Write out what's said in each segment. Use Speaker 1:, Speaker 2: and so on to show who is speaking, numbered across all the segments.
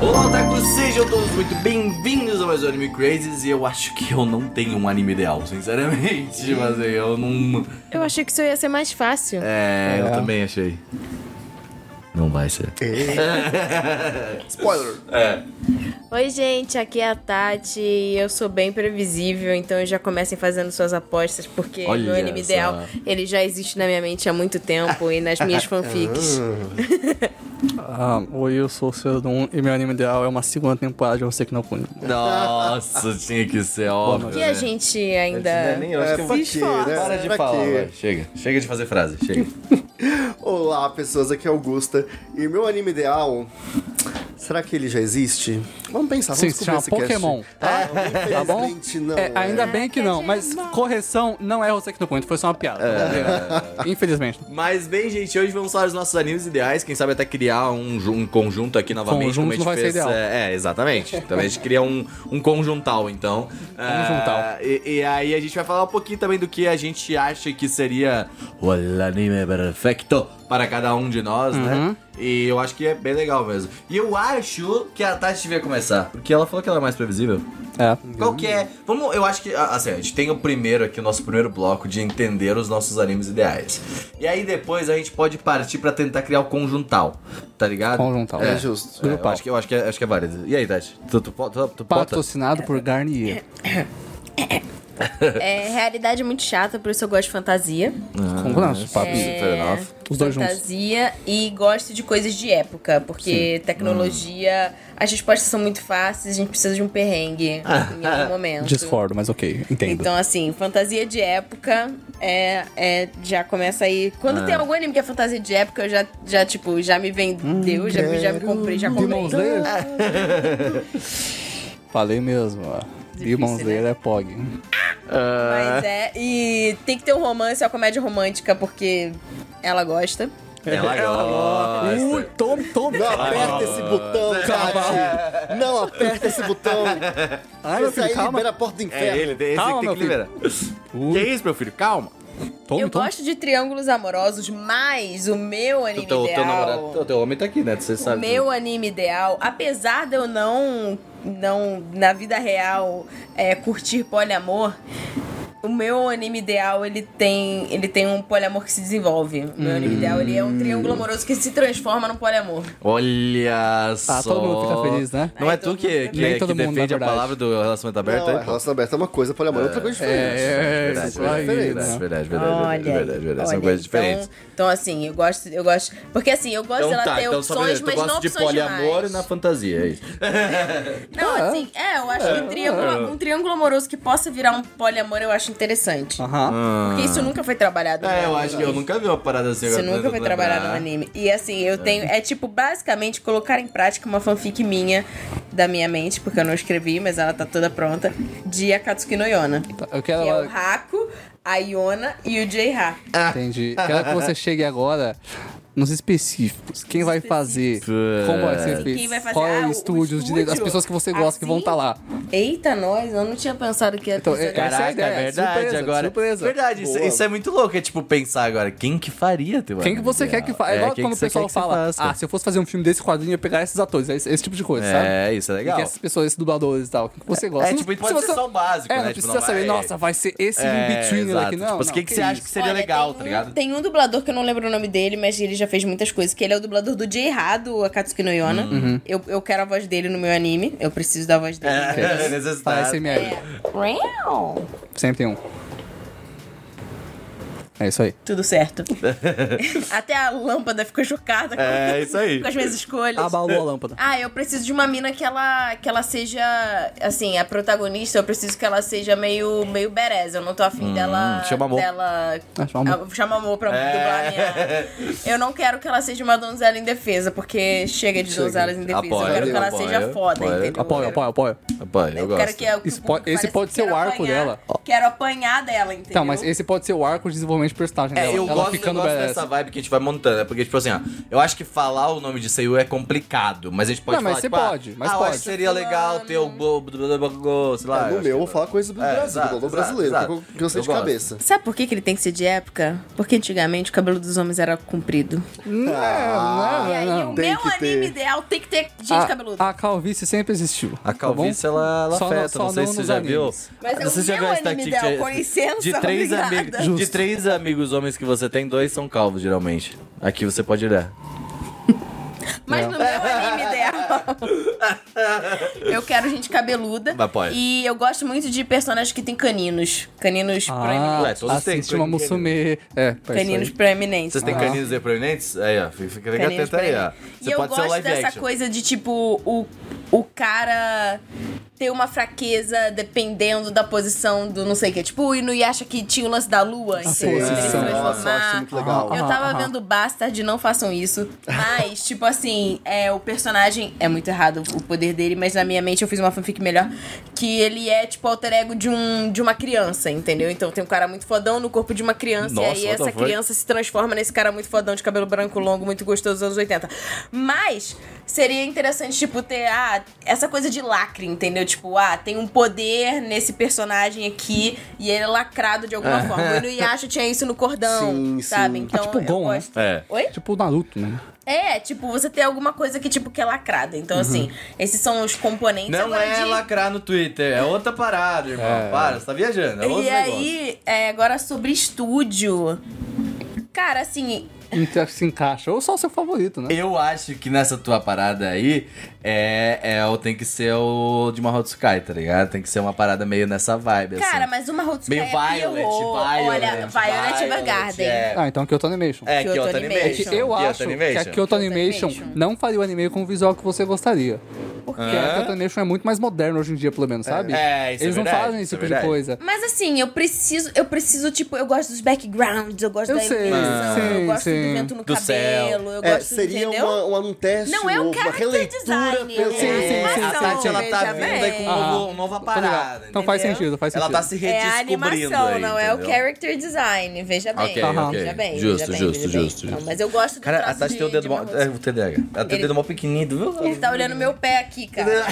Speaker 1: Olá, otakus! Sejam todos muito bem-vindos a mais um Anime Crazes e eu acho que eu não tenho um anime ideal, sinceramente. Tipo assim, eu não.
Speaker 2: Eu achei que isso ia ser mais fácil.
Speaker 1: É, eu também achei. Não vai ser. Spoiler! É.
Speaker 2: Oi, gente, aqui é a Tati e eu sou bem previsível, então já comecem fazendo suas apostas, porque
Speaker 1: Olha
Speaker 2: meu anime
Speaker 1: só.
Speaker 2: ideal, ele já existe na minha mente há muito tempo e nas minhas fanfics.
Speaker 3: Ah, oi, eu sou o Cerdum e meu anime ideal é uma segunda temporada de Honseki no Kuni.
Speaker 1: Nossa, tinha que ser óbvio.
Speaker 2: que
Speaker 1: né?
Speaker 2: a gente ainda...
Speaker 4: É,
Speaker 2: eu
Speaker 4: pra
Speaker 2: vou-
Speaker 4: quê,
Speaker 2: Se esforça.
Speaker 4: né?
Speaker 1: Para de
Speaker 4: Pra
Speaker 1: falar,
Speaker 4: quê?
Speaker 1: vai. chega. Chega de fazer frase, chega.
Speaker 4: Olá, pessoas, aqui é Augusta. E meu anime ideal. Será que ele já existe? Vamos pensar, vamos descobrir
Speaker 3: Sim, se chama
Speaker 4: esse cast.
Speaker 3: Pokémon, tá?
Speaker 4: Ah,
Speaker 3: Tá bom?
Speaker 4: infelizmente não.
Speaker 3: É, ainda
Speaker 4: é.
Speaker 3: bem que não, mas correção não é Honseki no Kuni, foi só uma piada. Infelizmente.
Speaker 1: Mas bem, gente, hoje vamos falar dos nossos animes ideais. Quem sabe até criar um, ju- um conjunto aqui novamente.
Speaker 3: Conjunto
Speaker 1: como a gente
Speaker 3: não vai ser
Speaker 1: fez,
Speaker 3: ideal.
Speaker 1: É, é, exatamente. Também a gente cria um, um conjuntal, então.
Speaker 3: Conjuntal.
Speaker 1: É, e, e aí a gente vai falar um pouquinho também do que a gente acha que seria o anime perfeito para cada um de nós,
Speaker 3: Uhum.
Speaker 1: né? E eu acho que é bem legal mesmo. E eu acho que a Tati devia começar. Porque ela falou que ela é mais previsível.
Speaker 3: É.
Speaker 1: Qual que é? Vamos, eu acho que. ah, Assim, a gente tem o primeiro aqui, o nosso primeiro bloco de entender os nossos animes ideais. E aí depois a gente pode partir pra tentar criar o conjuntal, tá ligado?
Speaker 3: Conjuntal.
Speaker 4: É justo.
Speaker 1: É, eu
Speaker 3: Grupal.
Speaker 1: acho que, eu acho que, é- acho que é válido. E aí, Tati? Tu, tu, po- tu, tu pota?
Speaker 3: Patrocinado por Garnier.
Speaker 2: É realidade muito chata, por isso eu gosto de fantasia.
Speaker 1: Ah,
Speaker 3: Com nós,
Speaker 1: sim,
Speaker 3: papi.
Speaker 2: É.
Speaker 1: fair enough.
Speaker 3: Os dois juntos.
Speaker 2: fantasia e gosto de coisas de época, porque tecnologia,
Speaker 1: Ah.
Speaker 2: as respostas são muito fáceis, a gente precisa de um perrengue em algum momento.
Speaker 3: Discordo, mas ok, entendo.
Speaker 2: Então, assim, fantasia de época é, é- já começa aí. Quando tem algum anime que é fantasia de época, eu já, já tipo, já me vendeu, já, me- já me comprei, já comprei.
Speaker 3: Hum, Demon Slayer? Falei mesmo, ó. Demon Slayer é POG.
Speaker 2: Mas é. E tem que ter um romance, uma comédia romântica, porque ela gosta.
Speaker 1: Ela gosta.
Speaker 3: Ui, tome, tome.
Speaker 4: Não aperta esse botão,
Speaker 3: tá
Speaker 4: Tati. Não aperta esse botão.
Speaker 3: Ai, meu
Speaker 4: Esse aí
Speaker 3: filho, calma.
Speaker 4: libera a porta do
Speaker 1: É
Speaker 4: inferno.
Speaker 1: ele, tem- esse que
Speaker 3: Calma,
Speaker 1: tem que
Speaker 3: meu
Speaker 1: liberar. Que é isso, meu filho? Calma.
Speaker 3: Tome,
Speaker 2: eu
Speaker 3: tome.
Speaker 2: gosto de triângulos amorosos, mas o meu anime
Speaker 1: teu, tá teu
Speaker 2: ideal...
Speaker 1: namorado, teu, teu homem tá aqui, né? Você
Speaker 2: O
Speaker 1: sabe.
Speaker 2: meu anime ideal, apesar de eu não, não na vida real, é, curtir poliamor, o meu anime ideal, ele tem, ele tem um poliamor que se desenvolve. O meu
Speaker 1: Hum.
Speaker 2: anime ideal, ele é um triângulo amoroso que se transforma num poliamor.
Speaker 1: Olha só.
Speaker 3: Ah, todo mundo fica feliz, né?
Speaker 1: Não é
Speaker 2: Ai,
Speaker 1: tu
Speaker 2: todo
Speaker 1: que,
Speaker 2: mundo-
Speaker 1: que,
Speaker 3: Nem
Speaker 1: que
Speaker 3: todo mundo, na
Speaker 1: defende a
Speaker 3: verdade.
Speaker 1: palavra do relacionamento aberto?
Speaker 4: Não, é,
Speaker 1: aí, pô?
Speaker 4: relação aberta é uma coisa, poliamor é outra coisa diferente.
Speaker 3: É, é,
Speaker 1: Verdade,
Speaker 3: isso aí,
Speaker 1: verdade,
Speaker 3: né?
Speaker 1: verdade, verdade, É verdade, verdade, verdade, verdade. São
Speaker 2: olha,
Speaker 1: coisas
Speaker 2: então-
Speaker 1: diferentes. Então tá,
Speaker 2: Então, assim, eu gosto, eu gosto. Porque assim, eu gosto dela ter
Speaker 1: só
Speaker 2: opções,
Speaker 1: pra
Speaker 2: mas
Speaker 1: dizer, tu
Speaker 2: não
Speaker 1: gosta de
Speaker 2: opções
Speaker 1: poliamor
Speaker 2: demais.
Speaker 1: e na Ah, fantasia, é isso.
Speaker 2: Não, assim, é, eu acho que um
Speaker 1: Ah.
Speaker 2: triângulo, um triângulo amoroso que possa virar um poliamor, eu acho interessante.
Speaker 3: Aham.
Speaker 2: Porque isso nunca foi trabalhado.
Speaker 1: Ah. É, eu
Speaker 2: né?
Speaker 1: acho que eu nunca vi uma parada assim.
Speaker 2: Isso
Speaker 1: agora,
Speaker 2: nunca foi
Speaker 1: tentando
Speaker 2: trabalhado no
Speaker 1: lembrar.
Speaker 2: anime. E assim, eu tenho. É tipo, basicamente, colocar em prática uma fanfic minha, da minha mente, porque eu não escrevi, mas ela tá toda pronta, de Akatsuki no Yona. Que
Speaker 3: Tá, Eu
Speaker 2: é
Speaker 3: quero
Speaker 2: o
Speaker 3: agora.
Speaker 2: Haku, a Yona e o J-Ha.
Speaker 1: Ah,
Speaker 3: Entendi. Quero que você chegue agora nos específicos. Quem vai fazer? Como vai ser feito?
Speaker 2: Quem vai fazer?
Speaker 3: Qual é
Speaker 2: Ah,
Speaker 3: o
Speaker 2: o
Speaker 3: estúdio?
Speaker 2: estúdio?
Speaker 3: de- As pessoas que você gosta que vão
Speaker 2: Assim?
Speaker 3: estar lá.
Speaker 2: Eita, nós, eu não tinha pensado que ia
Speaker 3: Então,
Speaker 2: ter
Speaker 3: é-
Speaker 2: esse
Speaker 3: Essa
Speaker 1: Caraca,
Speaker 3: a ideia,
Speaker 1: é verdade
Speaker 3: surpresa,
Speaker 1: agora.
Speaker 3: surpresa.
Speaker 1: Verdade, isso,
Speaker 4: Boa.
Speaker 1: isso é muito louco. É tipo pensar agora, quem que faria teu
Speaker 3: Quem
Speaker 1: anime
Speaker 3: que você
Speaker 1: ideal?
Speaker 3: quer que faça? É igual
Speaker 1: quem
Speaker 3: quando
Speaker 1: que
Speaker 3: o
Speaker 1: você
Speaker 3: pessoal
Speaker 1: quer que você
Speaker 3: fala,
Speaker 1: faça.
Speaker 3: ah, se eu fosse fazer um filme desse quadrinho, eu ia pegar esses atores. É Esse, esse tipo de coisa, sabe?
Speaker 1: É, isso é
Speaker 3: E
Speaker 1: legal.
Speaker 3: que essas pessoas, esses dubladores e tal, o que você gosta?
Speaker 1: é,
Speaker 3: Não-
Speaker 1: tipo,
Speaker 3: se
Speaker 1: pode ser
Speaker 3: você-
Speaker 1: só o básico,
Speaker 3: É,
Speaker 1: né?
Speaker 3: não
Speaker 1: Tipo,
Speaker 3: precisa
Speaker 1: não
Speaker 3: saber,
Speaker 1: vai-
Speaker 3: nossa, vai ser esse in-between
Speaker 1: É, exato.
Speaker 3: aqui, não.
Speaker 1: Tipo, o que, que você
Speaker 3: isso?
Speaker 1: acha que seria
Speaker 2: Olha,
Speaker 1: legal,
Speaker 2: tem
Speaker 1: tá
Speaker 2: um-
Speaker 1: ligado?
Speaker 2: Tem um dublador que eu não lembro o nome dele, mas ele já fez muitas coisas, que ele é o dublador do J-Ha, do Akatsuki no Yona.
Speaker 1: Uhum.
Speaker 2: Eu, eu quero a voz dele no meu anime, eu preciso da voz dele.
Speaker 1: É,
Speaker 2: no meu anime.
Speaker 1: necessidade.
Speaker 3: Parece ML. Sempre tem um. É isso aí.
Speaker 2: Tudo certo. Até a lâmpada ficou chocada com,
Speaker 1: É, isso aí.
Speaker 2: com as minhas escolhas.
Speaker 3: Abalou a lâmpada.
Speaker 2: Ah, eu preciso de uma mina que ela, que ela seja, assim, a protagonista. Eu preciso que ela seja meio, meio badass. Eu não tô afim dela...
Speaker 1: Hum, chama amor. É.
Speaker 2: Dela...
Speaker 3: Ah, chama amor.
Speaker 2: Ah, Chama amor pra dublar a minha... Eu não quero que ela seja uma donzela indefesa, porque chega de donzelas indefesas.
Speaker 1: Apoio,
Speaker 2: eu quero que ela
Speaker 1: apoio,
Speaker 2: seja foda,
Speaker 1: apoio.
Speaker 2: entendeu?
Speaker 3: Apoio,
Speaker 2: Eu
Speaker 3: apoio, apoio.
Speaker 1: Pô, eu,
Speaker 2: Eu,
Speaker 1: gosto.
Speaker 2: quero que, a- que o
Speaker 3: Isso
Speaker 2: público
Speaker 3: pode- esse
Speaker 2: pareça
Speaker 3: pode
Speaker 2: que
Speaker 3: ser o
Speaker 2: quero
Speaker 3: arco
Speaker 2: apanhar-
Speaker 3: dela.
Speaker 2: Quero apanhar dela, entendeu?
Speaker 3: Então, mas esse Então, pode ser o arco de desenvolvimento principalmente o personagem
Speaker 1: É,
Speaker 3: dela.
Speaker 1: eu
Speaker 3: ela
Speaker 1: gosto, eu
Speaker 3: ficando
Speaker 1: gosto
Speaker 3: badass.
Speaker 1: dessa vibe que a gente vai montando. É porque, tipo assim, ó, eu acho que falar o nome de Seiyu é complicado, mas a gente pode
Speaker 3: Não,
Speaker 1: falar,
Speaker 3: mas você
Speaker 1: tipo, ah,
Speaker 3: pode, mas
Speaker 1: ah, eu
Speaker 3: pode.
Speaker 1: acho que seria legal ter o bobo, sei lá.
Speaker 4: É, no
Speaker 1: acho
Speaker 4: meu, eu
Speaker 1: que-
Speaker 4: vou falar coisa do
Speaker 1: É,
Speaker 4: Brasil,
Speaker 1: exato,
Speaker 4: do povo
Speaker 1: exato,
Speaker 4: brasileiro,
Speaker 1: exato.
Speaker 4: que eu- que eu sei de
Speaker 1: gosto.
Speaker 4: cabeça.
Speaker 2: Sabe por que, que ele tem que ser de época? Porque antigamente o cabelo dos homens era comprido.
Speaker 3: Não,
Speaker 1: Ah.
Speaker 2: e aí, um o
Speaker 3: não, É, né, não.
Speaker 4: Ah, Tem
Speaker 2: meu
Speaker 4: que
Speaker 2: anime
Speaker 4: ter. Ah,
Speaker 2: ideal tem que ter gente cabeluda.
Speaker 3: A, a calvície sempre existiu. tá
Speaker 1: A calvície, ela, ela
Speaker 3: Só no-
Speaker 1: afeta,
Speaker 3: só
Speaker 1: não sei
Speaker 3: não
Speaker 1: se você
Speaker 3: nos
Speaker 1: já
Speaker 3: animes.
Speaker 1: viu.
Speaker 2: Mas é
Speaker 1: não sei
Speaker 2: o
Speaker 1: se
Speaker 2: meu
Speaker 1: essa
Speaker 2: anime
Speaker 1: estatística-
Speaker 2: ideal, com licença,
Speaker 1: de três,
Speaker 2: obrigada.
Speaker 1: amigos- de
Speaker 3: Justo.
Speaker 1: três amigos homens que você tem, dois são calvos, geralmente. Aqui você pode olhar.
Speaker 2: Mas no meu anime ideal. eu quero gente cabeluda.
Speaker 1: Mas pode.
Speaker 2: E eu gosto muito de personagens que tem caninos.
Speaker 4: Ah,
Speaker 1: é
Speaker 2: Caninos proeminentes.
Speaker 1: Ué, todos têm
Speaker 3: Ah, assiste uma
Speaker 1: caninos.
Speaker 3: musume. É, pá,
Speaker 2: Caninos
Speaker 3: isso
Speaker 2: proeminentes.
Speaker 1: Vocês têm
Speaker 2: Ah.
Speaker 1: caninos e proeminentes? Aí, ó. Fica fica
Speaker 2: Caninos
Speaker 1: atento aí, ó.
Speaker 2: proeminentes. E
Speaker 1: Você
Speaker 2: eu
Speaker 1: pode ser o
Speaker 2: gosto
Speaker 1: live
Speaker 2: dessa
Speaker 1: action.
Speaker 2: coisa de, tipo, o, o cara ter uma fraqueza dependendo da posição do não sei o que. Tipo, o Inuyasha que tinha o lance da lua, entendeu?
Speaker 3: posição.
Speaker 2: Ele se
Speaker 4: Nossa, eu acho
Speaker 2: transformar.
Speaker 4: muito legal.
Speaker 2: Eu
Speaker 3: Aham,
Speaker 2: tava
Speaker 3: aham.
Speaker 2: vendo Bastard, não façam isso. Mas, tipo assim, é, o personagem. É muito errado o poder dele, mas na minha mente eu fiz uma fanfic melhor. Que ele é, tipo, alter ego de, um, de uma criança, entendeu? Então tem um cara muito fodão no corpo de uma criança.
Speaker 1: Nossa,
Speaker 2: e
Speaker 1: what
Speaker 2: aí
Speaker 1: the
Speaker 2: essa
Speaker 1: fuck?
Speaker 2: criança se transforma nesse cara muito fodão de cabelo branco longo, muito gostoso dos anos 80. Mas seria interessante, tipo, ter ah, essa coisa de lacre, entendeu? Tipo, ah, tem um poder nesse personagem aqui e ele é lacrado de alguma forma. O Inuyasha tinha isso no cordão,
Speaker 4: Sim,
Speaker 2: sabe?
Speaker 4: sim.
Speaker 2: Então,
Speaker 3: Ah, tipo
Speaker 2: eu
Speaker 3: Gon, né?
Speaker 2: gosto.
Speaker 1: É.
Speaker 2: Oi?
Speaker 3: aí. Tipo o Naruto, né?
Speaker 2: É, tipo, você tem alguma coisa que, tipo, que é lacrada. Então, assim, esses são os componentes.
Speaker 1: Uhum. Não
Speaker 2: Então Agora,
Speaker 1: é
Speaker 2: de-
Speaker 1: lacrar no Twitter, é outra parada, irmão. Para, você tá viajando. É outro
Speaker 2: E
Speaker 1: negócio.
Speaker 2: aí, é, agora sobre estúdio. Cara, assim,
Speaker 3: Então se encaixa. Ou só o seu favorito, né?
Speaker 1: Eu acho que nessa tua parada aí é, é o- tem que ser o de Mahou Tsukai, tá ligado? Tem que ser uma parada meio nessa vibe,
Speaker 2: Cara,
Speaker 1: assim.
Speaker 2: mas uma Hotsukai
Speaker 1: Meio Violet, Violet,
Speaker 2: Olha, Violet é Evergarden.
Speaker 1: é.
Speaker 3: Ah, então Kyoto Animation.
Speaker 1: É, Kyoto,
Speaker 2: Kyoto
Speaker 1: Animation.
Speaker 3: É que
Speaker 2: Animation.
Speaker 3: eu
Speaker 1: Kyoto
Speaker 3: acho que a
Speaker 1: Animation.
Speaker 3: Kyoto Animation
Speaker 2: Animation.
Speaker 3: não faria o anime com o visual que você gostaria. Porque
Speaker 1: Hã?
Speaker 3: a Kyoto Animation é muito mais moderna hoje em dia, pelo menos, sabe?
Speaker 1: É, isso é
Speaker 3: Eles não
Speaker 1: verdade,
Speaker 3: fazem esse
Speaker 1: isso é
Speaker 3: tipo de
Speaker 1: verdade.
Speaker 3: coisa.
Speaker 2: Mas assim, eu preciso, eu preciso, tipo, eu gosto dos backgrounds, eu gosto
Speaker 3: Eu
Speaker 2: da
Speaker 3: sei,
Speaker 2: iluminação, eu
Speaker 3: sim,
Speaker 2: gosto do
Speaker 3: sim.
Speaker 2: vento no
Speaker 1: Do
Speaker 2: cabelo,
Speaker 1: céu.
Speaker 2: eu
Speaker 4: É,
Speaker 2: gosto,
Speaker 4: seria
Speaker 2: entendeu?
Speaker 4: uma, uma, um teste
Speaker 2: Não é um
Speaker 4: novo, uma
Speaker 2: character
Speaker 4: releitura.
Speaker 2: design,
Speaker 4: pelo-
Speaker 2: é
Speaker 3: Sim, sim,
Speaker 1: É,
Speaker 3: sim,
Speaker 1: a
Speaker 3: sim.
Speaker 1: Tati, ela tá
Speaker 2: Veja
Speaker 1: vindo aí com
Speaker 2: bem.
Speaker 1: um novo, uma nova
Speaker 3: Tô ligado.
Speaker 1: parada.
Speaker 3: Então faz
Speaker 2: entendeu?
Speaker 3: sentido, faz
Speaker 1: Ela
Speaker 3: sentido.
Speaker 1: tá se
Speaker 2: É a
Speaker 1: redescobrindo
Speaker 2: animação,
Speaker 1: aí,
Speaker 2: não é o
Speaker 1: entendeu?
Speaker 2: character design, veja bem.
Speaker 1: Ok,
Speaker 3: Aham.
Speaker 1: ok.
Speaker 2: Veja bem,
Speaker 1: Justo,
Speaker 2: veja bem,
Speaker 1: justo,
Speaker 2: veja bem.
Speaker 1: justo,
Speaker 2: Não,
Speaker 1: justo.
Speaker 2: mas eu gosto do
Speaker 1: Cara, a
Speaker 2: traço
Speaker 1: Tati
Speaker 2: de,
Speaker 1: tem o dedo é,
Speaker 2: de
Speaker 1: mó...
Speaker 2: Mahou
Speaker 1: É, o TDAH. Ela tem o
Speaker 2: Ele-
Speaker 1: dedo mó pequenininho, viu?
Speaker 2: Ele tá olhando meu pé aqui, cara.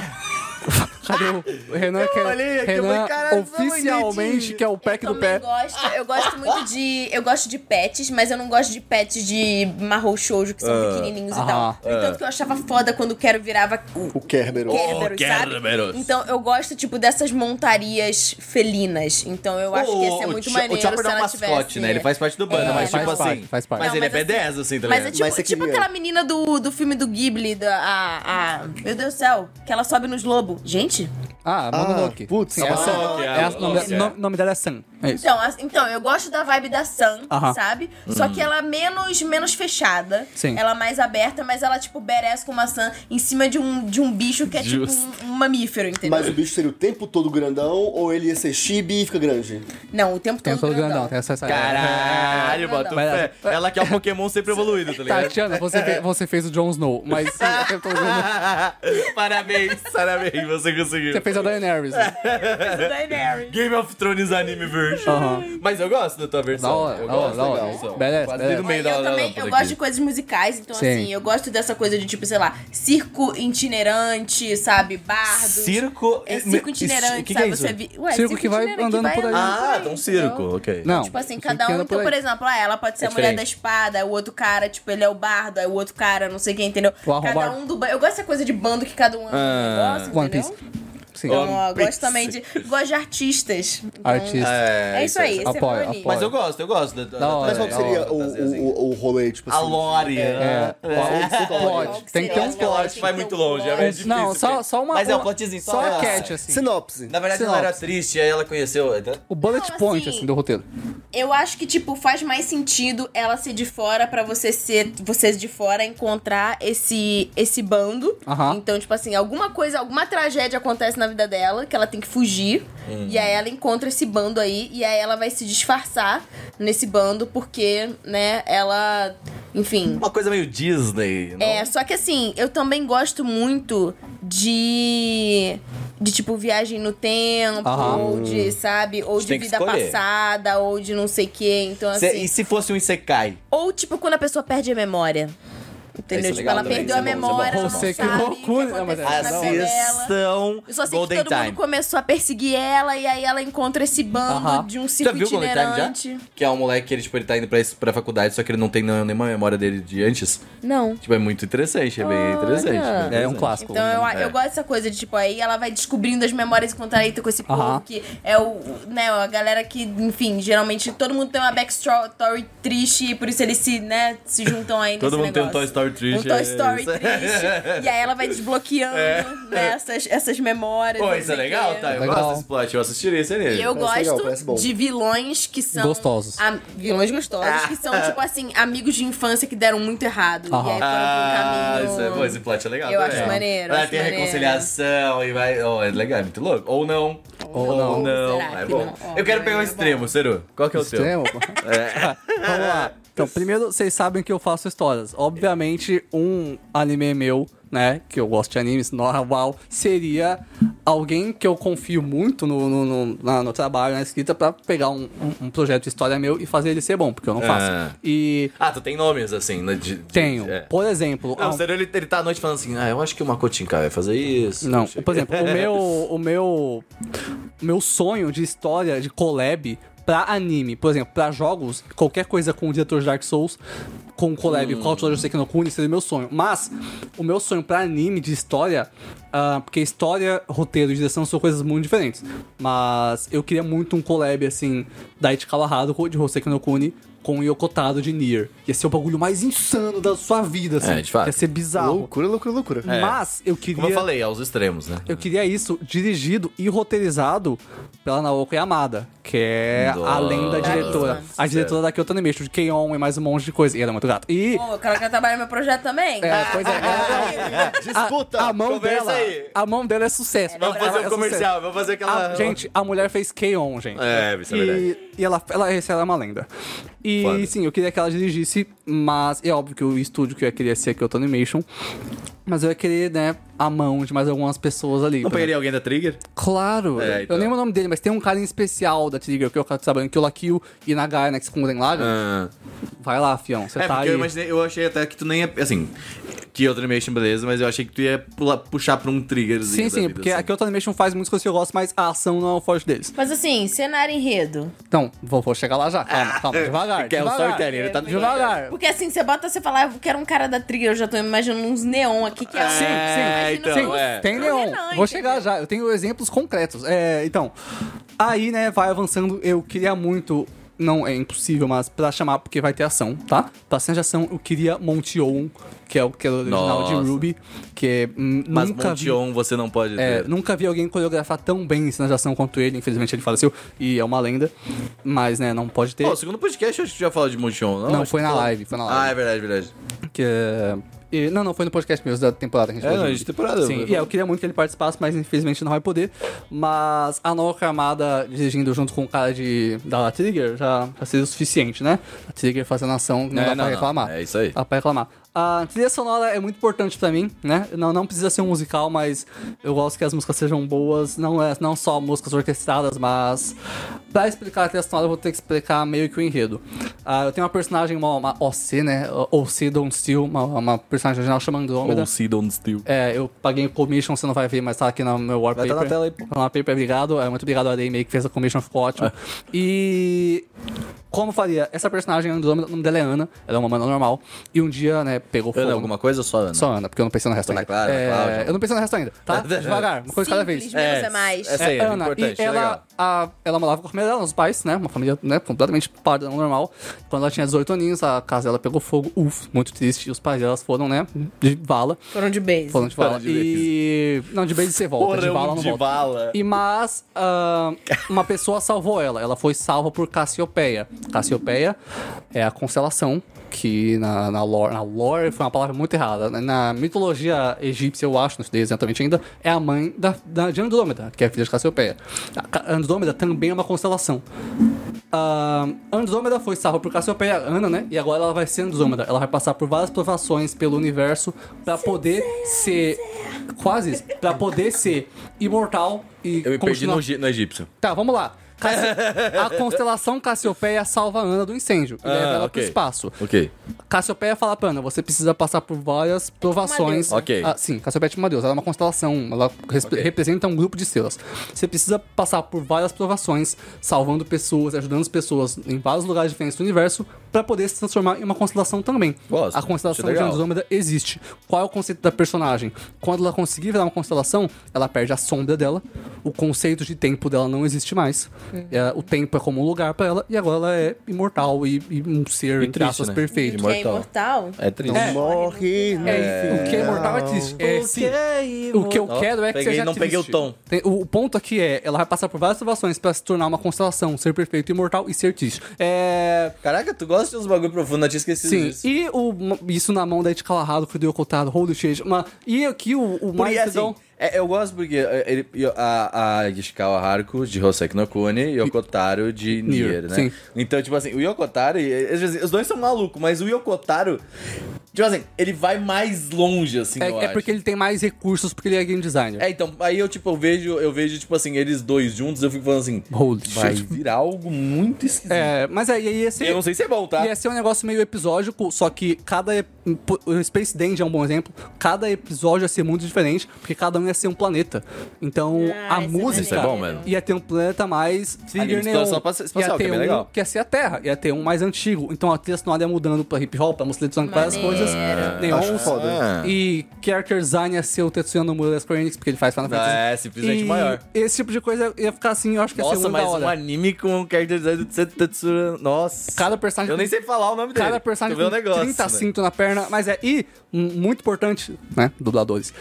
Speaker 3: Cadê o Renan? Que
Speaker 1: olhei
Speaker 3: é,
Speaker 1: aqui, eu
Speaker 3: Renan
Speaker 1: falei, "Caralho, isso é
Speaker 3: oficialmente
Speaker 1: bonitinho."
Speaker 3: que é o pack
Speaker 2: eu
Speaker 3: do pé.
Speaker 2: Gosto, eu gosto muito de. Eu gosto de pets, mas eu não gosto de pets de marrom shoujo, que são
Speaker 1: Ah. Oh,
Speaker 2: pequenininhos e
Speaker 3: Aham.
Speaker 2: tal. No entanto, que eu achava foda quando o Quero virava o
Speaker 4: O Kerberos.
Speaker 2: Kerberos, sabe?
Speaker 1: Kerberos.
Speaker 2: Então eu gosto, tipo, dessas montarias felinas. Então eu acho que ia ser
Speaker 1: O- o
Speaker 2: muito
Speaker 1: Cho-
Speaker 2: maneiro
Speaker 1: O Chopper
Speaker 2: se
Speaker 1: não é um
Speaker 2: ela
Speaker 1: mascote,
Speaker 2: tivesse...
Speaker 1: né? Ele faz parte do bando,
Speaker 2: É,
Speaker 1: mas
Speaker 2: faz
Speaker 1: tipo
Speaker 3: parte,
Speaker 1: assim.
Speaker 3: faz parte.
Speaker 1: Mas
Speaker 2: Não,
Speaker 1: ele
Speaker 2: mas
Speaker 1: é
Speaker 2: assim-
Speaker 1: B10, assim, tá
Speaker 2: Mas é
Speaker 1: ligado?
Speaker 2: tipo,
Speaker 4: Mas você
Speaker 2: tipo
Speaker 4: queria-
Speaker 2: aquela menina do, do filme do Ghibli, da, a, a- Meu Deus do céu, que ela sobe nos lobos. Gente,
Speaker 3: Ah, Mononoke.
Speaker 4: putz,
Speaker 3: Sim, é
Speaker 2: assim,
Speaker 3: a Sam.
Speaker 1: Mononoke,
Speaker 3: É
Speaker 1: é,
Speaker 3: a- o nome-
Speaker 1: Mononoke, é.
Speaker 3: no- nome dela é Sam. É isso.
Speaker 2: Então, as- então, eu gosto da vibe da Sam,
Speaker 3: Aham.
Speaker 2: sabe?
Speaker 1: Hum.
Speaker 2: Só que ela é menos, menos fechada.
Speaker 3: Sim.
Speaker 2: Ela é mais aberta, mas ela, tipo, berece com uma Sam em cima de um, de um bicho que é,
Speaker 1: Justo.
Speaker 2: tipo, um, um mamífero,
Speaker 3: é.
Speaker 2: entendeu?
Speaker 4: Mas o bicho seria o tempo todo grandão ou ele ia ser chibi e fica grande?
Speaker 2: Não, o tempo todo.
Speaker 3: Tem o grandão,
Speaker 2: grandão.
Speaker 3: tem essa... essa
Speaker 1: Caralho, bota
Speaker 3: Mas-
Speaker 1: fé. Ela quer o Pokémon sempre evoluído, tá ligado?
Speaker 3: Tatiana, você, fe- você fez o Jon Snow, mas sim, eu tô lembrando-
Speaker 1: parabéns, parabéns, você conseguiu.
Speaker 3: você fez a Daenerys.
Speaker 2: Daenerys.
Speaker 1: Game of Thrones anime version.
Speaker 3: Aham.
Speaker 1: Mas eu gosto da tua versão.
Speaker 3: Da hora,
Speaker 1: eu
Speaker 3: da hora,
Speaker 1: gosto.
Speaker 3: da
Speaker 4: legal,
Speaker 3: hora.
Speaker 4: legal.
Speaker 3: Beleza,
Speaker 1: Quase
Speaker 3: beleza.
Speaker 1: no meio da
Speaker 2: Olha, eu
Speaker 1: da
Speaker 2: também,
Speaker 1: lâmpada
Speaker 2: eu
Speaker 1: aqui.
Speaker 2: gosto de coisas musicais, então
Speaker 3: Sim.
Speaker 2: assim, eu gosto dessa coisa de tipo, sei lá, circo itinerante, sabe, bardo.
Speaker 1: Circo...
Speaker 2: É circo itinerante,
Speaker 1: O que que
Speaker 2: sabe?
Speaker 1: é isso?
Speaker 2: Você vi... Ué,
Speaker 3: Circo que vai
Speaker 2: itinerante
Speaker 3: andando por aí.
Speaker 1: Ah,
Speaker 2: entendeu?
Speaker 1: um circo, ok.
Speaker 3: Não.
Speaker 2: Tipo assim,
Speaker 3: Sim,
Speaker 2: cada
Speaker 3: que
Speaker 2: um.
Speaker 3: anda
Speaker 2: Então,
Speaker 3: por
Speaker 2: por
Speaker 3: aí.
Speaker 2: exemplo, ah, ela pode ser
Speaker 1: É
Speaker 2: a mulher
Speaker 1: diferente.
Speaker 2: da espada, o outro cara, tipo, ele é o bardo, aí o outro cara, não sei quem, entendeu?
Speaker 3: O
Speaker 2: Cada
Speaker 3: arrombado.
Speaker 2: um do bando. Eu gosto dessa coisa de bando que cada um é
Speaker 1: Ah.
Speaker 2: um negócio,
Speaker 3: One
Speaker 2: entendeu?
Speaker 3: Piece. Sim.
Speaker 2: Então,
Speaker 1: One
Speaker 2: ó,
Speaker 1: Piece.
Speaker 2: gosto também de. Gosto de artistas. Então,
Speaker 3: Artista.
Speaker 2: É isso aí, esse
Speaker 3: Apoio,
Speaker 2: é o meu anime.
Speaker 1: Mas eu gosto, eu gosto. da- da-
Speaker 3: Da hora.
Speaker 4: Mas qual que seria
Speaker 3: tá,
Speaker 4: o, o, o, o rolê, tipo
Speaker 1: A
Speaker 4: assim?
Speaker 1: lore. né?
Speaker 3: É,
Speaker 4: Qual
Speaker 3: plot. Tem que ter um
Speaker 1: Porque a
Speaker 3: plot.
Speaker 1: lore vai muito
Speaker 2: um
Speaker 1: longe, é
Speaker 2: plot.
Speaker 1: meio difícil.
Speaker 3: Não, só,
Speaker 1: porque-
Speaker 3: só uma...
Speaker 1: Mas é um
Speaker 3: uma-
Speaker 1: plotzinho, só
Speaker 3: Só
Speaker 1: uma- Ah,
Speaker 3: a catch, assim.
Speaker 4: Sinopse.
Speaker 1: Na verdade, ela era
Speaker 3: Sinopse.
Speaker 1: triste, aí ela conheceu. né?
Speaker 3: O bullet
Speaker 2: Não,
Speaker 3: point,
Speaker 2: assim-
Speaker 3: assim, do roteiro.
Speaker 2: Eu acho que, tipo, faz mais sentido ela ser de fora pra você ser. Vocês de fora encontrar esse, esse bando.
Speaker 3: Aham.
Speaker 2: Então, tipo assim, alguma coisa, alguma tragédia acontece na vida dela, que ela tem que fugir. E aí ela encontra esse bando aí. E aí ela vai se disfarçar nesse bando, porque, né, ela. Enfim.
Speaker 1: Uma coisa meio Disney. não?
Speaker 2: É, só que assim, eu também gosto muito de. de tipo viagem no tempo,
Speaker 3: Aham.
Speaker 2: ou de, sabe, ou de
Speaker 1: Hum. tem que
Speaker 2: vida
Speaker 1: escolher.
Speaker 2: passada, ou de não sei o quê. Então,
Speaker 1: Se-
Speaker 2: assim.
Speaker 1: e se fosse um Isekai?
Speaker 2: Ou tipo quando a pessoa perde a memória.
Speaker 1: Isso
Speaker 2: Entendeu?
Speaker 1: é
Speaker 2: tipo,
Speaker 1: legal
Speaker 2: ela
Speaker 1: também,
Speaker 2: perdeu
Speaker 1: isso
Speaker 2: a
Speaker 1: é bom, isso é
Speaker 2: memória,
Speaker 1: bom.
Speaker 2: ela não
Speaker 3: Você que
Speaker 2: sabe o que
Speaker 3: loucura. Não, mas
Speaker 2: aconteceu
Speaker 3: é
Speaker 2: na
Speaker 3: legal.
Speaker 2: novela.
Speaker 1: Assistam
Speaker 2: Eu só sei
Speaker 1: Golden
Speaker 2: que todo
Speaker 1: Time.
Speaker 2: mundo começou a perseguir ela e aí ela encontra esse bando
Speaker 3: Aham.
Speaker 2: de um
Speaker 1: Já
Speaker 2: circo
Speaker 1: viu o Golden Time já?
Speaker 2: itinerante.
Speaker 1: Que é um moleque que ele, tipo, ele tá indo pra, pra faculdade, só que ele não tem nenhuma nenhuma memória dele de antes.
Speaker 2: Não.
Speaker 1: Tipo, é muito interessante, é bem
Speaker 2: Olha.
Speaker 1: interessante. bem
Speaker 3: É um
Speaker 1: interessante.
Speaker 3: clássico.
Speaker 2: Então eu,
Speaker 1: É.
Speaker 2: eu gosto dessa coisa de, tipo, aí ela vai descobrindo as memórias que contraíta com esse povo
Speaker 3: Aham.
Speaker 2: que é o, né, a galera que, enfim, geralmente todo mundo tem uma backstory triste e por isso eles se, né, se juntam aí
Speaker 1: Todo
Speaker 2: nesse
Speaker 1: mundo tem um
Speaker 2: negócio.
Speaker 1: Toy Story triste,
Speaker 2: Um Toy
Speaker 1: é
Speaker 2: Story
Speaker 1: isso. É.
Speaker 2: triste. E aí ela vai desbloqueando, né, essas, essas memórias.
Speaker 1: Pô,
Speaker 2: não
Speaker 1: isso
Speaker 2: sei
Speaker 1: é
Speaker 2: o
Speaker 1: legal,
Speaker 2: quê.
Speaker 1: tá? Eu
Speaker 3: Legal.
Speaker 1: gosto desse plot, eu assistiria isso nele.
Speaker 2: E eu
Speaker 4: Parece legal,
Speaker 2: gosto
Speaker 4: parece bom.
Speaker 2: de vilões que são.
Speaker 3: Gostosos.
Speaker 2: a- vilões gostosos, que são, tipo assim, amigos de infância que deram muito errado. E
Speaker 3: Aham.
Speaker 2: aí foram
Speaker 1: Ah,
Speaker 2: pra um
Speaker 1: isso é
Speaker 2: caminho.
Speaker 1: bom, esse plot é legal.
Speaker 2: Eu
Speaker 1: também.
Speaker 2: acho maneiro,
Speaker 1: Vai
Speaker 2: acho
Speaker 1: ter
Speaker 2: maneiro.
Speaker 1: reconciliação e vai. Oh, é legal, é muito louco. Ou não. Ou,
Speaker 2: não.
Speaker 1: não.
Speaker 2: Será
Speaker 1: É
Speaker 2: que
Speaker 1: bom.
Speaker 2: não? Ó,
Speaker 1: eu quero
Speaker 2: não,
Speaker 1: pegar o
Speaker 2: é
Speaker 1: extremo, Seru. É. Qual que é o teu?
Speaker 3: Extremo? Tá, Vamos lá. Então, primeiro, vocês sabem que eu faço histórias. Obviamente, um anime meu, né, que eu gosto de animes, normal, seria alguém que eu confio muito no, no, no- na- no trabalho, na escrita, pra pegar um, um- um projeto de história meu e fazer ele ser bom, porque eu não faço.
Speaker 1: Ah.
Speaker 3: E
Speaker 1: Ah, tu tem nomes assim, né? de- de-
Speaker 3: tenho,
Speaker 1: é.
Speaker 3: por exemplo...
Speaker 1: Não,
Speaker 3: um-
Speaker 1: sério, ele, ele tá à noite falando assim, ah, eu acho que o Makotinka vai fazer isso.
Speaker 3: Não,
Speaker 1: sei
Speaker 3: por
Speaker 1: quê."
Speaker 3: exemplo, o meu, o meu, o meu sonho de história de collab pra anime, por exemplo, pra jogos, qualquer coisa com o diretor de Dark Souls, com o collab,
Speaker 1: Hum.
Speaker 3: com o autor de Sekino Kuni, seria o meu sonho. Mas, o meu sonho pra anime de história, ah, porque história, roteiro e direção são coisas muito diferentes. Mas eu queria muito um collab, assim, da Itikawa Haruko, de Hoseki no Kuni, com o Yokotaro de Nier. Ia ser o bagulho mais insano da sua vida, assim.
Speaker 1: É, de fato. É.
Speaker 3: Ia ser bizarro.
Speaker 4: Loucura, loucura, loucura.
Speaker 3: Mas eu queria.
Speaker 1: Como eu falei, aos extremos, né?
Speaker 3: Eu queria isso dirigido e roteirizado pela Naoko Yamada, que é
Speaker 1: Nossa.
Speaker 3: além da diretora.
Speaker 2: Bravíssima.
Speaker 3: A diretora da Kyoto Animation, de Keion e mais um monte de coisa. E ela é muito gata. E
Speaker 2: Pô, eu quero que ela trabalhe no meu projeto também.
Speaker 3: É, pois é.
Speaker 4: Disputa!
Speaker 3: a, a mão
Speaker 1: conversa
Speaker 3: dela,
Speaker 1: aí.
Speaker 3: a mão dela é sucesso.
Speaker 1: Vamos
Speaker 3: Ela
Speaker 1: fazer
Speaker 3: é
Speaker 1: um comercial, vamos fazer
Speaker 3: sucesso.
Speaker 1: aquela...
Speaker 3: A- Ah, gente, a mulher fez Keion, gente.
Speaker 1: É, isso é verdade.
Speaker 3: E, e ela, ela, essa ela é uma lenda. E
Speaker 1: Foda.
Speaker 3: sim, eu queria que ela dirigisse, mas é óbvio que o estúdio que eu ia querer ia ser a Kyoto Animation. Mas eu ia querer, né, a mão de mais algumas pessoas ali.
Speaker 1: Não
Speaker 3: por exemplo.
Speaker 1: pegaria alguém da Trigger?
Speaker 3: Claro!
Speaker 1: É, então.
Speaker 3: Eu lembro o nome dele, mas tem um cara em especial da Trigger, que eu quero saber, que o Lakio e Nagai, né, que se confundem lá.
Speaker 1: Ah.
Speaker 3: Vai lá, fião, você
Speaker 1: É,
Speaker 3: tá
Speaker 1: porque
Speaker 3: aí.
Speaker 1: eu imaginei, eu achei até que tu nem ia, assim, que outra animation, beleza, mas eu achei que tu ia pula- puxar pra um triggerzinho
Speaker 3: Sim,
Speaker 1: da
Speaker 3: sim,
Speaker 1: vida,
Speaker 3: porque
Speaker 1: assim.
Speaker 3: a Kyoto Animation faz muitas coisas que eu gosto, mas a ação não é o forte deles.
Speaker 2: Mas assim, cenário e enredo.
Speaker 3: Então, vou, vou chegar lá já, calma, calma, devagar,
Speaker 1: Que é um
Speaker 3: devagar.
Speaker 1: storytelling, ele tá no
Speaker 3: Devagar.
Speaker 2: Porque assim, você bota, você fala, ah, eu quero um cara da trilha, eu já tô imaginando uns neon aqui que é.
Speaker 3: Sim, sim.
Speaker 1: então,
Speaker 3: sim,
Speaker 1: é.
Speaker 3: tem neon. Vou chegar já, eu tenho exemplos concretos. É, então, aí, né, vai avançando, eu queria muito... Não, é impossível, mas pra chamar, porque vai ter ação, tá? Pra cena de ação, eu queria Montion, que é o que é o original
Speaker 1: Nossa.
Speaker 3: de Ruby, que é... hum,
Speaker 1: Mas
Speaker 3: nunca vi-
Speaker 1: Montion você não pode
Speaker 3: É,
Speaker 1: ter.
Speaker 3: nunca vi alguém coreografar tão bem cenas de ação quanto ele. Infelizmente ele faleceu e é uma lenda. Mas, né, não pode ter.
Speaker 1: Pô, o segundo podcast eu acho que tu já falou de Montion, não?
Speaker 3: Não,
Speaker 1: Acho
Speaker 3: foi
Speaker 1: que
Speaker 3: na
Speaker 1: tu-
Speaker 3: live, foi na live.
Speaker 1: Ah, é verdade, verdade.
Speaker 3: que, é, e- não, não, foi no podcast mesmo da temporada que a gente
Speaker 1: É,
Speaker 3: falou
Speaker 1: não,
Speaker 3: Ruby.
Speaker 1: de temporada,
Speaker 3: Sim,
Speaker 1: foi-
Speaker 3: e é, eu queria muito que ele participasse, mas infelizmente não vai poder. Mas a nova camada dirigindo junto com o cara de, da La Trigger já, já seria o suficiente, né? A Trigger fazendo ação, não
Speaker 1: É,
Speaker 3: dá
Speaker 1: não,
Speaker 3: pra
Speaker 1: não.
Speaker 3: reclamar.
Speaker 1: É isso aí.
Speaker 3: Dá pra reclamar. A trilha sonora é muito importante pra mim, né? Não, não precisa ser um musical, mas eu gosto que as músicas sejam boas. Não, é, não só músicas orquestradas, mas. Pra explicar a trilha sonora, eu vou ter que explicar meio que o enredo. Ah, eu tenho uma personagem, uma, uma OC, né? OC Don't Steal, uma, uma personagem original chamada Andrômeda.
Speaker 1: Ou Seed on Steel.
Speaker 3: É, eu paguei commission, você não vai ver, mas tá aqui no meu
Speaker 1: Vai
Speaker 3: wallpaper.
Speaker 1: tá na tela aí, pô. É.
Speaker 3: Tá na paper, obrigado. É, muito obrigado a Meio que fez a commission, ficou ótimo. E... Como eu faria? Essa personagem, Andrômeda, o nome dela é Ana. Ela é uma humana normal. E um dia, né, pegou fogo.
Speaker 1: Ana, é alguma coisa ou só Ana?
Speaker 3: Só Ana, porque eu não pensei no resto
Speaker 1: Ana
Speaker 3: ainda.
Speaker 1: Clara, Ana
Speaker 3: É,
Speaker 1: Cláudia. É,
Speaker 3: eu não pensei no resto ainda, tá? Devagar, uma coisa de cada vez.
Speaker 2: Simples menos é mais.
Speaker 1: Essa aí, é,
Speaker 3: Ana,
Speaker 1: importante.
Speaker 3: e ela,
Speaker 1: legal.
Speaker 3: a, ela morava com a família dela, os pais, né? Uma família né, completamente padrão, normal. Quando ela tinha 18 aninhos, a casa dela pegou fogo. Uf, muito triste. E os pais delas foram, né, de vala.
Speaker 2: Foram de base.
Speaker 3: Falando de
Speaker 1: Fala
Speaker 3: bala.
Speaker 1: Tá, de
Speaker 3: E. Não, de base você volta. de
Speaker 1: Porão
Speaker 3: bala
Speaker 1: de
Speaker 3: não volta.
Speaker 1: bala.
Speaker 3: E mas ah, uma pessoa salvou ela. Ela foi salva por Cassiopeia. Cassiopeia é a constelação que na, na, lore, na lore foi uma palavra muito errada. Na- Na mitologia egípcia, eu acho, não sei exatamente ainda, é a mãe da, da, de Andrômeda, que é a filha de Cassiopeia. A Ca- Andrômeda também é uma constelação. ah, Andrômeda foi salva por Cassiopeia, Ana, né? E agora ela vai ser Andrômeda. Ela vai passar por várias provações pelo universo pra poder ser. Quase. isso, Pra poder ser imortal e.
Speaker 1: Eu me perdi
Speaker 3: continuar-
Speaker 1: no, gi- no egípcio.
Speaker 3: Tá, vamos lá. Cassi- A constelação Cassiopeia salva a Ana do incêndio e leva ela
Speaker 1: Ah, ok.
Speaker 3: pro espaço.
Speaker 1: Ok.
Speaker 3: Cassiopeia fala pra Ana, você precisa passar por várias provações.
Speaker 1: É tipo Uma deusa. Ok.
Speaker 3: Ah, sim, Cassiopeia é tipo uma deusa, ela é uma constelação, ela resp- representa um grupo de estrelas. Você precisa passar por várias provações, salvando pessoas, ajudando as pessoas em vários lugares diferentes do universo, pra poder se transformar em uma constelação também.
Speaker 1: Gosto,
Speaker 3: A constelação
Speaker 1: achei
Speaker 3: de
Speaker 1: legal.
Speaker 3: Andrômeda existe. Qual é o conceito da personagem? Quando ela conseguir virar uma constelação, ela perde a sombra dela, o conceito de tempo dela não existe mais.
Speaker 1: Hum.
Speaker 3: É, o tempo é como um lugar pra ela, e agora ela é imortal e, e um ser, entre
Speaker 1: triste,
Speaker 3: aspas,
Speaker 1: né?
Speaker 3: perfeito.
Speaker 5: Que é imortal?
Speaker 1: É triste.
Speaker 3: É.
Speaker 4: Morre, né?
Speaker 3: É, o que é imortal é triste. É, sim. O que eu
Speaker 1: Ó,
Speaker 3: quero é que
Speaker 1: peguei-
Speaker 3: seja
Speaker 1: não
Speaker 3: triste.
Speaker 1: peguei o tom.
Speaker 3: Tem- o, o ponto aqui é, ela vai passar por várias situações pra se tornar uma constelação, ser perfeito, imortal e ser triste. É...
Speaker 1: Caraca, tu gosta de uns bagulho profundo, eu tinha esquecido
Speaker 3: Sim,
Speaker 1: disso.
Speaker 3: e o, isso na mão da Ed Calahado, que deu cotado, holy shit. Mas, e aqui o, o
Speaker 1: Porque,
Speaker 3: mais
Speaker 1: assim, é, eu gosto porque é, ele, e a, a Ishikawa Haruko de Hoseki no Kune e o Yokotaro de
Speaker 3: Nier,
Speaker 1: Nier, né?
Speaker 3: sim.
Speaker 1: Então, tipo assim, o Yokotaro, e- e- assim, os dois são malucos, mas o Yokotaro, tipo assim, ele vai mais longe, assim, eu
Speaker 3: é, é
Speaker 1: acho.
Speaker 3: porque ele tem mais recursos, porque ele é game designer.
Speaker 1: É, então, aí eu, tipo, eu vejo, eu vejo, tipo assim, eles dois juntos, eu fico falando assim,
Speaker 3: Holy
Speaker 1: vai
Speaker 3: shit.
Speaker 1: virar algo muito esquisito.
Speaker 3: É, mas aí ia ser...
Speaker 1: Eu não sei se é bom, tá?
Speaker 3: Ia ser um negócio meio episódico, só que cada. ep- O Space Dandy é um bom exemplo. Cada episódio ia ser muito diferente, porque cada um ia ser um planeta. Então,
Speaker 5: Ah,
Speaker 3: a
Speaker 5: isso é
Speaker 3: música
Speaker 1: maneiro. Isso é bom mesmo.
Speaker 3: ia ter um planeta mais Trigger
Speaker 1: Alien Exploração
Speaker 3: Neon.
Speaker 1: Espaci- Espacial,
Speaker 3: ia
Speaker 1: que é
Speaker 3: ter
Speaker 1: bem
Speaker 3: um
Speaker 1: legal.
Speaker 3: que ia ser a Terra, ia ter um mais antigo. Então a trilha sonora ia mudando pra hip hop, pra música eletrônica, várias
Speaker 5: Maneiro.
Speaker 3: coisas.
Speaker 4: Acho
Speaker 3: Neons.
Speaker 4: foda.
Speaker 3: E character design ia ser o Tetsuya Nomura da Square Enix, porque ele faz Final
Speaker 1: Ah,
Speaker 3: Fantasy.
Speaker 1: é, simplesmente
Speaker 3: E
Speaker 1: maior.
Speaker 3: Esse tipo de coisa ia ficar assim, eu acho que ia ser
Speaker 1: Nossa,
Speaker 3: muito da
Speaker 1: mais um
Speaker 3: hora.
Speaker 1: anime com o character design do Tse- Tetsura. Nossa.
Speaker 3: Cada personagem
Speaker 1: Eu
Speaker 3: tem-
Speaker 1: nem sei falar o nome dele.
Speaker 3: Cada personagem
Speaker 1: Tu vê
Speaker 3: com
Speaker 1: o negócio,
Speaker 3: 30
Speaker 1: né?
Speaker 3: cinto na perna, mas é. E, hum, muito importante, né? Dubladores.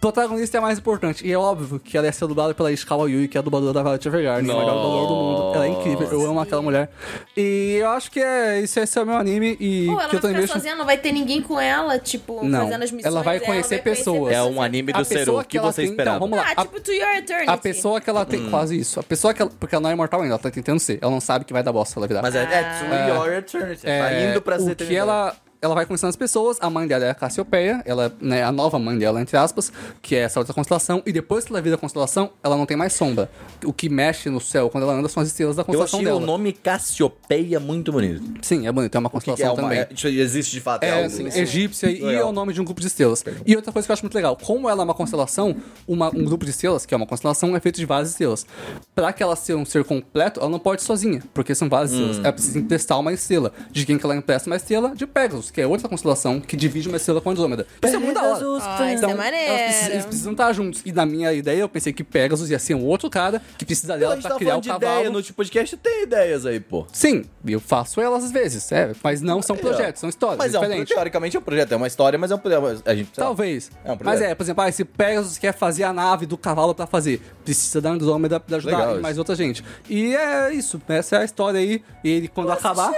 Speaker 3: Protagonista é mais importante. E é óbvio que ela ia ser dublada pela Ishikawa Yui, que é a dubladora da Violet Evergarden. Ela é o melhor dublador do mundo. Ela é incrível. Eu amo aquela mulher. E eu acho que é, isso esse é o meu anime. E
Speaker 5: Pô, ela
Speaker 3: que
Speaker 5: vai
Speaker 3: eu também
Speaker 5: ficar
Speaker 3: deixo-
Speaker 5: sozinha, não vai ter ninguém com ela, tipo,
Speaker 3: Não,
Speaker 5: fazendo as
Speaker 3: ela
Speaker 5: missões.
Speaker 3: vai
Speaker 5: dela,
Speaker 3: conhecer pessoas.
Speaker 1: É um anime do
Speaker 3: A pessoa
Speaker 1: Seru. O
Speaker 3: que
Speaker 1: que
Speaker 3: ela
Speaker 1: você
Speaker 3: tem- então,
Speaker 1: esperava?
Speaker 3: vamos lá.
Speaker 5: Ah,
Speaker 3: A-
Speaker 5: tipo, to your eternity.
Speaker 3: A pessoa que ela tem.
Speaker 1: Hum.
Speaker 3: Quase isso. A pessoa que ela. Porque ela não é imortal ainda, ela tá tentando ser. Ela não sabe que vai dar bosta, ela virar.
Speaker 1: Mas é, é To Your Eternity. tá indo pra
Speaker 3: É, o
Speaker 1: ser
Speaker 3: que ela ela vai conhecendo as pessoas, a mãe dela é a Cassiopeia, ela né, a nova mãe dela, entre aspas, que é essa outra constelação, e depois que ela vira a constelação, ela não tem mais sombra. O que mexe no céu quando ela anda são as estrelas da
Speaker 1: Eu
Speaker 3: constelação
Speaker 1: achei
Speaker 3: dela.
Speaker 1: o nome Cassiopeia muito bonito.
Speaker 3: Sim, é bonito, é uma
Speaker 1: Que é
Speaker 3: constelação
Speaker 1: uma,
Speaker 3: também.
Speaker 1: é, isso existe de fato.
Speaker 3: É,
Speaker 1: algo- Então,
Speaker 3: assim, egípcia e é
Speaker 1: Legal.
Speaker 3: o nome de um grupo de estrelas. E outra coisa que eu acho muito legal, como ela é uma constelação, uma- um grupo de estrelas, que é uma constelação, é feito de várias estrelas. Pra que ela seja um ser completo, ela não pode ir sozinha, porque são várias estrelas. Ela precisa emprestar uma estrela. De quem que ela empresta uma estrela? De Pegasus, que é outra constelação que divide uma estrela com a Andrômeda. Isso é muito da hora.
Speaker 5: Ah,
Speaker 1: então,
Speaker 5: isso é maneiro.
Speaker 3: elas precisam- eles precisam estar juntos. E na minha ideia, eu pensei que Pegasus ia ser um outro cara que precisa
Speaker 1: Então, a
Speaker 3: dela
Speaker 1: gente
Speaker 3: pra
Speaker 1: tá
Speaker 3: criar o
Speaker 1: falando de
Speaker 3: um cavalo.
Speaker 1: ideia no tipo podcast, tem ideias aí, pô.
Speaker 3: Sim, eu faço elas às vezes, é, mas não são projetos, são histórias.
Speaker 1: Mas é um,
Speaker 3: diferentes.
Speaker 1: teoricamente é um projeto, é uma história, mas é um projeto. A gente, sei lá.
Speaker 3: Talvez.
Speaker 1: É um projeto.
Speaker 3: Mas é, por exemplo, ah, se Pegasus quer fazer a nave do cavalo pra fazer, precisa um da Andrômeda pra ajudar
Speaker 1: Legal
Speaker 3: e
Speaker 1: isso.
Speaker 3: mais outra gente. E é isso, essa é a história aí. E ele, quando acabar.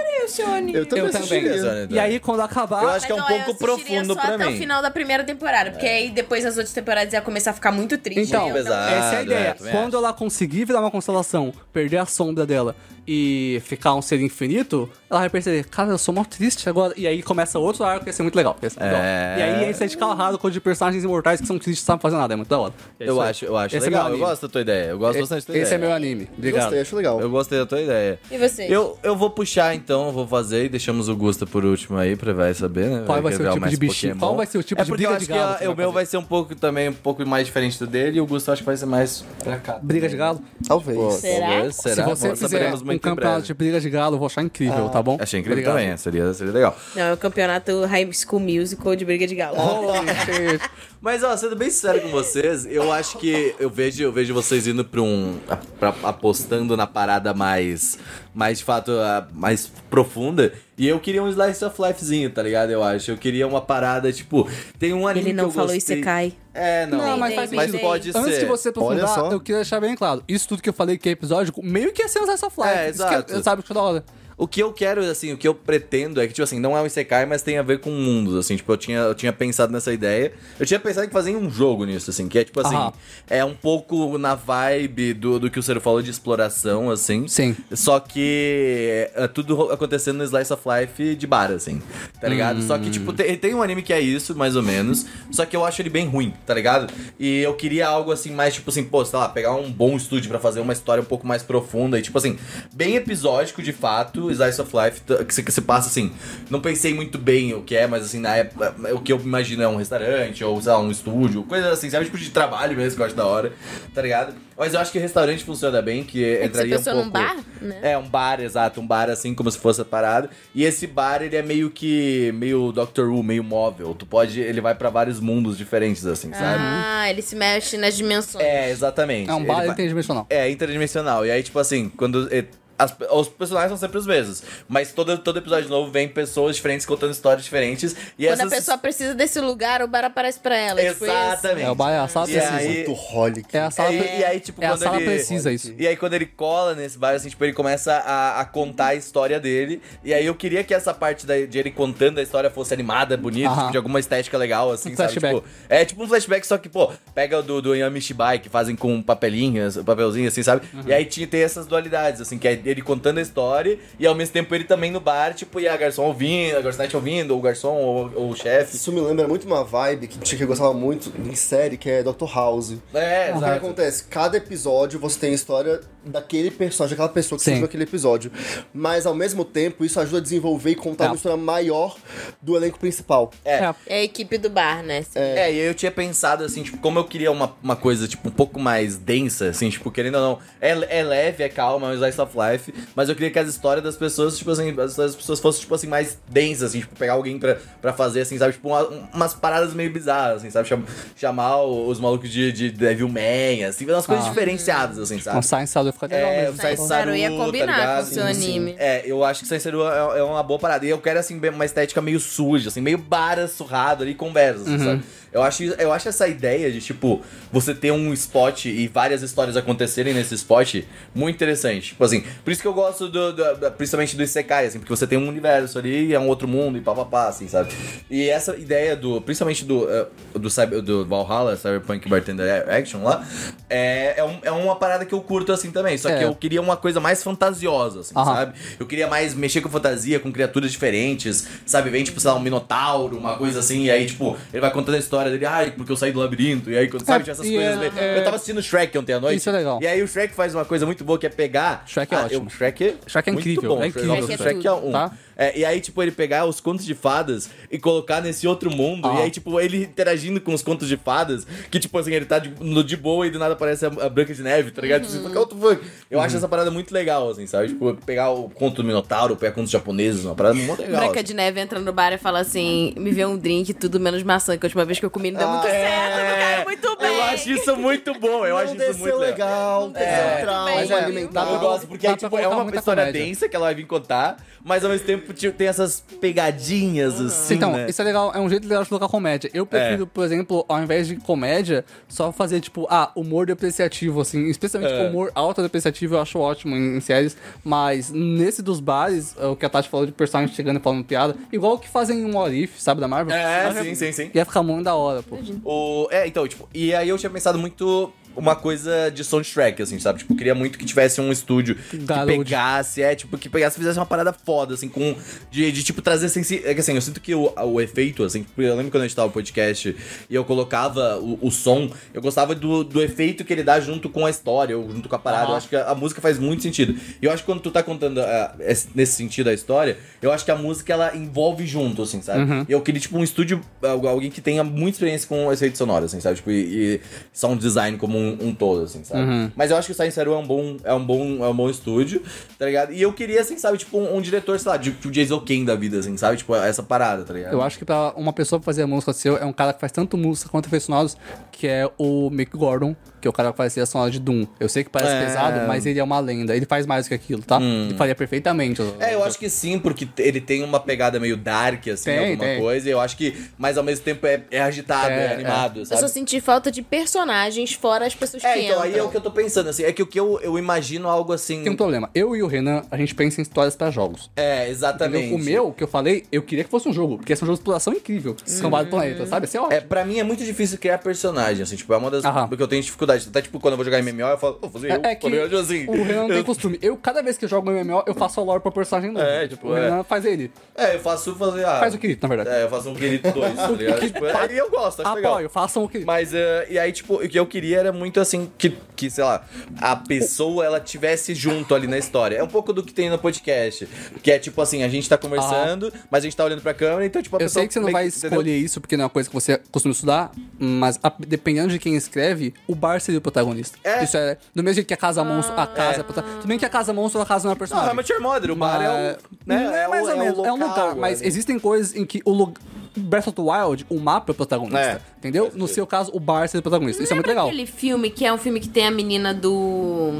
Speaker 4: Eu também assistiria.
Speaker 3: Eu
Speaker 1: assistiria.
Speaker 3: também. E aí, quando acabar.
Speaker 1: Eu acho que é um
Speaker 5: Mas, ó, eu
Speaker 1: pouco
Speaker 5: assistiria
Speaker 1: profundo
Speaker 5: só
Speaker 1: pra
Speaker 5: até
Speaker 1: mim. É.
Speaker 5: o final da primeira temporada, porque aí depois as outras temporadas ia começar a ficar muito triste.
Speaker 3: Então,
Speaker 5: eu não-
Speaker 1: pesado.
Speaker 3: essa é a
Speaker 1: é,
Speaker 3: ideia.
Speaker 1: também acho.
Speaker 3: Quando ela conseguir virar uma constelação, perder a sombra dela e ficar um ser infinito, ela vai perceber, cara, eu sou mó triste agora. E aí começa outro arco que ia ser muito legal. ia ser
Speaker 1: É.
Speaker 3: muito legal. E aí é isso aí de calhado com de personagens imortais que são tristes e não sabem fazer nada. É muito da hora. É
Speaker 1: Eu
Speaker 3: isso aí.
Speaker 1: acho, eu acho
Speaker 3: Esse é
Speaker 1: legal.
Speaker 3: meu
Speaker 1: eu
Speaker 3: anime.
Speaker 1: gosto da tua ideia. Eu gosto bastante da tua
Speaker 3: Esse é
Speaker 1: ideia.
Speaker 3: meu anime. Obrigado.
Speaker 4: Gostei, acho legal.
Speaker 1: Eu gostei da tua ideia.
Speaker 5: E vocês?
Speaker 1: Eu, eu vou puxar então, eu vou fazer e deixamos o Gusta por último aí pra vai saber, né?
Speaker 3: Qual vai ser o
Speaker 1: revelar
Speaker 3: tipo
Speaker 1: mais
Speaker 3: de bichinho?
Speaker 1: Pokémon.
Speaker 3: Qual vai ser o tipo
Speaker 1: é
Speaker 3: de
Speaker 1: porque eu acho
Speaker 3: briga de
Speaker 1: que a-
Speaker 3: galo que
Speaker 1: o
Speaker 3: você vai
Speaker 1: meu
Speaker 3: fazer?
Speaker 1: vai ser um pouco também, um pouco mais diferente do dele e o Gusta acho que vai ser mais pra cá.
Speaker 3: Briga de galo?
Speaker 4: Talvez.
Speaker 5: Será?
Speaker 1: Talvez, será?
Speaker 3: Se você
Speaker 1: Bom,
Speaker 3: fizer
Speaker 1: saberemos
Speaker 3: um
Speaker 1: muito em breve.
Speaker 3: campeonato
Speaker 1: Ah,
Speaker 3: de briga de galo, eu vou achar incrível, tá bom?
Speaker 1: Achei incrível
Speaker 3: Obrigado.
Speaker 1: também, seria, seria legal.
Speaker 5: Não, é o campeonato High School Musical de briga de galo.
Speaker 1: Oh,
Speaker 3: Holy shit.
Speaker 1: Mas ó, sendo bem sincero com vocês, eu acho que eu vejo, eu vejo vocês indo pra um a- pra- apostando na parada mais mais de fato a- mais profunda. E eu queria um slice of lifezinho, tá ligado? Eu acho. Eu queria uma parada tipo, tem um anime
Speaker 5: Ele não
Speaker 1: que eu
Speaker 5: falou
Speaker 1: gostei.
Speaker 5: Isekai.
Speaker 1: É, não.
Speaker 3: Não, mas
Speaker 5: faz sentido.
Speaker 1: pode ser.
Speaker 3: Antes de você
Speaker 4: Olha
Speaker 3: aprofundar,
Speaker 4: só.
Speaker 3: eu queria deixar bem claro. Isso tudo que eu falei que é episódio, meio que ia ser um Slice of Life.
Speaker 1: É,
Speaker 3: Isso que é-
Speaker 1: exato.
Speaker 3: sabe o que é da hora.
Speaker 1: O que eu quero, assim, o que eu pretendo é que, tipo assim, não é um Isekai, mas tem a ver com mundos, assim. Tipo, eu tinha, eu tinha pensado nessa ideia. Eu tinha pensado em fazer um jogo nisso, assim, que é, tipo assim,
Speaker 3: Aham.
Speaker 1: é um pouco na vibe do, do que o Ciro falou de exploração, assim.
Speaker 3: Sim.
Speaker 1: Só que é tudo ro- acontecendo no Slice of Life de bar, assim. Tá ligado? Só que, tipo, tem, tem um anime que é isso, mais ou menos. Só que eu acho ele bem ruim, tá ligado? E eu queria algo assim, mais tipo assim, pô, sei lá, pegar um bom estúdio pra fazer uma história um pouco mais profunda. E, tipo assim, bem episódico de fato, Slice of Life, t- que se, que se passa assim. Não pensei muito bem o que é, mas assim, na época, o que eu imagino é um restaurante, ou sei lá, um estúdio, coisa assim, sabe? Tipo de trabalho mesmo, que eu acho da hora, tá ligado? Mas eu acho que restaurante funciona bem, que
Speaker 2: você
Speaker 1: entraria um
Speaker 2: pensou num
Speaker 1: pouco.
Speaker 2: bar, né?
Speaker 1: É, um bar, exato, um bar assim como se fosse a parada. E esse bar, ele é meio que meio Doctor Who, meio móvel. Tu pode, ele vai pra vários mundos diferentes assim, sabe?
Speaker 2: Ah, ele se mexe nas dimensões.
Speaker 1: É, exatamente.
Speaker 3: É um
Speaker 1: Ele
Speaker 3: bar
Speaker 1: vai-
Speaker 3: interdimensional.
Speaker 1: é, interdimensional. E aí, tipo assim, quando. eh, as- os personagens são sempre os mesmos. Mas todo, todo episódio novo vem pessoas diferentes contando histórias diferentes. E
Speaker 2: Quando
Speaker 1: essas...
Speaker 2: a pessoa precisa desse lugar, o bar aparece pra ela. tipo isso.
Speaker 1: Exatamente.
Speaker 3: É, o bar é a sala
Speaker 1: E
Speaker 3: precisa.
Speaker 1: aí-
Speaker 4: Muito holic.
Speaker 3: É a sala,
Speaker 1: É,
Speaker 3: pre-
Speaker 1: e aí, tipo,
Speaker 3: é a
Speaker 1: quando
Speaker 3: sala
Speaker 1: ele-
Speaker 3: precisa isso.
Speaker 1: E aí, quando ele cola nesse bar, assim, tipo, ele começa a, a contar a história dele. E aí, eu queria que essa parte da, de ele contando a história fosse animada, bonita,
Speaker 3: Aham.
Speaker 1: tipo, de alguma estética legal, assim,
Speaker 3: Um
Speaker 1: sabe?
Speaker 3: flashback.
Speaker 1: Tipo, é tipo um flashback, só que, pô, pega o do, do Yamishibai, que fazem com papelinhas, papelzinho, assim, sabe?
Speaker 3: Uhum.
Speaker 1: E aí, tinha, tem essas dualidades, assim, que é ele contando a história e, ao mesmo tempo, ele também no bar, tipo, e a garçom ouvindo, a garçonete ouvindo, ou o garçom, ou, ou o chefe.
Speaker 4: Isso me lembra muito uma vibe que tinha que eu gostava muito em série, que é Dr. House.
Speaker 1: É,
Speaker 4: O que
Speaker 1: exato.
Speaker 4: acontece? Cada episódio você tem a história daquele personagem, daquela pessoa que
Speaker 3: Sim.
Speaker 4: surgiu naquele episódio. Mas ao mesmo tempo, isso ajuda a desenvolver e contar
Speaker 3: Tá.
Speaker 4: uma história maior do elenco principal.
Speaker 1: tá.
Speaker 3: É.
Speaker 2: É a equipe do bar, né?
Speaker 1: É, e eu tinha pensado assim, tipo, como eu queria uma, uma coisa, tipo, um pouco mais densa, assim, tipo, querendo ou não, é, é leve, é calma, é um slice of life, mas eu queria que as histórias das pessoas, tipo assim, as histórias das pessoas fossem, tipo assim, mais densas, assim, tipo, pegar alguém pra, pra fazer, assim, sabe, tipo, uma- um- umas paradas meio bizarras, assim, sabe, Cham- chamar o- os malucos de, de Devilman, assim, fazer umas coisas
Speaker 3: Ah.
Speaker 1: diferenciadas, assim, sabe?
Speaker 3: Um Science Saddle fica legal
Speaker 1: É,
Speaker 3: mesmo.
Speaker 1: o Sai
Speaker 2: Saru
Speaker 1: Saru,
Speaker 2: né? ia
Speaker 1: tá
Speaker 2: combinar com
Speaker 1: ligado?
Speaker 2: o seu
Speaker 1: Sim, sim.
Speaker 2: anime.
Speaker 1: É, eu acho que Sai Saru é, é uma boa parada. E eu quero, assim, bem- uma estética meio suja, assim, meio bara, surrado ali, conversa, assim, sabe? Eu acho, eu acho essa ideia de, tipo, você ter um spot e várias histórias acontecerem nesse spot muito interessante. Tipo assim, por isso que eu gosto do, do- da- principalmente do Isekai, assim, porque você tem um universo ali e é um outro mundo e papapá, assim, sabe? E essa ideia do, principalmente do, eh, do, cyber, do Valhalla, Cyberpunk Bartender Action lá, é, é, um- é uma parada que eu curto, assim, também. Só que
Speaker 3: É.
Speaker 1: eu queria uma coisa mais fantasiosa, assim,
Speaker 3: Aham.
Speaker 1: sabe? Eu queria mais mexer com fantasia, com criaturas diferentes, sabe? Vem, tipo, sei lá, um minotauro, uma coisa assim, e aí, tipo, ele vai contando a história dele, ai, porque eu saí do labirinto, e aí, quando sabe, tinha essas
Speaker 3: e
Speaker 1: coisas.
Speaker 3: é-
Speaker 1: meio-
Speaker 3: é-
Speaker 1: Eu tava assistindo Shrek ontem à noite.
Speaker 3: Isso é legal.
Speaker 1: E aí o Shrek faz uma coisa muito boa que é pegar.
Speaker 3: Shrek é ótimo.
Speaker 1: Eu, Shrek, é
Speaker 3: Shrek é
Speaker 1: muito
Speaker 3: incrível,
Speaker 1: bom.
Speaker 3: é incrível.
Speaker 1: Shrek,
Speaker 2: Shrek é
Speaker 1: é
Speaker 2: tudo,
Speaker 1: um.
Speaker 3: tá?
Speaker 1: É, e aí, tipo, ele pegar os contos de fadas e colocar nesse outro mundo.
Speaker 3: Ah.
Speaker 1: E aí, tipo, ele interagindo com os contos de fadas, que, tipo assim, ele tá de, no, de boa e do nada aparece a, a Branca de Neve, tá ligado?
Speaker 3: Uhum.
Speaker 1: Tipo, what the fuck? Eu acho essa parada muito legal, assim, sabe? Tipo, pegar o conto do Minotauro, pegar contos japoneses, uma parada muito legal.
Speaker 2: Branca
Speaker 1: assim.
Speaker 2: de Neve entra no bar e fala assim: me vê um drink, tudo menos maçã, que a última vez que eu comi não deu muito certo, não caiu muito bem.
Speaker 1: Ah, é. Eu acho isso muito bom, eu acho isso muito legal.
Speaker 4: legal,
Speaker 2: É.
Speaker 4: é. trauma,
Speaker 2: Mas
Speaker 4: mas
Speaker 2: é,
Speaker 4: alimentar.
Speaker 1: Eu gosto, porque aí,
Speaker 3: Dá pra
Speaker 1: tipo, é
Speaker 3: colocar
Speaker 1: uma
Speaker 3: muita
Speaker 1: história
Speaker 3: comédia.
Speaker 1: densa que ela vai vir contar, mas ao mesmo tempo tipo, tem essas pegadinhas, assim,
Speaker 3: Então,
Speaker 1: né? É.
Speaker 3: isso é legal, é um jeito legal de colocar comédia. Eu prefiro, por exemplo, ao invés de comédia, só fazer, tipo, ah, humor depreciativo, assim, especialmente
Speaker 1: É.
Speaker 3: humor alto depreciativo eu acho ótimo em, em séries, mas nesse dos bares, é o que a Tati falou de personagem chegando e falando piada, igual o que fazem em um Orif, sabe, da Marvel?
Speaker 1: É, sim, sim, sim.
Speaker 3: Ia ficar muito da hora, pô.
Speaker 1: O, é, então, tipo, e aí eu tinha pensado muito uma coisa de soundtrack, assim, sabe? Tipo, queria muito que tivesse um estúdio
Speaker 3: Download.
Speaker 1: que pegasse, é, tipo, que pegasse e fizesse uma parada foda, assim, com. De, de tipo, trazer sensi... É que assim, eu sinto que o, o efeito, assim, tipo, eu lembro quando a gente tava no podcast e eu colocava o, o som, eu gostava do, do efeito que ele dá junto com a história, ou junto com a parada. Eu acho que a, a música faz muito sentido. E eu acho que quando tu tá contando ah, esse- nesse sentido a história, eu acho que a música ela envolve junto, assim, sabe?
Speaker 3: Uhum.
Speaker 1: E eu queria, tipo, um estúdio, al- alguém que tenha muita experiência com efeitos sonoros, assim, sabe? Tipo, e, e sound design como um, um todo, assim, sabe?
Speaker 3: Uhum.
Speaker 1: Mas eu acho que o Science Zero é um bom, é um bom, é um bom estúdio, tá ligado? E eu queria, assim, sabe, tipo, um, um diretor, sei lá, de- tipo Jason Kane da vida, assim, sabe? Tipo, essa parada, tá ligado?
Speaker 3: Eu acho que pra uma pessoa fazer a música seu, é um cara que faz tanto música quanto efeitos sonoros, que é o Mick Gordon, que é o cara que faz a sonora de Doom. Eu sei que parece
Speaker 1: É.
Speaker 3: pesado, mas ele é uma lenda. Ele faz mais do que aquilo, tá? Ele faria perfeitamente.
Speaker 1: É, eu acho que sim, porque te- ele tem uma pegada meio dark, assim,
Speaker 3: Tem,
Speaker 1: alguma
Speaker 3: tem.
Speaker 1: coisa. E eu acho que, mas ao mesmo tempo é, é agitado,
Speaker 3: É,
Speaker 1: é,
Speaker 3: é.
Speaker 1: animado,
Speaker 2: Eu
Speaker 1: sabe?
Speaker 2: só senti falta de personagens fora as as pessoas
Speaker 1: É,
Speaker 2: que
Speaker 1: então
Speaker 2: entram.
Speaker 1: aí é o que eu tô pensando, assim. É que o que eu, eu imagino algo assim.
Speaker 3: Tem um problema. Eu e o Renan, a gente pensa em histórias pra jogos.
Speaker 1: É,
Speaker 3: Entendeu?
Speaker 1: exatamente.
Speaker 3: O meu, que eu falei, eu queria que fosse um jogo, porque esse é um jogo de exploração incrível. Cambado do planeta, sabe? Esse é
Speaker 1: É,
Speaker 3: ótimo.
Speaker 1: pra mim é muito difícil criar personagem, assim, tipo, é uma das.
Speaker 3: Aham.
Speaker 1: Porque eu tenho dificuldade. Até tipo, quando eu vou jogar MMO, eu falo, pô, fazer eu,
Speaker 3: É, é que
Speaker 1: fazer eu, assim.
Speaker 3: o Renan não tem
Speaker 1: Eu-
Speaker 3: costume. Eu, cada vez que eu jogo um MMO, eu faço a lore pro personagem novo.
Speaker 1: É, tipo,
Speaker 3: o
Speaker 1: é.
Speaker 3: Renan faz ele.
Speaker 1: É, eu faço fazer. Ah,
Speaker 3: Faz o Kirito, na verdade.
Speaker 1: É, eu faço um Kirito 2, tá ligado? tipo, é, e eu gosto, acho legal.
Speaker 3: Apoio, façam o que...
Speaker 1: Mas, eh, e aí, tipo, o que eu queria era muito assim, que, que, sei lá, a pessoa ela tivesse junto ali na história. É um pouco do que tem no podcast. Que é tipo assim, a gente tá conversando, mas a gente tá olhando pra câmera, então, tipo, a
Speaker 3: Ah. Eu
Speaker 1: pessoa.
Speaker 3: sei que você não
Speaker 1: meio
Speaker 3: vai
Speaker 1: entendeu?
Speaker 3: escolher isso porque não é uma coisa que você costuma estudar, mas a- dependendo de quem escreve, o bar seria o protagonista.
Speaker 1: É. Ah.
Speaker 3: Isso é. Do mesmo jeito que a casa monstro, a casa é. o protagonista. Tudo bem que a casa monstro, a casa não é
Speaker 1: Não,
Speaker 3: personagem.
Speaker 1: realmente é Mother, o bar é o. Né,
Speaker 3: Não, é
Speaker 1: o-
Speaker 3: mais ou
Speaker 1: o
Speaker 3: menos, é um
Speaker 1: local,
Speaker 3: lugar, mas
Speaker 1: ali.
Speaker 3: existem coisas em que o lu- Breath of the Wild, o mapa é o protagonista,
Speaker 4: É.
Speaker 3: entendeu? No seu caso, o bar seria o protagonista. Isso é muito legal.
Speaker 2: aquele filme que é um filme que tem a menina do.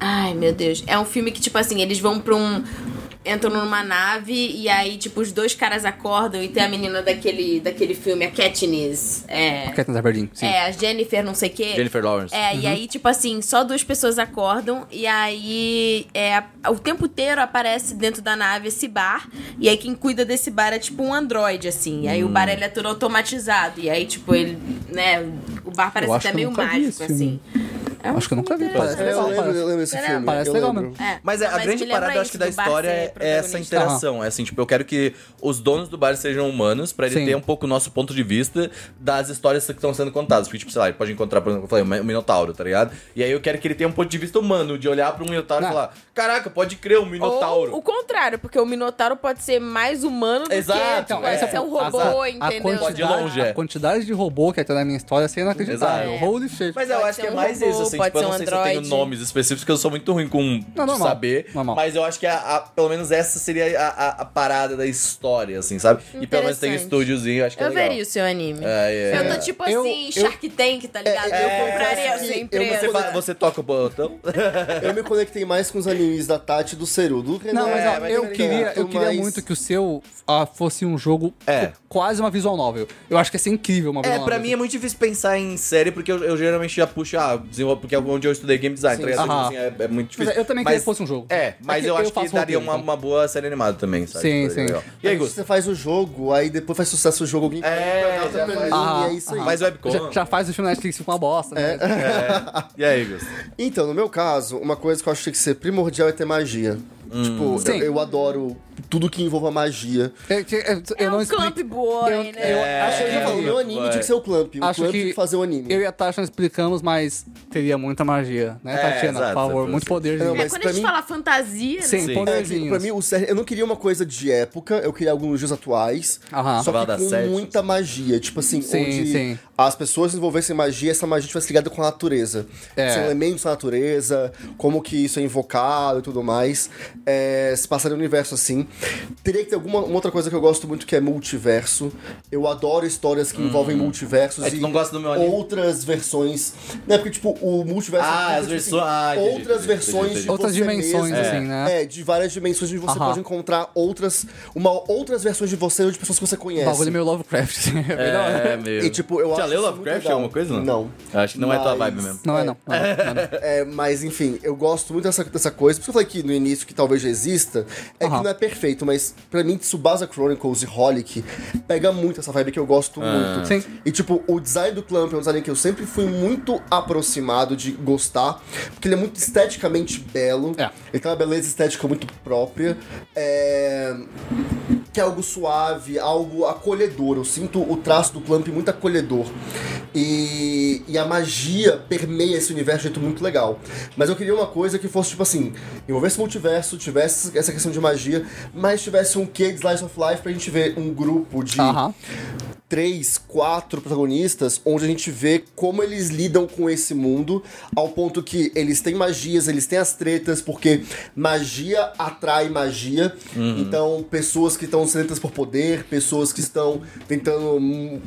Speaker 2: Ai, meu Deus. É um filme que, tipo assim, eles vão pra um. Entram numa nave e aí, tipo, os dois caras acordam e tem a menina daquele, daquele filme, a Katniss. É.
Speaker 3: Katniss Everdeen, sim.
Speaker 2: É, a Jennifer, não sei o quê.
Speaker 1: Jennifer Lawrence.
Speaker 2: É,
Speaker 5: Uhum.
Speaker 2: e aí, tipo assim, só duas pessoas acordam e aí é, o tempo inteiro aparece dentro da nave esse bar. E aí quem cuida desse bar é tipo um androide, assim. E aí o
Speaker 1: Hum.
Speaker 2: bar ele é todo automatizado. E aí, tipo, ele, né, o bar parece até
Speaker 3: acho que eu
Speaker 2: meio
Speaker 3: nunca vi
Speaker 2: mágico,
Speaker 3: esse filme.
Speaker 2: assim. É um
Speaker 3: Acho que eu nunca vi.
Speaker 2: filme
Speaker 3: Parece
Speaker 4: É, eu
Speaker 3: legal,
Speaker 4: lembro, eu
Speaker 3: parece.
Speaker 4: lembro esse
Speaker 2: Será?
Speaker 4: filme.
Speaker 3: Parece
Speaker 4: eu
Speaker 3: legal
Speaker 4: lembro.
Speaker 3: mesmo.
Speaker 2: É,
Speaker 1: Mas a
Speaker 2: me
Speaker 1: grande
Speaker 2: lembra
Speaker 1: parada, eu acho
Speaker 2: isso
Speaker 1: que da
Speaker 2: do bar
Speaker 1: história
Speaker 2: ser
Speaker 1: é essa
Speaker 2: protagonista.
Speaker 1: interação. É assim, tipo, eu quero que os donos do bar sejam humanos pra ele
Speaker 3: Sim.
Speaker 1: ter um pouco o nosso ponto de vista das histórias que estão sendo contadas. Porque, tipo, sei lá, ele pode encontrar, por exemplo, eu falei, um Minotauro, tá ligado? E aí eu quero que ele tenha um ponto de vista humano, de olhar pra um Minotauro
Speaker 3: Não.
Speaker 1: e falar: Caraca, pode crer, um Minotauro.
Speaker 5: Ou o contrário, porque o Minotauro pode ser mais humano do
Speaker 1: Exato,
Speaker 5: que
Speaker 1: então,
Speaker 5: tipo,
Speaker 1: esse é
Speaker 5: ser um
Speaker 3: ponto.
Speaker 5: robô,
Speaker 3: A- a
Speaker 5: entendeu?
Speaker 1: Pode ir
Speaker 3: quantidade,
Speaker 2: tá
Speaker 1: longe, é.
Speaker 3: a quantidade de robô que ia ter na minha história seria inacreditável.
Speaker 1: Exato.
Speaker 3: Holy shit.
Speaker 1: Mas eu
Speaker 5: Pode
Speaker 1: acho que
Speaker 5: ser
Speaker 1: é
Speaker 5: um
Speaker 1: mais
Speaker 5: robô,
Speaker 1: isso, assim,
Speaker 5: pode
Speaker 1: tipo, eu
Speaker 5: ser
Speaker 1: não
Speaker 5: um
Speaker 1: sei se eu
Speaker 5: androide.
Speaker 1: tenho nomes específicos, que eu sou muito ruim com
Speaker 3: Não, normal.
Speaker 1: saber.
Speaker 3: Normal.
Speaker 1: Mas eu acho que a, a- pelo menos essa seria a, a- a parada da história, assim, sabe? E pelo menos tem o
Speaker 2: Interessante.
Speaker 1: estúdiozinho, eu acho que é
Speaker 5: Eu
Speaker 1: legal.
Speaker 5: veria o seu anime.
Speaker 1: É, é. Assim,
Speaker 2: Eu tô tipo
Speaker 3: Eu-
Speaker 2: assim,
Speaker 3: eu- É,
Speaker 2: Shark Tank, tá ligado? eu compraria
Speaker 4: eu-
Speaker 2: essa
Speaker 4: eu-
Speaker 2: empresa.
Speaker 1: Você, fa- você toca o botão?
Speaker 4: Eu me conectei mais com os animes da Tati e do Ceru. Do Renan,
Speaker 3: Não, mas ó,
Speaker 4: é,
Speaker 3: eu,
Speaker 4: mas
Speaker 3: queria, eu
Speaker 4: tanto,
Speaker 3: queria
Speaker 4: mas-
Speaker 3: muito que o seu ah, fosse um jogo
Speaker 1: É.
Speaker 3: co- quase uma visual novel. Eu acho que ia ser incrível uma
Speaker 1: É,
Speaker 3: visual
Speaker 1: pra
Speaker 3: novel.
Speaker 1: mim é muito difícil pensar em série, porque eu, eu geralmente já puxo, ah, desenvol- porque é onde eu estudei game design, tá ligado?
Speaker 3: Aham.
Speaker 1: Assim, é, é muito
Speaker 3: Mas
Speaker 1: difícil.
Speaker 3: eu também queria que fosse um jogo.
Speaker 1: É, mas
Speaker 3: que
Speaker 1: eu,
Speaker 3: eu
Speaker 1: acho que
Speaker 3: faço
Speaker 1: daria
Speaker 3: roteiro,
Speaker 1: uma,
Speaker 3: então.
Speaker 1: uma boa série animada também, sabe?
Speaker 3: Sim,
Speaker 1: Tipo,
Speaker 3: sim.
Speaker 1: legal. E
Speaker 4: Aí
Speaker 1: aí, Gusto?
Speaker 4: Você faz o jogo, aí depois faz sucesso o jogo, alguém
Speaker 1: É,
Speaker 4: compra,
Speaker 1: já
Speaker 4: pra
Speaker 1: faz.
Speaker 4: mim,
Speaker 3: Aham,
Speaker 4: e é isso aí.
Speaker 3: aham.
Speaker 1: Mas webcom.
Speaker 3: Já, já faz o filme Netflix com uma bosta,
Speaker 4: É.
Speaker 3: né?
Speaker 1: E aí, Gusto?
Speaker 4: Então, no meu caso, uma coisa que eu acho que tem que ser primordial é ter magia. tipo,
Speaker 3: Sim.
Speaker 4: eu, eu adoro tudo que envolva magia.
Speaker 3: É que- é- Eu,
Speaker 5: É
Speaker 3: não
Speaker 5: um
Speaker 3: explico-
Speaker 5: Clamp Boy,
Speaker 3: eu- é,
Speaker 5: né?
Speaker 2: É,
Speaker 3: eu
Speaker 4: Acho que eu já falo, meu anime
Speaker 1: É, vai.
Speaker 4: tinha que ser o Clamp. O
Speaker 3: acho
Speaker 4: Clamp
Speaker 3: que
Speaker 4: tinha que fazer o anime.
Speaker 3: Eu e a Tati não explicamos, mas teria muita magia, né,
Speaker 1: É,
Speaker 3: Tatiana?
Speaker 1: exato,
Speaker 3: Por favor,
Speaker 1: você-
Speaker 3: muito poder.
Speaker 4: Não,
Speaker 2: É,
Speaker 4: mas
Speaker 2: quando
Speaker 4: pra
Speaker 2: a gente
Speaker 4: mim-
Speaker 2: fala fantasia, né?
Speaker 3: Sim,
Speaker 1: Sim.
Speaker 4: É que,
Speaker 3: poderzinhos.
Speaker 4: pra mim, o sério, eu não queria uma coisa de época, eu queria algo nos dias atuais,
Speaker 3: Aham.
Speaker 4: só que
Speaker 1: Novela
Speaker 4: com
Speaker 1: das sete.
Speaker 4: muita magia. Tipo assim,
Speaker 3: Sim,
Speaker 4: onde
Speaker 3: sim.
Speaker 4: as pessoas desenvolvessem magia, essa magia estivesse ligada com a natureza.
Speaker 3: É.
Speaker 4: São elementos da natureza, como que isso é invocado e tudo mais. É, se passar no universo assim. Teria que ter alguma uma outra coisa que eu gosto muito, que é multiverso. Eu adoro histórias que envolvem multiversos
Speaker 1: É, tu
Speaker 4: e
Speaker 1: não gosta do meu anime?
Speaker 4: outras versões. Né? Porque, tipo, o multiverso...
Speaker 1: Ah,
Speaker 4: é,
Speaker 1: as
Speaker 4: tipo,
Speaker 1: versões- ah, entendi,
Speaker 4: outras
Speaker 1: entendi,
Speaker 4: versões
Speaker 1: entendi.
Speaker 4: de
Speaker 3: Outras
Speaker 4: você
Speaker 3: dimensões,
Speaker 4: mesmo.
Speaker 3: assim, né?
Speaker 4: É, de várias dimensões onde você
Speaker 3: Aham.
Speaker 4: pode encontrar outras uma, outras versões de você ou de pessoas que você
Speaker 3: O
Speaker 4: conhece.
Speaker 3: bagulho é meio Lovecraft. assim, é bem da hora.
Speaker 1: meu.
Speaker 4: E tipo, eu
Speaker 1: né? Já
Speaker 4: acho
Speaker 1: leu
Speaker 4: isso
Speaker 1: Lovecraft
Speaker 4: muito legal.
Speaker 1: alguma coisa, não?
Speaker 4: Não.
Speaker 1: Eu acho que não é tua
Speaker 4: Mas-
Speaker 1: vibe mesmo.
Speaker 3: Não é não. não, é, não, é, não.
Speaker 4: É, mas enfim, eu gosto muito dessa, dessa coisa. Por isso que eu falei que no início que talvez já exista, é
Speaker 3: Aham.
Speaker 4: que não é perfeito, mas pra mim Tsubasa Chronicles e Holic pega muito essa vibe que eu gosto muito.
Speaker 3: Sim.
Speaker 4: E tipo, o design do Clamp é um design que eu sempre fui muito aproximado de gostar, porque ele é muito esteticamente belo.
Speaker 3: É.
Speaker 4: Ele tem uma beleza estética muito própria. É... Que é algo suave, algo acolhedor. Eu sinto o traço do Clamp muito acolhedor. E, e a magia permeia esse universo de um jeito muito legal. Mas eu queria uma coisa que fosse, tipo assim, envolvesse multiverso, tivesse essa questão de magia, mas tivesse um quê de Slice of Life pra gente ver um grupo de
Speaker 3: Aham.
Speaker 4: três, quatro protagonistas, onde a gente vê como eles lidam com esse mundo, ao ponto que eles têm magias, eles têm as tretas, porque magia atrai magia. Então, pessoas que estão sedentas por poder, pessoas que estão tentando hum,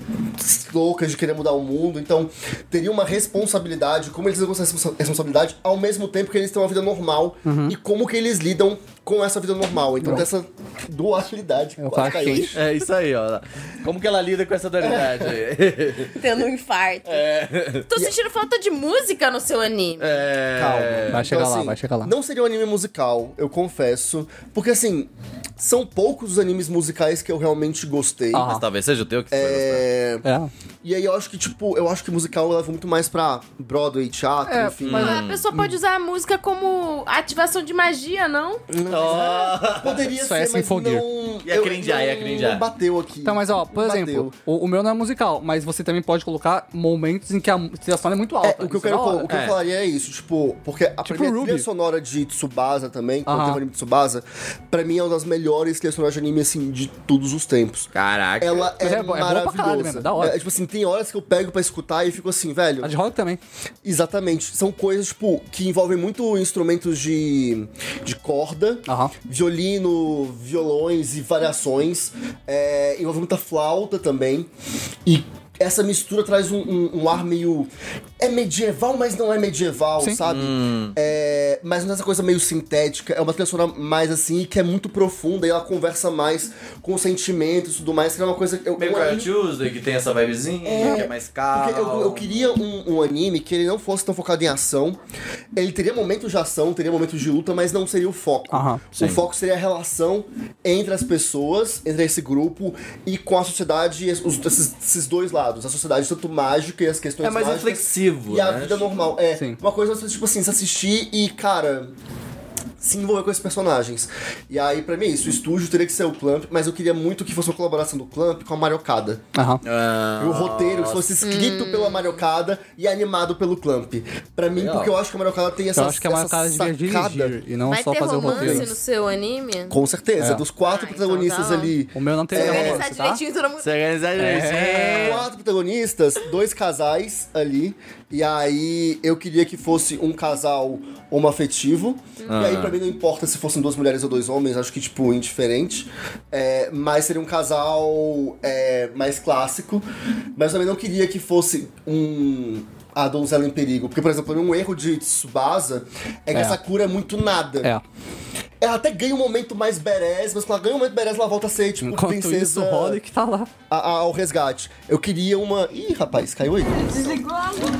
Speaker 4: loucas de querer mudar o mundo. Então, teria uma responsabilidade, como eles lidam com essa responsa- responsabilidade, ao mesmo tempo que eles têm uma vida normal, e como que eles lidam com essa vida normal. Então tem essa dualidade. que
Speaker 3: É o
Speaker 4: quase
Speaker 3: Clark
Speaker 4: caiu.
Speaker 3: Kent.
Speaker 1: É isso aí, ó. Como que ela lida com essa dualidade aí?
Speaker 2: Tendo um infarto.
Speaker 3: É.
Speaker 2: Tô sentindo falta de música no seu anime.
Speaker 1: É...
Speaker 4: Calma.
Speaker 3: Vai chegar lá, vai chegar lá.
Speaker 4: então, Não seria um anime musical, eu confesso. Porque, assim, são poucos os animes musicais que eu realmente gostei.
Speaker 3: Ah.
Speaker 1: Mas talvez seja o teu que você vai gostar.
Speaker 4: É,
Speaker 3: É.
Speaker 4: e aí eu acho que, tipo, eu acho que musical leva muito mais pra Broadway, teatro, enfim.
Speaker 3: É.
Speaker 2: A pessoa pode usar a música como ativação de magia, não?
Speaker 4: Poderia
Speaker 3: Só
Speaker 4: ser,
Speaker 3: é
Speaker 4: mas
Speaker 3: Sinfogir.
Speaker 4: não...
Speaker 1: Ia
Speaker 4: eu-
Speaker 1: cringear, ia
Speaker 4: não
Speaker 1: cringear.
Speaker 4: bateu aqui.
Speaker 3: Então, mas ó, por
Speaker 4: Bateu.
Speaker 3: exemplo, o, o meu não é musical, mas você também pode colocar momentos em que a trilha sonora é muito
Speaker 4: É,
Speaker 3: alta.
Speaker 4: o que eu
Speaker 3: Isso é
Speaker 4: quero
Speaker 3: da
Speaker 4: falar,
Speaker 3: hora.
Speaker 4: o que eu
Speaker 1: É.
Speaker 4: falaria é isso, tipo, porque a primeira
Speaker 3: Ruby.
Speaker 4: trilha sonora de Tsubasa também, quando
Speaker 3: Aham.
Speaker 4: teve o anime de Tsubasa, pra mim é uma das melhores trilhas sonoras de anime, assim, de todos os tempos.
Speaker 1: Caraca.
Speaker 4: Ela é,
Speaker 3: Mas é bom- é bom pra caralho
Speaker 4: maravilhosa.
Speaker 3: mesmo, da hora.
Speaker 4: É, tipo assim, tem horas que eu pego pra escutar e fico assim, velho.
Speaker 3: A de rock também.
Speaker 4: Exatamente. São coisas, tipo, que envolvem muito instrumentos de, de corda,
Speaker 3: Aham.
Speaker 4: violino, violões e variações. É, envolve muita flauta também. E essa mistura traz um, um- um ar meio. É medieval, mas não é medieval,
Speaker 3: Sim.
Speaker 4: sabe? É, mas não é essa coisa meio sintética. É uma trilha sonora mais assim, que é muito profunda e ela conversa mais com sentimentos e tudo mais, que é uma coisa. que eu-
Speaker 1: Meio
Speaker 4: um
Speaker 1: Cry
Speaker 4: anime-
Speaker 1: Tuesday, que tem essa vibezinha, que é mais
Speaker 4: porque
Speaker 1: calmo.
Speaker 4: eu, eu queria um, um anime que ele não fosse tão focado em ação. Ele teria momentos de ação, teria momentos de luta, mas não seria o foco.
Speaker 3: Aham,
Speaker 4: o foco seria a relação entre as pessoas, entre esse grupo e com a sociedade, es- os- esses, esses dois lados. A sociedade tanto mágica e as questões
Speaker 1: É mais
Speaker 4: mágicas,
Speaker 1: reflexivo,
Speaker 4: E a
Speaker 1: né?
Speaker 4: vida normal. É,
Speaker 3: Sim.
Speaker 4: uma coisa, tipo assim, se assistir e, cara, se envolver com esses personagens. E aí, pra mim, é isso. O estúdio teria que ser o Clamp, mas eu queria muito que fosse uma colaboração do Clamp com a Mariocada.
Speaker 3: Aham. Então,
Speaker 1: Ah,
Speaker 4: E o roteiro que fosse escrito
Speaker 2: Hum.
Speaker 4: pela Mariocada e animado pelo Clamp. Pra mim,
Speaker 1: Legal.
Speaker 4: porque eu acho que a Mariocada tem essa,
Speaker 3: Então eu acho que é uma
Speaker 4: essa
Speaker 3: cara de
Speaker 4: sacada.
Speaker 3: dirigir e não
Speaker 2: Vai
Speaker 3: só
Speaker 2: ter
Speaker 3: fazer o roteiro.
Speaker 2: romance no seu anime?
Speaker 4: Com certeza,
Speaker 3: É.
Speaker 4: dos quatro
Speaker 2: Ah, então
Speaker 4: protagonistas
Speaker 2: tá.
Speaker 4: ali.
Speaker 3: O meu não tem
Speaker 2: Se
Speaker 3: romance,
Speaker 2: organizar
Speaker 3: tá?
Speaker 2: direitinho, todo mundo.
Speaker 1: Se organizar
Speaker 3: É.
Speaker 1: direitinho.
Speaker 4: Quatro protagonistas, dois casais ali. E aí eu queria que fosse um casal homoafetivo. E
Speaker 3: Ah.
Speaker 4: aí pra mim não importa se fossem duas mulheres ou dois homens, acho que tipo, indiferente. É, mas seria um casal é, mais clássico. Mas também não queria que fosse um. A donzela em perigo. Porque, por exemplo, um erro de Tsubasa é que
Speaker 3: É.
Speaker 4: essa cura é muito nada.
Speaker 3: É.
Speaker 4: Ela até ganha um momento mais berés, mas quando ela ganha um momento berés, ela volta a ser, tipo,
Speaker 3: Enquanto
Speaker 4: princesa
Speaker 3: isso, o Holic tá lá.
Speaker 4: a- a- ao resgate. Eu queria uma. Ih, rapaz, caiu aí.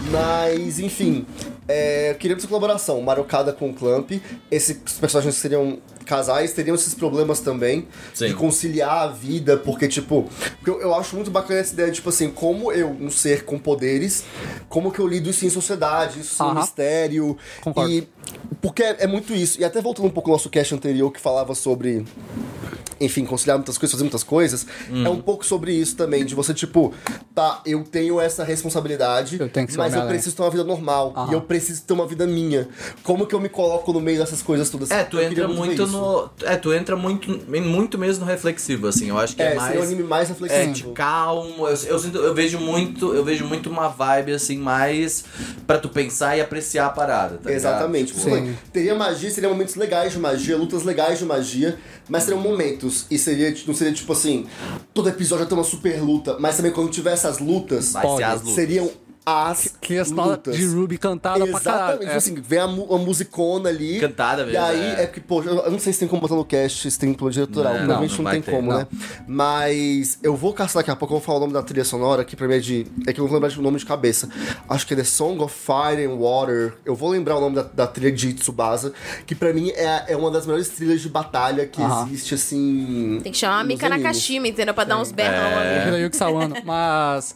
Speaker 4: Mas, enfim. É, eu queria essa colaboração, Marocada com o Clamp. Esses personagens seriam casais, teriam esses problemas também
Speaker 1: Sim.
Speaker 4: de conciliar a vida, porque, tipo, porque eu, eu acho muito bacana essa ideia, tipo assim, como eu, um ser com poderes, como que eu lido isso em sociedade, isso é um
Speaker 3: Aham.
Speaker 4: mistério.
Speaker 3: Concordo.
Speaker 4: E. Porque é, é muito isso. E até voltando um pouco ao nosso cast anterior que falava sobre enfim, conciliar muitas coisas, fazer muitas coisas, é
Speaker 1: Uhum.
Speaker 4: um pouco sobre isso também, de você, tipo, tá, eu tenho essa responsabilidade,
Speaker 3: Eu tenho que ser
Speaker 4: mas eu
Speaker 3: Homem-Aranha.
Speaker 4: preciso ter uma vida normal,
Speaker 3: Aham.
Speaker 4: e eu preciso ter uma vida minha. Como que eu me coloco no meio dessas coisas todas?
Speaker 1: É, tu
Speaker 4: Eu
Speaker 1: entra
Speaker 4: queria ver
Speaker 1: muito
Speaker 4: isso.
Speaker 1: no. É, tu entra muito, muito mesmo no reflexivo, assim. Eu acho que é,
Speaker 4: É, seria um
Speaker 1: mais.
Speaker 4: anime mais
Speaker 1: É,
Speaker 4: reflexivo.
Speaker 1: de calmo. Eu, eu sinto, eu vejo muito, eu vejo muito uma vibe assim, mais pra tu pensar e apreciar a parada, tá ligado?
Speaker 4: Exatamente.
Speaker 1: Tipo,
Speaker 4: Tipo,
Speaker 3: Sim.
Speaker 4: Teria magia, seria momentos legais de magia, lutas legais de magia, mas seriam momentos. E seria, não seria tipo assim, todo episódio tem uma super luta, mas também quando tiver essas lutas,
Speaker 1: Vai ser as lutas.
Speaker 4: seriam as
Speaker 3: Trilha sonora
Speaker 4: lutas.
Speaker 3: é de Ruby cantada pra caralho.
Speaker 4: Exatamente,
Speaker 3: É.
Speaker 4: tipo assim, vem a, mu- a musicona ali.
Speaker 1: Cantada
Speaker 4: E
Speaker 1: mesmo,
Speaker 4: aí
Speaker 1: é.
Speaker 4: é porque, pô, eu eu não sei se tem como botar no cast, se tem plano diretoral.
Speaker 1: Não,
Speaker 4: Provavelmente
Speaker 1: não
Speaker 4: não,
Speaker 1: vai
Speaker 4: tem
Speaker 1: ter,
Speaker 4: como,
Speaker 1: não.
Speaker 4: né? Mas eu vou caçar daqui a pouco, eu vou falar o nome da trilha sonora, que pra mim é de. É que eu não vou lembrar de- o nome de cabeça. Acho que é The Song of Fire and Water. Eu vou lembrar o nome da, da trilha de Tsubasa, que pra mim é, é uma das melhores trilhas de batalha que
Speaker 3: Aham.
Speaker 4: existe, assim.
Speaker 2: Tem que chamar a Mika
Speaker 4: nos animes.
Speaker 2: Nakashima, entendeu? Pra dar uns berros.
Speaker 3: É. Hiroyuki Sawano. Mas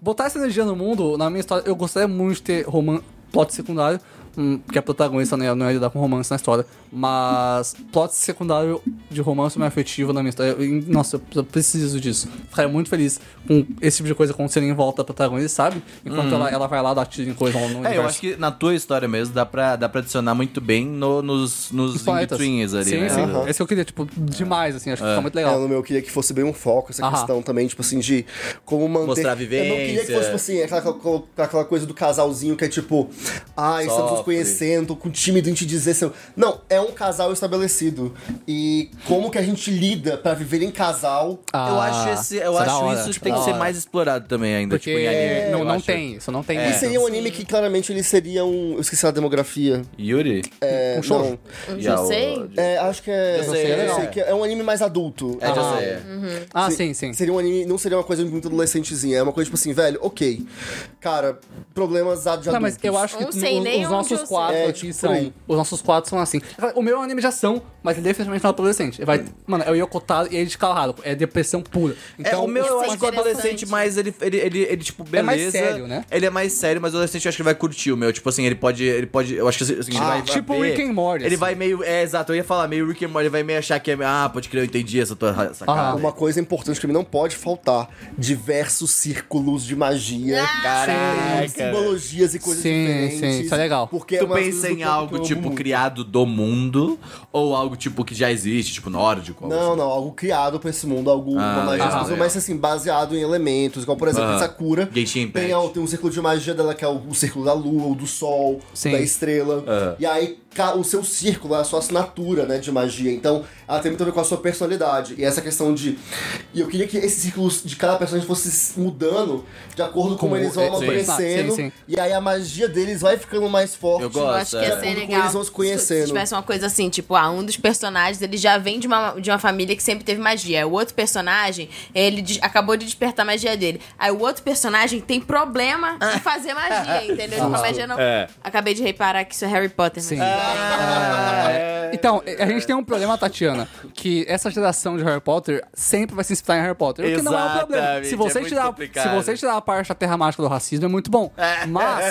Speaker 3: botar essa energia no mundo, na minha história, eu gostaria muito de ter roman plot secundário. hum, Porque a protagonista né, não ia lidar com romance na história. Mas plot secundário de romance mais afetivo na minha história. eu- Nossa, eu preciso disso. Ficaria muito feliz com esse tipo de coisa acontecendo em volta da protagonista, sabe? Enquanto ela, ela vai lá dar tiro em coisa no
Speaker 1: Uhum. É,
Speaker 3: universo.
Speaker 1: eu acho que na tua história mesmo dá pra, dá pra adicionar muito bem no- nos, nos
Speaker 3: Planetas.
Speaker 1: in-betweens ali,
Speaker 3: sim,
Speaker 1: né?
Speaker 3: Sim,
Speaker 4: Aham.
Speaker 3: Esse eu queria, tipo, demais, assim. Acho que fica muito
Speaker 4: É,
Speaker 3: legal.
Speaker 4: no meu eu queria que fosse bem um foco essa
Speaker 3: Aham.
Speaker 4: questão também, tipo assim, de como manter.
Speaker 1: Mostrar a
Speaker 4: Eu não queria que
Speaker 1: vivência.
Speaker 4: fosse tipo assim, aquela, aquela- aquela coisa do casalzinho que é tipo, ah, estamos nos
Speaker 1: Sofre.
Speaker 4: conhecendo, com tímido em te dizer seu. Não, é um casal estabelecido. E como que a gente lida pra viver em casal.
Speaker 1: eu
Speaker 3: Ah,
Speaker 1: acho, esse, eu
Speaker 3: isso é da
Speaker 1: acho
Speaker 3: hora,
Speaker 1: isso
Speaker 3: isso é
Speaker 1: tem
Speaker 3: da
Speaker 1: que ser
Speaker 3: hora.
Speaker 1: mais explorado também ainda,
Speaker 3: Porque
Speaker 1: tipo, em anime.
Speaker 3: não,
Speaker 1: tipo, eu
Speaker 3: não
Speaker 1: acho.
Speaker 3: tem isso, não tem
Speaker 1: É.
Speaker 4: E
Speaker 3: isso.
Speaker 4: seria um anime que claramente ele seria um. Eu esqueci a demografia.
Speaker 1: Yuri?
Speaker 4: É,
Speaker 3: Um shoujo?
Speaker 2: Eu
Speaker 1: E a-
Speaker 2: sei.
Speaker 1: o-
Speaker 4: não. É, acho que é.
Speaker 1: Eu sei,
Speaker 4: eu
Speaker 1: é.
Speaker 4: não sei, que é um anime mais adulto.
Speaker 1: É, já
Speaker 3: Ah.
Speaker 1: sei. é.
Speaker 3: Ah,
Speaker 4: Se-
Speaker 3: sim, sim.
Speaker 4: Seria um anime, não seria uma coisa muito adolescentezinha, é uma coisa tipo assim, velho, ok. Cara, problemas de adultos.
Speaker 3: Não, Tá, mas eu acho que
Speaker 2: Não
Speaker 3: tu-
Speaker 2: sei nem
Speaker 3: os
Speaker 2: onde
Speaker 3: nossos
Speaker 2: eu sei.
Speaker 3: quatro
Speaker 4: É,
Speaker 3: aqui
Speaker 4: tipo,
Speaker 3: são.
Speaker 4: por aí.
Speaker 3: Os nossos quatro são assim. O meu é um anime de ação, mas ele definitivamente não é adolescente. Ele vai, mano, é o Yokotaro e ele de Kalaharo. É depressão pura. Então,
Speaker 1: é, o meu
Speaker 2: isso
Speaker 1: eu
Speaker 2: é
Speaker 1: acho que o adolescente
Speaker 2: interessante.
Speaker 1: mais ele, ele, ele, ele, tipo, beleza.
Speaker 3: É mais sério, né?
Speaker 1: Ele é mais sério, mas o adolescente eu acho que ele vai curtir o meu. Tipo assim, ele pode. Ele pode. Eu acho que assim, ele
Speaker 3: Ah,
Speaker 1: vai.
Speaker 3: tipo
Speaker 1: vai ver-
Speaker 3: Rick and Morty,
Speaker 1: Ele
Speaker 3: assim.
Speaker 1: vai meio. É, exato, eu ia falar meio Rick and Morty, ele vai meio achar que é. Ah, pode crer, eu entendi essa tua ra- sacada.
Speaker 3: Ah,
Speaker 4: Uma coisa importante que não pode faltar: diversos círculos de magia.
Speaker 1: Caraca.
Speaker 4: Simbologias e coisas
Speaker 3: Ah, Sim,
Speaker 4: diferentes.
Speaker 3: sim, isso é legal.
Speaker 4: Porque é
Speaker 1: Tu
Speaker 4: uma das
Speaker 1: pensa
Speaker 4: coisas
Speaker 1: em
Speaker 4: do
Speaker 1: algo,
Speaker 4: Pokémon
Speaker 1: tipo,
Speaker 4: muito.
Speaker 1: criado do mundo, ou algo, tipo, que já existe, tipo, nórdico? algo
Speaker 4: Não, não, algo criado pra esse mundo,
Speaker 1: Ah,
Speaker 4: algo uma magia,
Speaker 1: legal,
Speaker 4: exclusiva, mas assim, baseado em elementos, igual por exemplo,
Speaker 1: Aham.
Speaker 4: Sakura.
Speaker 1: Genshin Impact.
Speaker 4: Tem, al- tem um círculo de magia dela que é o, o círculo da lua, ou do sol,
Speaker 3: Sim.
Speaker 4: da estrela.
Speaker 1: Aham.
Speaker 4: E aí ca- o seu círculo é a sua assinatura, né, de magia. Então, ela tem muito a ver com a sua personalidade. E essa questão de. E eu queria que esses círculos de cada personagem fossem se mudando de acordo com como
Speaker 3: Como-
Speaker 4: eles vão
Speaker 3: é, sim.
Speaker 4: amadurecendo.
Speaker 3: Sim, sim.
Speaker 4: E aí a magia deles vai ficando mais forte.
Speaker 1: Eu gosto.
Speaker 2: Eu acho que ia ser
Speaker 4: Como
Speaker 2: legal.
Speaker 4: eles vão se
Speaker 2: Se,
Speaker 4: conhecendo.
Speaker 2: tivesse uma coisa assim, tipo, ah, um dos personagens, ele já vem de uma, de uma família que sempre teve magia. O outro personagem, ele des- acabou de despertar a magia dele. Aí o outro personagem tem problema
Speaker 3: Ah.
Speaker 2: em fazer magia, entendeu? Tipo, a magia não... Acabei de reparar que isso é Harry Potter. mas-
Speaker 3: Sim. É, Então, a gente tem um problema, Tatiana, que essa geração de Harry Potter sempre vai se inspirar em Harry Potter. O que não é um problema.
Speaker 1: Exatamente,
Speaker 3: Se você,
Speaker 1: é muito
Speaker 3: tirar, se
Speaker 1: complicado.
Speaker 3: você tirar a parte da Terra Mágica do racismo, é muito bom. Mas,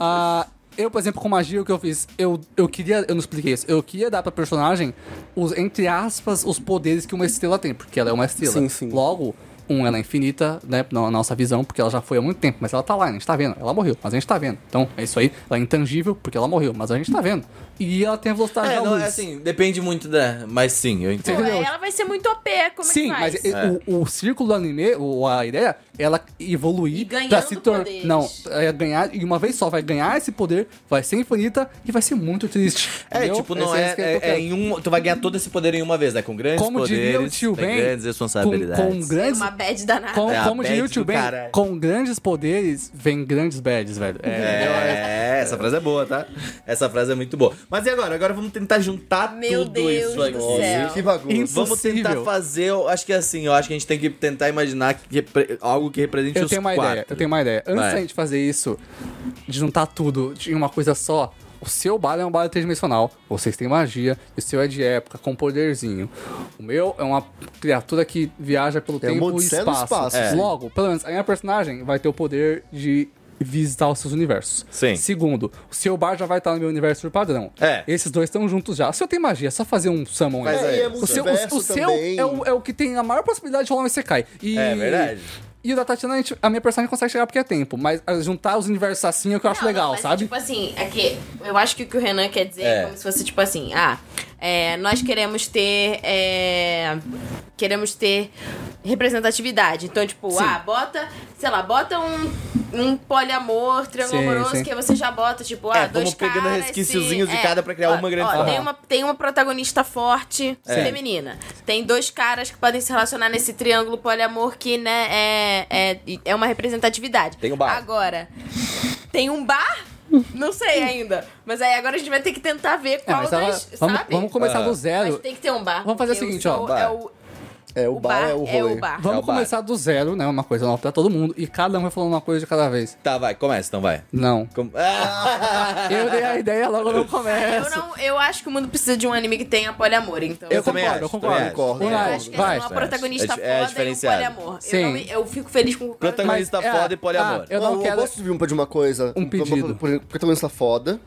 Speaker 3: ah, eu, por exemplo, com magia, o que eu fiz? Eu, eu queria. Eu não expliquei isso. Eu queria dar pra personagem, os, entre aspas, os poderes que uma estrela tem, porque ela é uma estrela.
Speaker 4: Sim, sim.
Speaker 3: Logo. Um, ela é infinita, né? Na nossa visão, porque ela já foi há muito tempo, mas ela tá lá, a gente tá vendo. Ela morreu, mas a gente tá vendo. Então, é isso aí. Ela é intangível, porque ela morreu, mas a gente tá vendo. E ela tem a velocidade
Speaker 1: É,
Speaker 3: da
Speaker 1: não,
Speaker 3: luz.
Speaker 1: é assim, depende muito da. Mas sim, eu
Speaker 2: Pô,
Speaker 1: entendo.
Speaker 3: entendeu?
Speaker 2: ela vai ser muito OP, como
Speaker 3: Sim,
Speaker 2: é que
Speaker 3: mas
Speaker 2: faz?
Speaker 3: e- o, o círculo do anime, o, a ideia, é ela
Speaker 2: E
Speaker 3: evoluir
Speaker 2: ganhando
Speaker 3: pra se tornar.
Speaker 2: poderes.
Speaker 3: Não, é ganhar, e uma vez só, vai ganhar esse poder, vai ser infinita e vai ser muito triste.
Speaker 1: É,
Speaker 3: entendeu?
Speaker 1: tipo, não
Speaker 3: Esse
Speaker 1: é,
Speaker 3: isso que eu
Speaker 1: é,
Speaker 3: tô querendo.
Speaker 1: é em um. Tu vai ganhar todo esse poder em uma vez, né? Com grandes
Speaker 3: Como diria o
Speaker 1: poderes,
Speaker 3: tio
Speaker 1: tem
Speaker 3: Ben,
Speaker 1: grandes responsabilidades.
Speaker 3: Com, com grandes.
Speaker 2: Uma bad danada.
Speaker 3: Com,
Speaker 1: É, a
Speaker 3: como diria o
Speaker 1: bad
Speaker 3: tio
Speaker 1: do
Speaker 3: Ben,
Speaker 1: caralho.
Speaker 3: com grandes poderes, vem grandes bads, velho.
Speaker 1: É, essa frase é boa, tá? Essa frase é muito boa. Mas e agora? Agora vamos tentar juntar
Speaker 2: Meu
Speaker 1: tudo
Speaker 2: Deus
Speaker 1: isso aqui.
Speaker 2: do céu.
Speaker 4: Que bagunça.
Speaker 3: Isso
Speaker 1: Vamos
Speaker 3: Impossível.
Speaker 1: tentar fazer, eu acho que assim, eu acho que a gente tem que tentar imaginar que repre- algo que represente
Speaker 3: Eu
Speaker 1: é os
Speaker 3: tenho uma
Speaker 1: quatro.
Speaker 3: ideia, eu tenho uma ideia. Antes
Speaker 1: Vai.
Speaker 3: da gente fazer isso, de juntar tudo em uma coisa só, o seu bar é um bar tridimensional, vocês têm magia, e o seu é de época, com poderzinho. O meu é uma criatura que viaja pelo
Speaker 4: um
Speaker 3: tempo e
Speaker 4: odisseia no
Speaker 3: espaço.
Speaker 4: espaço, É. sim.
Speaker 3: Logo, pelo menos, a minha personagem vai ter o poder de visitar os seus universos.
Speaker 1: Sim.
Speaker 3: Segundo, o seu bar já vai estar no meu universo por padrão.
Speaker 1: É.
Speaker 3: Esses dois estão juntos já. Se eu tenho magia, é só fazer um summon
Speaker 1: Faz
Speaker 3: aí.
Speaker 1: aí, é
Speaker 3: o seu, o, o
Speaker 4: multiverso
Speaker 3: seu
Speaker 4: também.
Speaker 3: é o, é o que tem a maior possibilidade de rolar um Isekai. E,
Speaker 1: É verdade.
Speaker 3: E o da Tatiana, a, gente- a minha personagem consegue chegar porque é tempo, mas ah, juntar os universos assim é o que eu acho
Speaker 2: Não,
Speaker 3: legal,
Speaker 2: não, mas,
Speaker 3: sabe?
Speaker 2: Tipo assim, é que eu acho que o que o Renan quer dizer é,
Speaker 1: É.
Speaker 2: como se fosse tipo assim, ah, é, nós queremos ter. é, queremos ter representatividade. Então, tipo,
Speaker 3: Sim.
Speaker 2: ah, bota, sei lá, bota um, um poliamor, triângulo
Speaker 3: Sim,
Speaker 2: amoroso,
Speaker 3: sim.
Speaker 2: que você já bota, tipo, ah,
Speaker 1: É,
Speaker 2: dois
Speaker 1: vamos pegando
Speaker 2: caras,
Speaker 1: resquiciozinhos
Speaker 2: sim,
Speaker 1: de cada pra criar
Speaker 2: ó,
Speaker 1: uma grande É.
Speaker 2: ó, tem
Speaker 1: família.
Speaker 2: uma Tem uma protagonista forte feminina. Tem dois caras que podem se relacionar nesse triângulo poliamor que, né, é, é, é uma representatividade.
Speaker 1: Tem um bar.
Speaker 2: Agora, tem um bar? Não sei ainda. Mas aí agora a gente vai ter que tentar ver
Speaker 3: É,
Speaker 2: qual
Speaker 3: mas
Speaker 2: das,
Speaker 3: ela- vamos,
Speaker 2: sabe?
Speaker 3: vamos começar
Speaker 1: Ah.
Speaker 3: do
Speaker 2: Mas
Speaker 3: zero.
Speaker 2: tem que ter um bar.
Speaker 3: Vamos fazer o
Speaker 2: porque
Speaker 3: seguinte, ó,
Speaker 2: seu
Speaker 1: bar.
Speaker 2: É o,
Speaker 4: É, o,
Speaker 2: o
Speaker 4: bar, é o rolê.
Speaker 2: bar.
Speaker 3: Vamos
Speaker 1: É o bar.
Speaker 3: começar do zero, né? Uma coisa nova pra todo mundo, e cada um vai falando uma coisa de cada vez.
Speaker 1: Tá, vai, começa então, vai.
Speaker 3: Não.
Speaker 1: Com- Ah!
Speaker 3: Eu dei a ideia, logo não começo.
Speaker 2: Eu, não, eu acho que o mundo precisa de um anime que tenha poliamor, então.
Speaker 1: Eu também
Speaker 3: concordo,
Speaker 1: acho,
Speaker 3: eu concordo.
Speaker 1: também acho.
Speaker 4: Concordo.
Speaker 2: Eu
Speaker 3: Vai,
Speaker 2: acho que
Speaker 3: vai.
Speaker 2: é uma protagonista
Speaker 1: É di- é
Speaker 2: foda e um
Speaker 1: diferenciado.
Speaker 2: poliamor.
Speaker 3: Sim.
Speaker 2: Eu, não- eu fico feliz com o
Speaker 1: Protagonista- Mas tá foda e poliamor.
Speaker 3: Ah, eu não, quero.
Speaker 4: posso vir de uma coisa.
Speaker 3: Um pedido.
Speaker 4: Protagonista foda,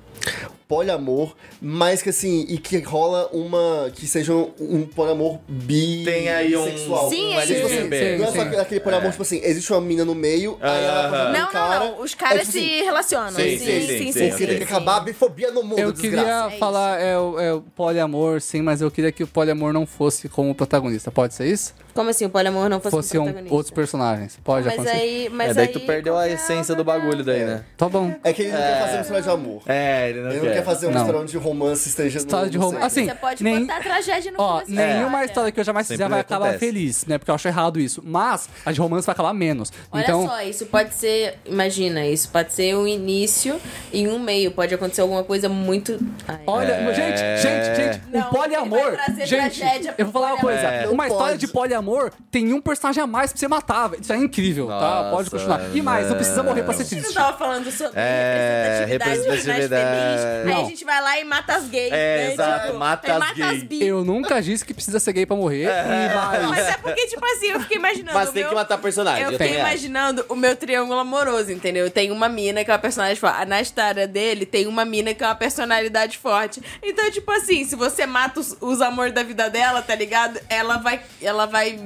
Speaker 4: poliamor, mas que assim, e que rola uma. que seja um, um poliamor bi.
Speaker 1: Tem aí um.
Speaker 4: sexual.
Speaker 2: Sim,
Speaker 1: um
Speaker 2: é isso.
Speaker 1: LGB.
Speaker 4: Não é
Speaker 3: Sim.
Speaker 4: só aquele poliamor, tipo assim, existe uma mina no meio, aí ela vai fazer
Speaker 2: Não,
Speaker 4: um cara.
Speaker 2: não, não. Os caras
Speaker 4: é, tipo,
Speaker 2: se
Speaker 4: assim,
Speaker 2: relacionam.
Speaker 1: Sim, sim, sim, sim,
Speaker 4: Porque tem que acabar a bifobia no mundo,
Speaker 3: Eu
Speaker 4: desgraça.
Speaker 3: queria
Speaker 2: isso.
Speaker 3: falar, é, o- é o poliamor, sim, mas eu queria que o poliamor não fosse como protagonista. Pode ser isso?
Speaker 2: Como assim, o poliamor não fosse,
Speaker 3: Fosse
Speaker 2: um
Speaker 3: um,
Speaker 2: protagonista?
Speaker 3: outros personagens. Pode
Speaker 2: Mas
Speaker 3: acontecer.
Speaker 2: aí, mas
Speaker 1: é, daí
Speaker 2: aí,
Speaker 1: tu perdeu a essência do bagulho daí, né?
Speaker 3: Tá bom.
Speaker 4: É que ele não quer fazer mistura de amor.
Speaker 1: É, ele não
Speaker 4: Ele
Speaker 1: quer.
Speaker 4: não quer quer fazer um
Speaker 3: Não.
Speaker 4: restaurante de romance esteja no-
Speaker 3: História de
Speaker 4: no
Speaker 3: rom-
Speaker 4: centro.
Speaker 3: assim,
Speaker 2: Você pode
Speaker 3: nem-
Speaker 2: botar tragédia no
Speaker 3: Ó,
Speaker 2: começo da
Speaker 3: nenhuma história que eu jamais fizer
Speaker 1: É, Sempre
Speaker 3: vai acabar
Speaker 1: acontece.
Speaker 3: feliz, né? Porque eu acho errado isso. Mas a de romance vai acabar menos.
Speaker 2: Olha
Speaker 3: então,
Speaker 2: só, isso pode ser. Imagina, isso pode ser um início e um meio. Pode acontecer alguma coisa muito. Ai,
Speaker 3: Olha,
Speaker 1: É.
Speaker 3: gente, gente, gente,
Speaker 2: Não,
Speaker 3: o poliamor.
Speaker 2: ele vai trazer
Speaker 3: Gente,
Speaker 2: tragédia pro
Speaker 3: eu vou falar uma coisa.
Speaker 2: poliamor.
Speaker 4: É.
Speaker 3: Uma
Speaker 4: Não
Speaker 3: história
Speaker 4: pode.
Speaker 3: de poliamor tem um personagem a mais pra você matar. velho. Isso é incrível, tá?
Speaker 1: Nossa,
Speaker 3: Pode continuar. E mais, não precisa morrer pra ser
Speaker 2: Você não
Speaker 3: triste.
Speaker 2: tava falando sobre
Speaker 1: É,
Speaker 2: representatividade, representatividade.
Speaker 1: representatividade.
Speaker 2: Aí a
Speaker 3: Não.
Speaker 2: gente vai lá e mata as
Speaker 1: É,
Speaker 2: gays. né?
Speaker 1: exato,
Speaker 2: Tipo,
Speaker 1: mata
Speaker 2: aí
Speaker 1: as
Speaker 2: mata
Speaker 1: gays.
Speaker 2: as bi.
Speaker 3: Eu nunca disse que precisa ser gay pra morrer. E mais.
Speaker 2: Mas é porque, tipo assim, eu fiquei imaginando.
Speaker 1: Mas
Speaker 2: o
Speaker 1: tem
Speaker 2: meu-
Speaker 1: que matar personagem.
Speaker 2: Eu
Speaker 1: Eu
Speaker 2: fiquei
Speaker 1: também acho.
Speaker 2: imaginando o meu triângulo amoroso, entendeu? Tem uma mina que é uma personagem forte. Na história dele, tem uma mina que é uma personalidade forte. Então, tipo assim, se você mata os, os amores da vida dela, tá ligado? Ela vai. Ela vai.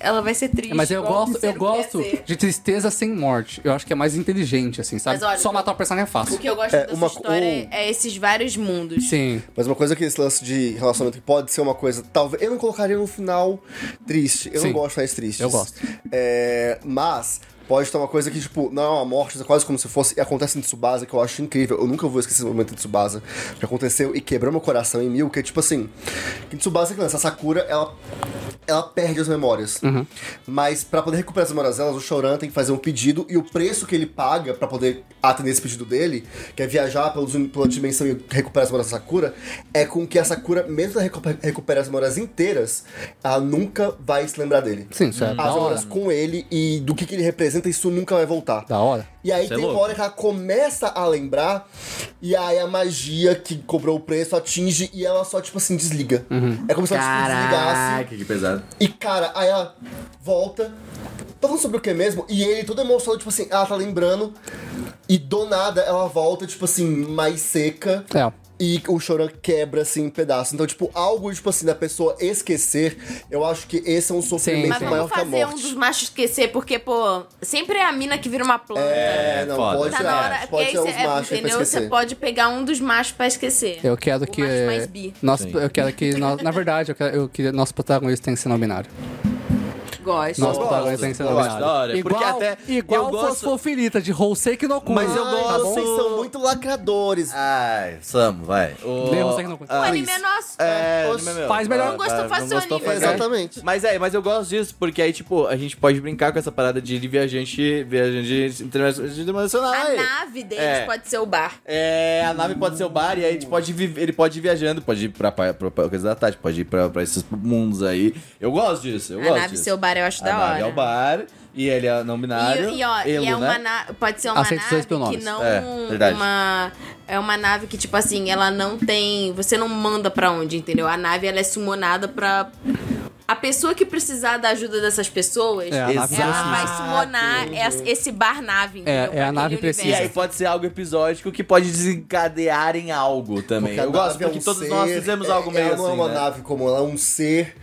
Speaker 2: Ela vai ser triste.
Speaker 3: É, Mas eu
Speaker 2: igual
Speaker 3: gosto,
Speaker 2: você
Speaker 3: eu
Speaker 2: não quer
Speaker 3: gosto
Speaker 2: ser.
Speaker 3: de tristeza sem morte. Eu acho que é mais inteligente, assim, sabe?
Speaker 2: Mas olha,
Speaker 3: Só matar o personagem é
Speaker 2: O
Speaker 3: fácil.
Speaker 2: que eu gosto
Speaker 4: É,
Speaker 2: dessa
Speaker 4: uma co-
Speaker 2: história é esses vários mundos.
Speaker 3: Sim.
Speaker 4: Mas uma coisa é que esse lance de relacionamento que pode ser uma coisa, talvez. Eu não colocaria no final triste. Eu
Speaker 3: Sim.
Speaker 4: não gosto de finais tristes.
Speaker 3: Eu gosto.
Speaker 4: É, mas. Pode estar uma coisa que, tipo, não é uma morte, é quase como se fosse. E acontece em Tsubasa, que eu acho incrível. Eu nunca vou esquecer esse momento em Tsubasa, que aconteceu e quebrou meu coração em mil, que é tipo assim. que Em Tsubasa, criança, a Sakura, ela, ela perde as memórias.
Speaker 3: Uhum.
Speaker 4: Mas pra poder recuperar as memórias delas, o Shoran tem que fazer um pedido e o preço que ele paga pra poder atender esse pedido dele, que é viajar pelos, pela dimensão e recuperar as memórias da Sakura, é com que a Sakura, mesmo que ela recu- recupere as memórias inteiras, ela nunca vai se lembrar dele.
Speaker 3: Sim, isso é
Speaker 4: Hum. As
Speaker 3: da hora.
Speaker 4: memórias com ele e do que, que ele representa, isso nunca vai voltar.
Speaker 3: Da hora.
Speaker 4: E aí
Speaker 1: Isso é
Speaker 4: tem uma
Speaker 1: louco.
Speaker 4: hora que ela começa a lembrar, e aí a magia que cobrou o preço atinge e ela só, tipo assim, desliga.
Speaker 3: Uhum.
Speaker 4: É como se ela tipo, desligasse.
Speaker 6: Caraca, que pesado.
Speaker 4: E cara, aí ela volta. Tá falando sobre o que mesmo? E ele todo emocionado, tipo assim, ela tá lembrando. E do nada ela volta, tipo assim, mais seca.
Speaker 3: É.
Speaker 4: E o Choran quebra, assim, em pedaço. Então, tipo, algo, tipo assim, da pessoa esquecer, eu acho que esse é um sofrimento
Speaker 2: Mas vamos
Speaker 4: maior que a
Speaker 2: fazer um
Speaker 4: morte.
Speaker 2: dos machos esquecer, porque, pô, sempre é a mina que vira uma planta.
Speaker 4: É, não,
Speaker 1: foda.
Speaker 4: pode
Speaker 2: Tá
Speaker 4: tirar.
Speaker 2: na hora. Porque
Speaker 4: pode
Speaker 2: aí
Speaker 4: tirar
Speaker 2: você, é,
Speaker 4: os machos aí pra
Speaker 2: entendeu? Você
Speaker 4: esquecer.
Speaker 2: pode pegar um dos machos pra esquecer.
Speaker 3: Eu quero
Speaker 2: O
Speaker 3: que.
Speaker 2: macho mais bi.
Speaker 3: Nós,
Speaker 1: Sim.
Speaker 3: eu quero que. nós- na verdade, eu, quero, eu queria. Nosso protagonista tem que ser não binário.
Speaker 2: Gosto.
Speaker 3: Nosso
Speaker 1: gosto,
Speaker 3: protagonista tem que ser
Speaker 1: eu
Speaker 3: não
Speaker 1: gosto
Speaker 3: binário.
Speaker 1: da hora, porque
Speaker 3: igual
Speaker 1: até-
Speaker 3: igual
Speaker 1: eu
Speaker 3: o
Speaker 1: gosto-
Speaker 3: fosfofilita de Rousseiki no Kun.
Speaker 1: Mas eu
Speaker 4: Ai,
Speaker 3: tá
Speaker 1: gosto-
Speaker 4: vocês são muito lacradores.
Speaker 1: Ai, Samu, vai. O... Ah,
Speaker 3: Dê Rousseiki no Kun.
Speaker 2: O anime é nosso.
Speaker 1: É,
Speaker 4: Poxa.
Speaker 1: não é meu.
Speaker 3: Faz melhor.
Speaker 2: Não gostou, faz seu anime.
Speaker 1: faz melhor.
Speaker 4: Exatamente.
Speaker 1: Mas é, mas eu gosto disso, porque aí, tipo, a gente pode brincar com essa parada de viajante, viajante internacional.
Speaker 2: A nave deles
Speaker 1: É.
Speaker 2: pode ser o bar.
Speaker 1: É, a nave pode ser o bar e aí a gente pode viver, ele pode ir viajando, pode ir pra, pra, pra, pra coisa da tarde, pode ir pra, pra esses mundos aí. Eu gosto disso, eu
Speaker 2: A
Speaker 1: gosto
Speaker 2: nave
Speaker 1: disso.
Speaker 2: ser o bar eu acho
Speaker 1: a
Speaker 2: da
Speaker 1: nave
Speaker 2: hora.
Speaker 1: é o bar e ele é não binário.
Speaker 2: E, e, ó, e
Speaker 1: ele,
Speaker 2: é uma
Speaker 1: né?
Speaker 2: na- pode ser uma
Speaker 3: Aceito seus
Speaker 2: nave que
Speaker 3: pronomes.
Speaker 2: não
Speaker 1: É, verdade.
Speaker 2: uma é uma nave que tipo assim, ela não tem, você não manda pra onde, entendeu? A nave ela é sumonada pra... a pessoa que precisar da ajuda dessas pessoas.
Speaker 3: É, a nave
Speaker 1: Exato.
Speaker 2: Ela vai
Speaker 3: precisa.
Speaker 2: sumonar es- esse bar nave, entendeu?
Speaker 3: É, é a
Speaker 2: Pra
Speaker 3: nave
Speaker 2: aquele
Speaker 3: precisa.
Speaker 1: E aí
Speaker 2: universo.
Speaker 1: pode ser algo episódico que pode desencadear em algo também.
Speaker 4: Porque a
Speaker 1: eu gosto
Speaker 4: nave é
Speaker 1: porque
Speaker 4: um
Speaker 1: todos
Speaker 4: ser,
Speaker 1: nós fizemos
Speaker 4: é-
Speaker 1: algo meio
Speaker 4: Ela não é
Speaker 1: assim,
Speaker 4: uma
Speaker 1: né?
Speaker 4: nave comum, ela é um ser.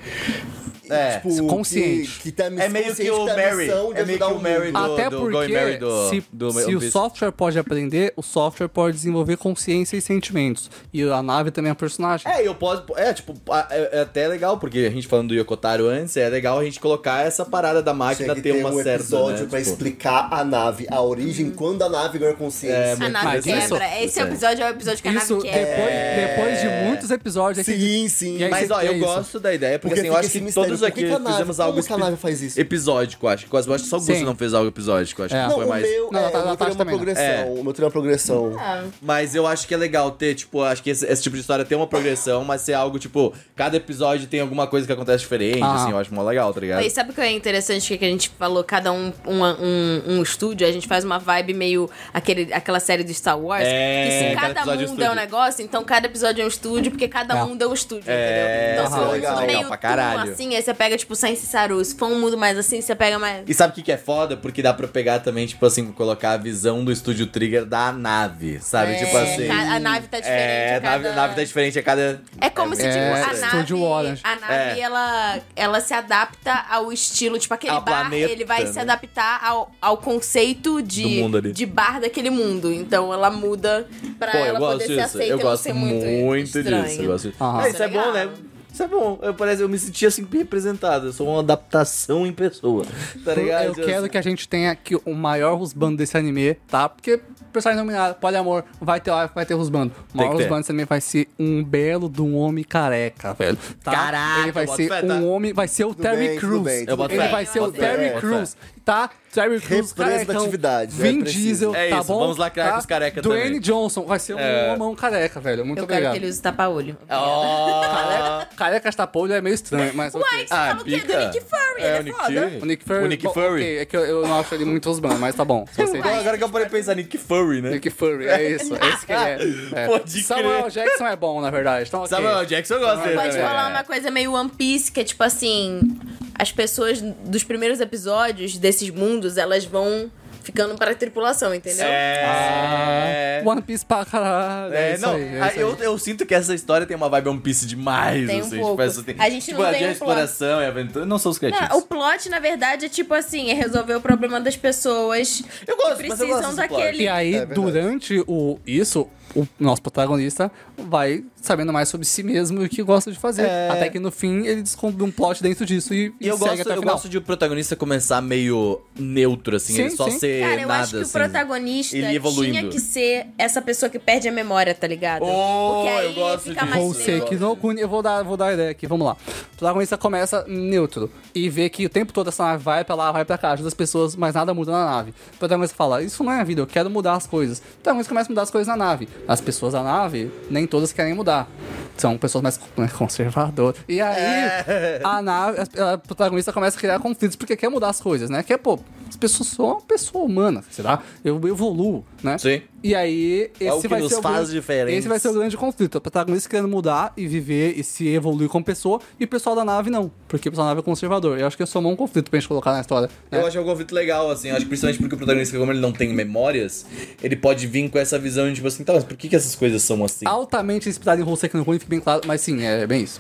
Speaker 1: É,
Speaker 4: tipo,
Speaker 3: consciente.
Speaker 4: Que, que tá
Speaker 1: É meio que
Speaker 4: consciente,
Speaker 1: o
Speaker 4: tá
Speaker 1: Mary,
Speaker 4: missão de
Speaker 1: é meio que
Speaker 4: ajudar
Speaker 1: o Mary
Speaker 4: mundo.
Speaker 1: do-
Speaker 3: Até
Speaker 1: do Going
Speaker 3: porque
Speaker 1: Mary do-
Speaker 3: se,
Speaker 1: do
Speaker 3: se
Speaker 1: One
Speaker 3: o
Speaker 1: Piece.
Speaker 3: software pode aprender, o software pode desenvolver consciência e sentimentos. E a nave também é um personagem.
Speaker 1: É, eu posso. É, tipo, a- é, é até legal, porque a gente falando do Yokotaro antes, é legal a gente colocar essa parada da máquina
Speaker 4: Tinha que
Speaker 1: ter
Speaker 4: ter
Speaker 1: uma
Speaker 4: um
Speaker 1: certa.
Speaker 4: episódio
Speaker 1: né,
Speaker 4: pra
Speaker 1: tipo,
Speaker 4: explicar a nave, a origem, quando a nave ganha consciência.
Speaker 1: É,
Speaker 2: A
Speaker 1: muito
Speaker 2: nave
Speaker 3: Mas isso-
Speaker 2: quebra. Esse episódio é o episódio que a
Speaker 3: Isso,
Speaker 2: nave
Speaker 3: depois,
Speaker 2: quebra.
Speaker 1: É.
Speaker 3: depois de muitos episódios... é aí
Speaker 4: Sim, sim.
Speaker 3: E aí-
Speaker 1: Mas ó,
Speaker 3: é
Speaker 1: eu
Speaker 3: isso.
Speaker 1: gosto da ideia, porque,
Speaker 4: Porque
Speaker 1: assim, eu
Speaker 4: fica
Speaker 1: acho
Speaker 4: esse
Speaker 1: que
Speaker 4: mistério,
Speaker 1: todos
Speaker 4: por que
Speaker 1: aqui
Speaker 4: que é a nave-
Speaker 1: fizemos
Speaker 4: como
Speaker 1: algo
Speaker 4: que a nave faz isso?
Speaker 1: episódico, acho. que- Eu acho que só o Gusto
Speaker 3: Sim.
Speaker 1: não fez algo episódico, acho
Speaker 3: É.
Speaker 1: que
Speaker 4: Não,
Speaker 1: foi
Speaker 4: o
Speaker 1: mais.
Speaker 4: meu,
Speaker 3: Não,
Speaker 4: é,
Speaker 3: tá- tá-
Speaker 4: o meu
Speaker 3: tá-
Speaker 4: tem uma
Speaker 3: também não.
Speaker 4: progressão.
Speaker 1: É.
Speaker 4: O meu tem uma progressão.
Speaker 1: Mas eu acho que é legal ter, tipo, acho que esse, esse tipo de história tem uma progressão, mas ser algo, tipo, cada episódio tem alguma coisa que acontece diferente,
Speaker 3: Ah.
Speaker 1: assim, eu acho mó legal, tá ligado?
Speaker 2: Aí, sabe o que é interessante que a gente falou? Cada um, uma- um, um estúdio, a gente faz uma vibe meio aquele, aquela série do Star Wars.
Speaker 1: É,
Speaker 2: que
Speaker 1: cada
Speaker 2: se cada,
Speaker 1: episódio é um
Speaker 2: mundo é um
Speaker 1: estúdio.
Speaker 2: negócio, então cada episódio é um estúdio, porque cada
Speaker 3: É.
Speaker 2: mundo é um estúdio,
Speaker 1: É,
Speaker 2: entendeu? Então,
Speaker 4: isso é
Speaker 2: se for um
Speaker 4: legal.
Speaker 2: mundo meio
Speaker 1: Legal pra caralho.
Speaker 2: tum, assim, aí você pega, tipo, Science Saru. Se for um mundo mais assim, você pega mais...
Speaker 1: E sabe o que, que é foda? Porque dá pra pegar também, tipo assim, colocar a visão do estúdio Trigger da nave, sabe? tipo assim.
Speaker 2: É, ca- a nave tá diferente.
Speaker 1: É, a
Speaker 2: cada...
Speaker 1: nave, a nave tá diferente a cada.
Speaker 2: É como se, tipo,
Speaker 3: É,
Speaker 2: a nave,
Speaker 3: Estúdio Orange.
Speaker 2: a nave
Speaker 1: É.
Speaker 2: ela, ela se adapta ao estilo, tipo, aquele
Speaker 1: Ao
Speaker 2: bar,
Speaker 1: planeta,
Speaker 2: ele vai se
Speaker 1: né?
Speaker 2: adaptar ao, ao conceito
Speaker 1: Do
Speaker 2: de,
Speaker 1: mundo ali.
Speaker 2: de bar daquele mundo. Então, ela muda pra
Speaker 1: Pô,
Speaker 2: ela
Speaker 1: eu gosto
Speaker 2: poder ser
Speaker 1: disso.
Speaker 2: aceita
Speaker 1: Eu
Speaker 2: e não
Speaker 1: gosto
Speaker 2: ser
Speaker 1: muito,
Speaker 2: muito, estranha.
Speaker 1: disso. Eu gosto disso.
Speaker 3: Aham.
Speaker 1: É, isso é bom, né?
Speaker 2: Legal.
Speaker 1: Isso é bom. Eu, parece, eu me senti assim representado. Eu sou uma adaptação em pessoa. Tá ligado?
Speaker 3: Eu quero que a gente tenha aqui o maior rusbando desse anime, tá? Porque personagem nominado, poliamor, vai ter hora que vai ter rusbando. O maior
Speaker 1: que ter.
Speaker 3: rusbando desse anime vai ser um belo de um homem careca, velho. Tá?
Speaker 1: Caraca,
Speaker 3: Ele vai
Speaker 1: eu boto
Speaker 3: ser
Speaker 1: fé, tá?
Speaker 3: um homem, vai ser o Terry
Speaker 4: bem, tudo
Speaker 3: Crews.
Speaker 4: bem, tudo
Speaker 1: Eu boto bem.
Speaker 3: Ele vai
Speaker 1: fé,
Speaker 3: ser o
Speaker 1: boto fé,
Speaker 3: Terry
Speaker 1: boto fé.
Speaker 3: Crews, tá? Terry Crews, carecão.
Speaker 4: Representatividade, é
Speaker 3: Vin
Speaker 4: preciso.
Speaker 3: Diesel,
Speaker 1: É
Speaker 3: tá
Speaker 1: isso,
Speaker 3: bom?
Speaker 1: vamos lacrar
Speaker 3: tá?
Speaker 1: com os careca
Speaker 3: Dwayne
Speaker 1: também.
Speaker 3: Johnson vai ser um
Speaker 1: É.
Speaker 3: homem careca, velho. Muito
Speaker 2: Eu quero
Speaker 3: obrigado.
Speaker 2: que ele use tapa-olho.
Speaker 1: Ah,
Speaker 3: Careca estapolho é meio estranho, mas ok.
Speaker 2: Uai, você falou que é do
Speaker 1: pica.
Speaker 2: Nick Furry,
Speaker 1: É, o
Speaker 2: ele é
Speaker 1: Nick
Speaker 2: foda.
Speaker 1: Fury.
Speaker 3: O Nick Furry.
Speaker 1: O Nick
Speaker 3: bom,
Speaker 1: Furry.
Speaker 3: ok, é que eu, eu não acho ele muito osbando, mas tá bom. Se você...
Speaker 1: Bom, agora que eu parei de pensar, Nick Furry, né?
Speaker 3: Nick Furry, é isso, é isso que ele é. é.
Speaker 1: Pode crer.
Speaker 3: Samuel Jackson é bom, na verdade. Então, ok.
Speaker 1: Samuel Jackson eu gosto dele. né?
Speaker 2: Pode
Speaker 1: também.
Speaker 2: falar uma coisa meio One Piece, que é tipo assim: as pessoas dos primeiros episódios desses mundos, elas vão ficando para a tripulação, entendeu?
Speaker 1: É.
Speaker 3: One Piece pra caralho. É,
Speaker 1: É,
Speaker 3: isso
Speaker 1: não,
Speaker 3: aí, é
Speaker 1: aí
Speaker 3: isso aí.
Speaker 1: eu, eu sinto que essa história tem uma vibe One Piece demais,
Speaker 2: Tem um
Speaker 1: assim.
Speaker 2: pouco.
Speaker 1: Tipo, essa tem,
Speaker 2: A gente
Speaker 1: tipo,
Speaker 2: não
Speaker 1: a
Speaker 2: tem
Speaker 1: de
Speaker 2: um
Speaker 1: exploração e aventura. Não são os criativos.
Speaker 2: Não, o plot, na verdade, é tipo assim, é resolver o problema das pessoas
Speaker 1: Eu gosto,
Speaker 2: que
Speaker 1: mas eu
Speaker 2: precisam
Speaker 1: gosto desse
Speaker 2: daquele.
Speaker 3: E aí,
Speaker 1: É
Speaker 3: durante o isso, o nosso protagonista vai sabendo mais sobre si mesmo e o que gosta de fazer. Até que no fim ele descobre um plot dentro disso e,
Speaker 1: É. E eu
Speaker 3: segue
Speaker 1: gosto,
Speaker 3: até o
Speaker 1: eu
Speaker 3: final.
Speaker 1: gosto de o protagonista começar meio neutro, assim,
Speaker 3: Sim,
Speaker 1: ele só
Speaker 3: sim.
Speaker 1: ser
Speaker 2: Cara, eu
Speaker 1: nada,
Speaker 2: acho que
Speaker 1: assim.
Speaker 2: o protagonista
Speaker 1: ele evoluindo.
Speaker 2: tinha que ser essa pessoa que perde a memória, tá ligado?
Speaker 1: Oh,
Speaker 2: Porque aí
Speaker 1: eu gosto
Speaker 2: fica
Speaker 1: disso.
Speaker 2: tá mais
Speaker 1: Ou
Speaker 3: Você
Speaker 1: seja,
Speaker 2: neutro.
Speaker 3: que no Kuni, eu vou dar, vou dar a ideia aqui, vamos lá. O protagonista começa neutro e vê que o tempo todo essa nave vai pra lá, vai pra cá, ajuda as pessoas, mas nada muda na nave. O protagonista fala, isso não é a vida, eu quero mudar as coisas. O protagonista começa a mudar as coisas na nave. As pessoas da nave, nem todas querem mudar. São pessoas mais con- conservadoras. E aí,
Speaker 1: É.
Speaker 3: a nave, a, a protagonista começa a criar conflitos porque quer mudar as coisas, né? Quer, pô, as pessoas são uma pessoa humana, será? Eu evoluo, né?
Speaker 1: Sim. É
Speaker 3: E aí, esse
Speaker 1: o que
Speaker 3: vai
Speaker 1: nos
Speaker 3: ser o
Speaker 1: faz
Speaker 3: grande-
Speaker 1: diferentes.
Speaker 3: Esse vai ser o grande conflito. O protagonista querendo mudar e viver e se evoluir como pessoa, e o pessoal da nave não. Porque o pessoal da nave é conservador. Eu acho que é só um conflito pra gente colocar na história. né?
Speaker 1: Eu acho que é um conflito legal, assim. Eu acho que principalmente porque o protagonista, como ele não tem memórias, ele pode vir com essa visão de tipo assim, tá, mas por que, que essas coisas são assim?
Speaker 3: Altamente inspirado em Hoseki no Kuni, fica bem claro, mas sim, é bem isso.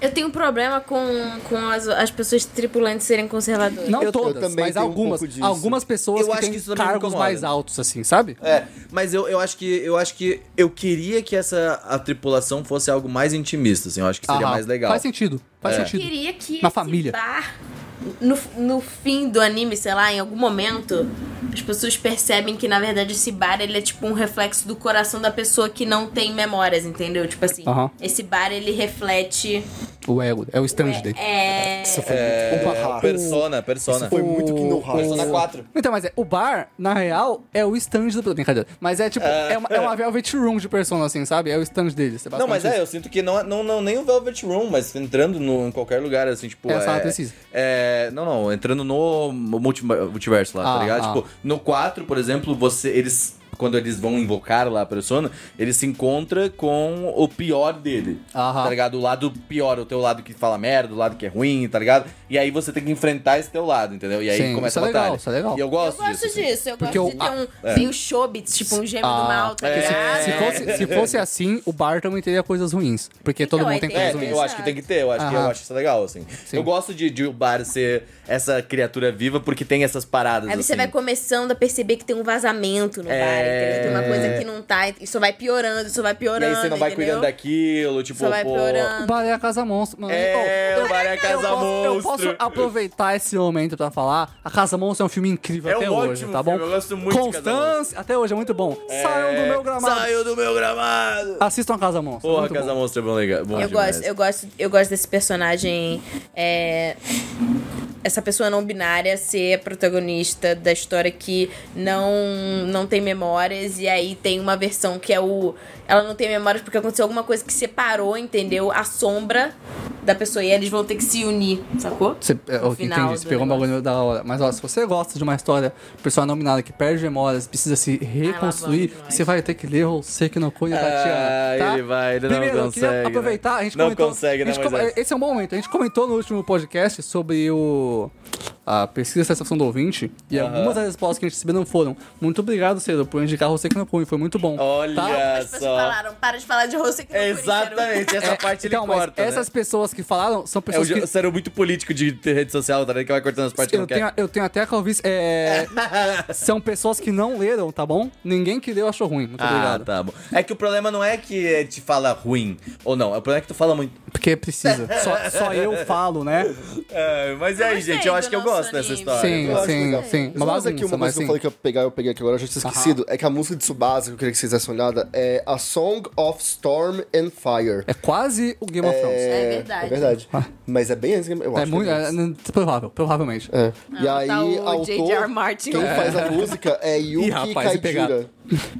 Speaker 2: Eu tenho um problema com, com as, as pessoas tripulantes serem conservadoras.
Speaker 3: Não
Speaker 4: eu
Speaker 3: todas,
Speaker 4: também
Speaker 3: mas
Speaker 4: tenho um
Speaker 3: algumas.
Speaker 4: pouco disso.
Speaker 3: algumas pessoas
Speaker 1: Eu
Speaker 3: que
Speaker 1: acho
Speaker 3: têm
Speaker 1: que isso também me
Speaker 3: cargos
Speaker 1: incomoda. né?
Speaker 3: mais altos, assim, sabe?
Speaker 1: É, mas eu, eu acho que eu acho que eu queria que essa a tripulação fosse algo mais intimista, assim, eu acho que seria
Speaker 3: Aham.
Speaker 1: mais legal.
Speaker 3: Ah, Faz sentido, faz
Speaker 1: É.
Speaker 2: Eu
Speaker 3: sentido.
Speaker 2: queria que
Speaker 3: Na
Speaker 2: esse
Speaker 3: família.
Speaker 2: bar, no, no fim do anime, sei lá, em algum momento, as pessoas percebem que, na verdade, esse bar, ele é tipo um reflexo do coração da pessoa que não tem memórias, entendeu? Tipo assim,
Speaker 3: Aham.
Speaker 2: esse bar, ele reflete...
Speaker 3: O ego, é o stand dele.
Speaker 2: É...
Speaker 4: Isso foi muito
Speaker 1: É,
Speaker 3: Ah,
Speaker 4: barraco.
Speaker 1: persona, persona.
Speaker 4: Foi muito Kingdom Hearts.
Speaker 1: Persona 4.
Speaker 3: Então, mas é, o bar, na real, é o stand do. Brincadeira. Mas é tipo,
Speaker 1: Ah.
Speaker 3: é, uma, é uma Velvet Room de persona, assim, sabe? É o stand deles. é
Speaker 1: Não, mas
Speaker 3: basicamente
Speaker 1: é, eu sinto que não, não, não nem o Velvet Room, mas entrando no, em qualquer lugar, assim, tipo.
Speaker 3: É, sala
Speaker 1: é,
Speaker 3: precisa.
Speaker 1: é, Não, não, entrando no multi- multiverso lá,
Speaker 3: Ah,
Speaker 1: tá ligado?
Speaker 3: ah.
Speaker 1: Tipo, no 4, por exemplo, você. Eles. Quando eles vão invocar lá a persona, ele se encontra com o pior dele.
Speaker 3: Aham.
Speaker 1: Tá ligado? O lado pior, o teu lado que fala merda, o lado que é ruim, tá ligado? E aí você tem que enfrentar esse teu lado, entendeu? E aí
Speaker 3: Sim,
Speaker 1: começa
Speaker 3: isso é
Speaker 1: a batalha.
Speaker 3: legal, isso é legal.
Speaker 1: E eu
Speaker 2: Eu
Speaker 1: gosto,
Speaker 2: gosto
Speaker 1: disso. É.
Speaker 2: disso,
Speaker 1: assim.
Speaker 2: eu
Speaker 3: Porque
Speaker 2: gosto
Speaker 3: eu-
Speaker 2: de ter um Bill Chobits, tipo um gêmeo do
Speaker 3: Ah,
Speaker 2: mal, tá
Speaker 1: é.
Speaker 2: ligado?
Speaker 3: Se fosse, se fosse assim, o bar também teria coisas ruins. Porque todo
Speaker 2: Então,
Speaker 3: mundo
Speaker 2: aí
Speaker 3: tem
Speaker 2: tem-
Speaker 3: coisas
Speaker 1: É,
Speaker 3: ruins.
Speaker 1: eu acho que tem que ter, eu acho que
Speaker 3: Aham.
Speaker 1: eu acho isso legal, assim.
Speaker 3: Sim.
Speaker 1: Eu gosto de, de o bar ser essa criatura viva porque tem essas paradas.
Speaker 2: Aí você
Speaker 1: assim.
Speaker 2: vai começando a perceber que tem um vazamento no bar, entendeu? Tem uma coisa que não tá, isso vai piorando, isso vai
Speaker 1: É. E
Speaker 2: piorando,
Speaker 1: aí você não vai
Speaker 2: entendeu?
Speaker 1: cuidando daquilo, tipo,
Speaker 2: Isso vai
Speaker 1: pô.
Speaker 2: piorando.
Speaker 3: O bar é a casa monstro, mano.
Speaker 1: É,
Speaker 3: Oh,
Speaker 1: o bar é a casa
Speaker 3: eu posso, eu
Speaker 1: monstro.
Speaker 3: posso aproveitar esse momento pra falar. A Casa Monstro é um filme incrível
Speaker 1: É
Speaker 3: até
Speaker 1: um
Speaker 3: hoje,
Speaker 1: ótimo
Speaker 3: tá bom?
Speaker 1: filme, eu gosto muito de Casa
Speaker 3: Constance, até hoje é muito bom. Saiam do meu gramado.
Speaker 1: Saiu do meu gramado!
Speaker 3: Assistam a Casa Monstro.
Speaker 1: Porra,
Speaker 3: muito
Speaker 1: Casa
Speaker 3: bom.
Speaker 1: Monstro é bom legal. bom
Speaker 2: Eu
Speaker 1: demais.
Speaker 2: gosto, eu gosto, eu gosto desse personagem. é, essa pessoa não binária ser a protagonista da história que não não tem memórias e aí tem uma versão que é o ela não tem memórias porque aconteceu alguma coisa que separou, entendeu? A sombra da pessoa e eles vão ter que se unir, sacou?
Speaker 3: Você, é,
Speaker 2: No
Speaker 3: ok,
Speaker 2: final
Speaker 3: entendi, você
Speaker 2: do
Speaker 3: pegou um
Speaker 2: negócio.
Speaker 3: bagulho da hora. Mas ó, se você gosta de uma história, pessoa nominada que perde memórias, precisa se reconstruir,
Speaker 2: Ah, vamos nós.
Speaker 3: você vai ter que ler o Seiki no Kuni Tatiana. Tá?
Speaker 1: Ah, ele vai, ele não
Speaker 3: Primeiro, eu queria
Speaker 1: consegue,
Speaker 3: aproveitar, a gente
Speaker 1: né? Não
Speaker 3: comentou.
Speaker 1: consegue,
Speaker 3: a gente
Speaker 1: né,
Speaker 3: com-
Speaker 1: Moisés?
Speaker 3: Esse é um bom momento. A gente comentou no último podcast sobre o. a pesquisa de satisfação do ouvinte e algumas das respostas que a gente recebeu não foram. Muito obrigado, Ciro, por indicar você que não põe, foi muito bom. Tá?
Speaker 1: Olha
Speaker 2: As pessoas
Speaker 1: só.
Speaker 2: falaram, para de falar de rosto que não é
Speaker 1: Exatamente, essa
Speaker 3: É,
Speaker 1: parte ele
Speaker 3: então, mas
Speaker 1: corta. né?
Speaker 3: essas pessoas que falaram
Speaker 1: É
Speaker 3: são
Speaker 1: o
Speaker 3: pessoas que.
Speaker 1: jo- sério muito político de ter rede social, tá ligado? Que vai cortando as partes que
Speaker 3: Eu
Speaker 1: não
Speaker 3: tenho,
Speaker 1: quer.
Speaker 3: eu tenho até a calvície. É, são pessoas que não leram, tá bom? Ninguém que leu achou ruim. Muito
Speaker 1: Ah,
Speaker 3: obrigado.
Speaker 1: tá bom. É que o problema não é que é, te fala ruim ou não, é o problema é que tu fala muito.
Speaker 3: Porque precisa. Só, só eu falo, né?
Speaker 1: É, mas é aí,
Speaker 2: gostei
Speaker 1: gente, eu
Speaker 2: do
Speaker 1: acho que eu
Speaker 2: nosso
Speaker 1: gosto dessa
Speaker 2: anime.
Speaker 1: história.
Speaker 3: Sim,
Speaker 4: Eu acho
Speaker 3: sim,
Speaker 4: legal.
Speaker 3: sim. Uma
Speaker 4: Mas aqui
Speaker 3: bagunça,
Speaker 4: uma música que
Speaker 3: mas
Speaker 4: eu
Speaker 3: sim.
Speaker 4: falei que eu ia pegar, eu peguei aqui agora, eu já tinha esquecido. É que a música de Tsubasa, que eu queria que vocês dessem uma olhada, é A Song of Storm and Fire.
Speaker 3: É quase o Game of Thrones. É,
Speaker 2: É verdade.
Speaker 4: É verdade. Mas é bem antes, eu acho. que
Speaker 3: muito.
Speaker 4: bem antes.
Speaker 3: É, n- provável, provavelmente.
Speaker 4: É. E
Speaker 2: Não,
Speaker 4: aí,
Speaker 2: tá o
Speaker 4: autor,
Speaker 2: J.J.R. Martin.
Speaker 4: quem faz a música é Yuki
Speaker 3: Ih, rapaz, e
Speaker 4: Kajiura.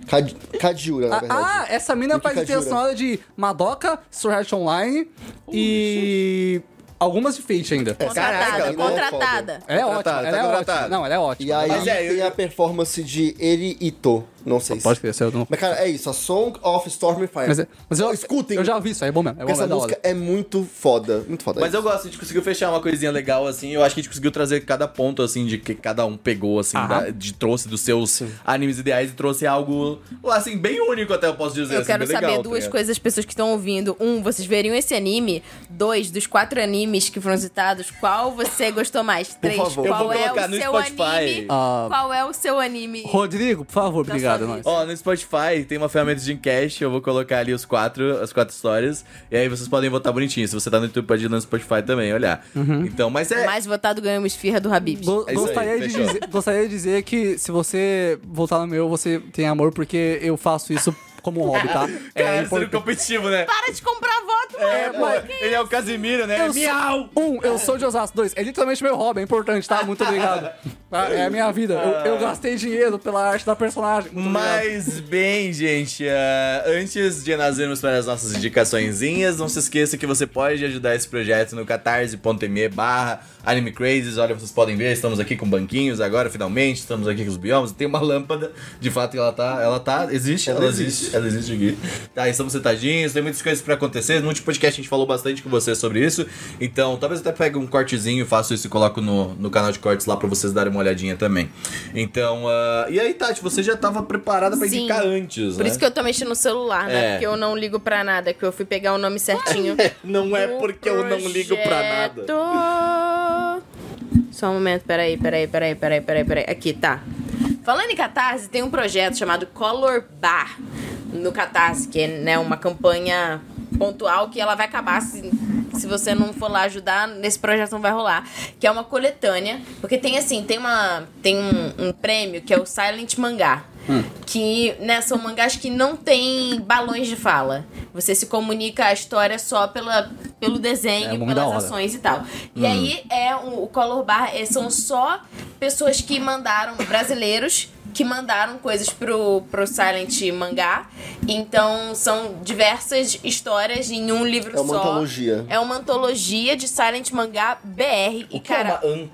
Speaker 4: Kaj- Kajiura, na verdade.
Speaker 3: Ah, ah, essa mina
Speaker 4: Yuki
Speaker 3: faz trilha
Speaker 4: Kajiura.
Speaker 3: sonora de Madoka, Sword Art Online e. algumas de Fate
Speaker 2: É.
Speaker 3: ainda. É
Speaker 2: Tá Contratada,
Speaker 4: Caraca,
Speaker 2: contratada.
Speaker 3: Ela é
Speaker 1: Tá
Speaker 3: ótima,
Speaker 1: contratado,
Speaker 3: ela é
Speaker 1: tá
Speaker 3: ótima.
Speaker 1: contratado.
Speaker 3: Não, ela é ótima.
Speaker 4: E aí
Speaker 1: Mas é, eu-
Speaker 4: tem a performance de Eri Ito. Não sei se...
Speaker 3: Pode crer, eu não.
Speaker 4: Mas, cara, é isso. A Song of Storm and Fire.
Speaker 3: Mas, é- mas eu,
Speaker 4: Escutem.
Speaker 3: eu já ouvi isso, aí é bom mesmo. É bom
Speaker 4: Porque essa
Speaker 3: mesmo, é da hora.
Speaker 4: música é muito foda. Muito foda.
Speaker 1: Mas eu gosto, a gente conseguiu fechar uma coisinha legal, assim. Eu acho que a gente conseguiu trazer cada ponto, assim, de que cada um pegou, assim, da- de, trouxe dos seus animes ideais e trouxe algo, assim, bem único, até eu posso dizer.
Speaker 2: Eu
Speaker 1: assim, bem
Speaker 2: quero saber
Speaker 1: legal, tá
Speaker 2: duas
Speaker 1: ligado?
Speaker 2: coisas, as pessoas que estão ouvindo. Um, vocês veriam esse anime? Dois, dos quatro animes que foram citados, qual você gostou mais? Três,
Speaker 4: favor.
Speaker 1: Eu
Speaker 2: qual
Speaker 1: vou
Speaker 2: é
Speaker 1: colocar
Speaker 2: o
Speaker 1: no
Speaker 2: seu
Speaker 1: Spotify.
Speaker 2: anime?
Speaker 3: Ah.
Speaker 2: Qual é o seu anime?
Speaker 3: Rodrigo, por favor, obrigado. é
Speaker 2: sua vida.
Speaker 3: nós.
Speaker 1: Ó, no Spotify tem uma ferramenta de enquete, eu vou colocar ali os quatro, as quatro histórias, e aí vocês podem votar bonitinho. Se você tá no YouTube, pode ir no Spotify também, olhar. Então, mas é...
Speaker 2: O mais votado ganhou uma esfirra do Habib.
Speaker 3: Go-
Speaker 1: É isso aí,
Speaker 3: gostaria, de
Speaker 1: fechou.
Speaker 3: dizer, gostaria de dizer que se você voltar no meu, você tem amor, porque eu faço isso como um hobby, tá?
Speaker 1: Cara,
Speaker 3: É
Speaker 1: sendo
Speaker 3: importante.
Speaker 1: competitivo, né?
Speaker 2: Para de comprar voto, mano!
Speaker 1: É, pô, ele é o Casimiro, né?
Speaker 3: Eu
Speaker 1: Miau!
Speaker 3: sou, um, eu sou de Osasco. Dois, é literalmente meu hobby, é importante, tá? Muito obrigado. Tá? É a minha vida. Eu, eu gastei dinheiro pela arte da personagem. Muito obrigado.
Speaker 1: Mas bem, gente, ah, antes de nós irmos para as nossas indicaçõezinhas, não se esqueça que você pode ajudar esse projeto no catarse.me barra anime crazes. Olha, vocês podem ver, estamos aqui com banquinhos agora, finalmente, estamos aqui com os biomas. Tem uma lâmpada, de fato, ela tá, ela tá, existe, ela, existe. ela existe aqui. Tá, estamos sentadinhos, tem muitas coisas para acontecer. No último podcast a gente falou bastante com vocês sobre isso, então talvez eu até pegue um cortezinho, faço isso e coloco no, no canal de cortes lá para vocês darem uma olhadinha também. Então, ah, e aí, Tati, você já tava preparada para
Speaker 2: Sim.
Speaker 1: indicar antes,
Speaker 2: Por
Speaker 1: né?
Speaker 2: isso que eu tô mexendo no celular, né?
Speaker 1: É.
Speaker 2: Porque eu não ligo pra nada, que eu fui pegar o nome certinho.
Speaker 1: Não é
Speaker 2: do
Speaker 1: porque eu não ligo pra nada.
Speaker 2: projeto. Só um momento, peraí, peraí, peraí, peraí, peraí, peraí. Aqui, tá. Falando em Catarse, tem um projeto chamado Color Bar no Catarse, que é né, uma campanha pontual que ela vai acabar se, se você não for lá ajudar, nesse projeto não vai rolar. Que é uma coletânea, porque tem assim, tem uma tem um, um prêmio que é o Silent Mangá.
Speaker 3: Hum.
Speaker 2: Que, né, são mangás que não tem balões de fala. Você se comunica a história só pela, pelo desenho,
Speaker 3: É muito da
Speaker 2: pelas
Speaker 3: hora.
Speaker 2: ações ações e tal. E
Speaker 1: Hum.
Speaker 2: aí é o, o Color Bar é- são só pessoas que mandaram, brasileiros, que mandaram coisas pro, pro Silent Mangá. Então são diversas histórias em um livro
Speaker 4: É uma
Speaker 2: só.
Speaker 4: antologia.
Speaker 2: É uma antologia de Silent Mangá BR. e,
Speaker 1: O que
Speaker 2: cara,
Speaker 1: é uma antologia?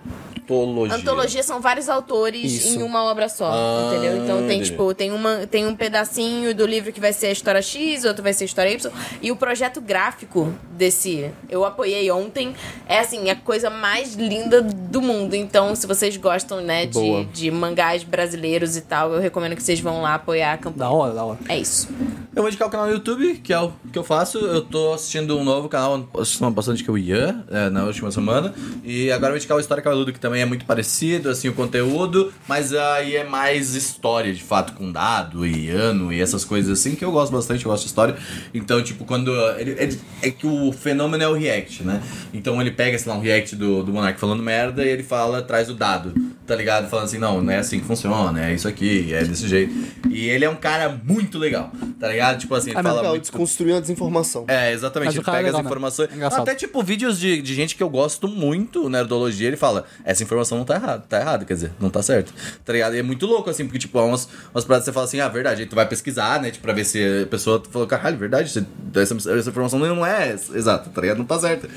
Speaker 2: Antologia são vários autores
Speaker 4: Isso.
Speaker 2: em uma obra só,
Speaker 1: Ah,
Speaker 2: entendeu? Então tem
Speaker 1: entendi.
Speaker 2: tipo, tem uma tem um pedacinho do livro que vai ser a história X, outro vai ser a história Y, e o projeto gráfico desse eu apoiei ontem, é assim, a coisa mais linda do mundo. Então, se vocês gostam, né, de,
Speaker 3: Boa.
Speaker 2: de mangás brasileiros e tal, eu recomendo que vocês vão lá apoiar a campanha.
Speaker 3: Da hora, da hora.
Speaker 2: É isso.
Speaker 1: Eu vou indicar o canal no YouTube, que é o que eu faço. Eu tô assistindo um novo canal, assistindo bastante que é o Ian, é, na última semana. E agora eu vou indicar o História Cabeludo, que também é muito parecido, assim, o conteúdo. Mas aí é mais história, de fato, com dado e ano e essas coisas assim, que eu gosto bastante, eu gosto de história. Então, tipo, quando... Ele, ele- é que o fenômeno é o react, né? Então ele pega, sei lá, um react do, do Monark falando merda e ele fala, traz o dado, tá ligado? Falando assim, não, não é assim que funciona, é isso aqui, é desse jeito. E ele é um cara muito legal, tá ligado? Tipo assim, ele
Speaker 4: É
Speaker 1: fala
Speaker 4: legal,
Speaker 1: muito...
Speaker 4: desconstruindo a desinformação.
Speaker 1: É, exatamente.
Speaker 3: Mas o
Speaker 1: Ele
Speaker 3: cara é
Speaker 1: pega
Speaker 3: legal
Speaker 1: as
Speaker 3: mesmo.
Speaker 1: informações.
Speaker 3: É engraçado.
Speaker 1: até tipo vídeos de, de gente que eu gosto muito, nerdologia, ele fala: essa informação não tá errada, tá errado, quer dizer, não tá certo. Tá ligado? E é muito louco, assim, porque, tipo, há umas, umas paradas que você fala assim, ah, verdade, aí tu vai pesquisar, né? Tipo, pra ver se a pessoa falou, caralho, verdade, você- essa, essa informação não é essa, exata, tá ligado? Não tá certa.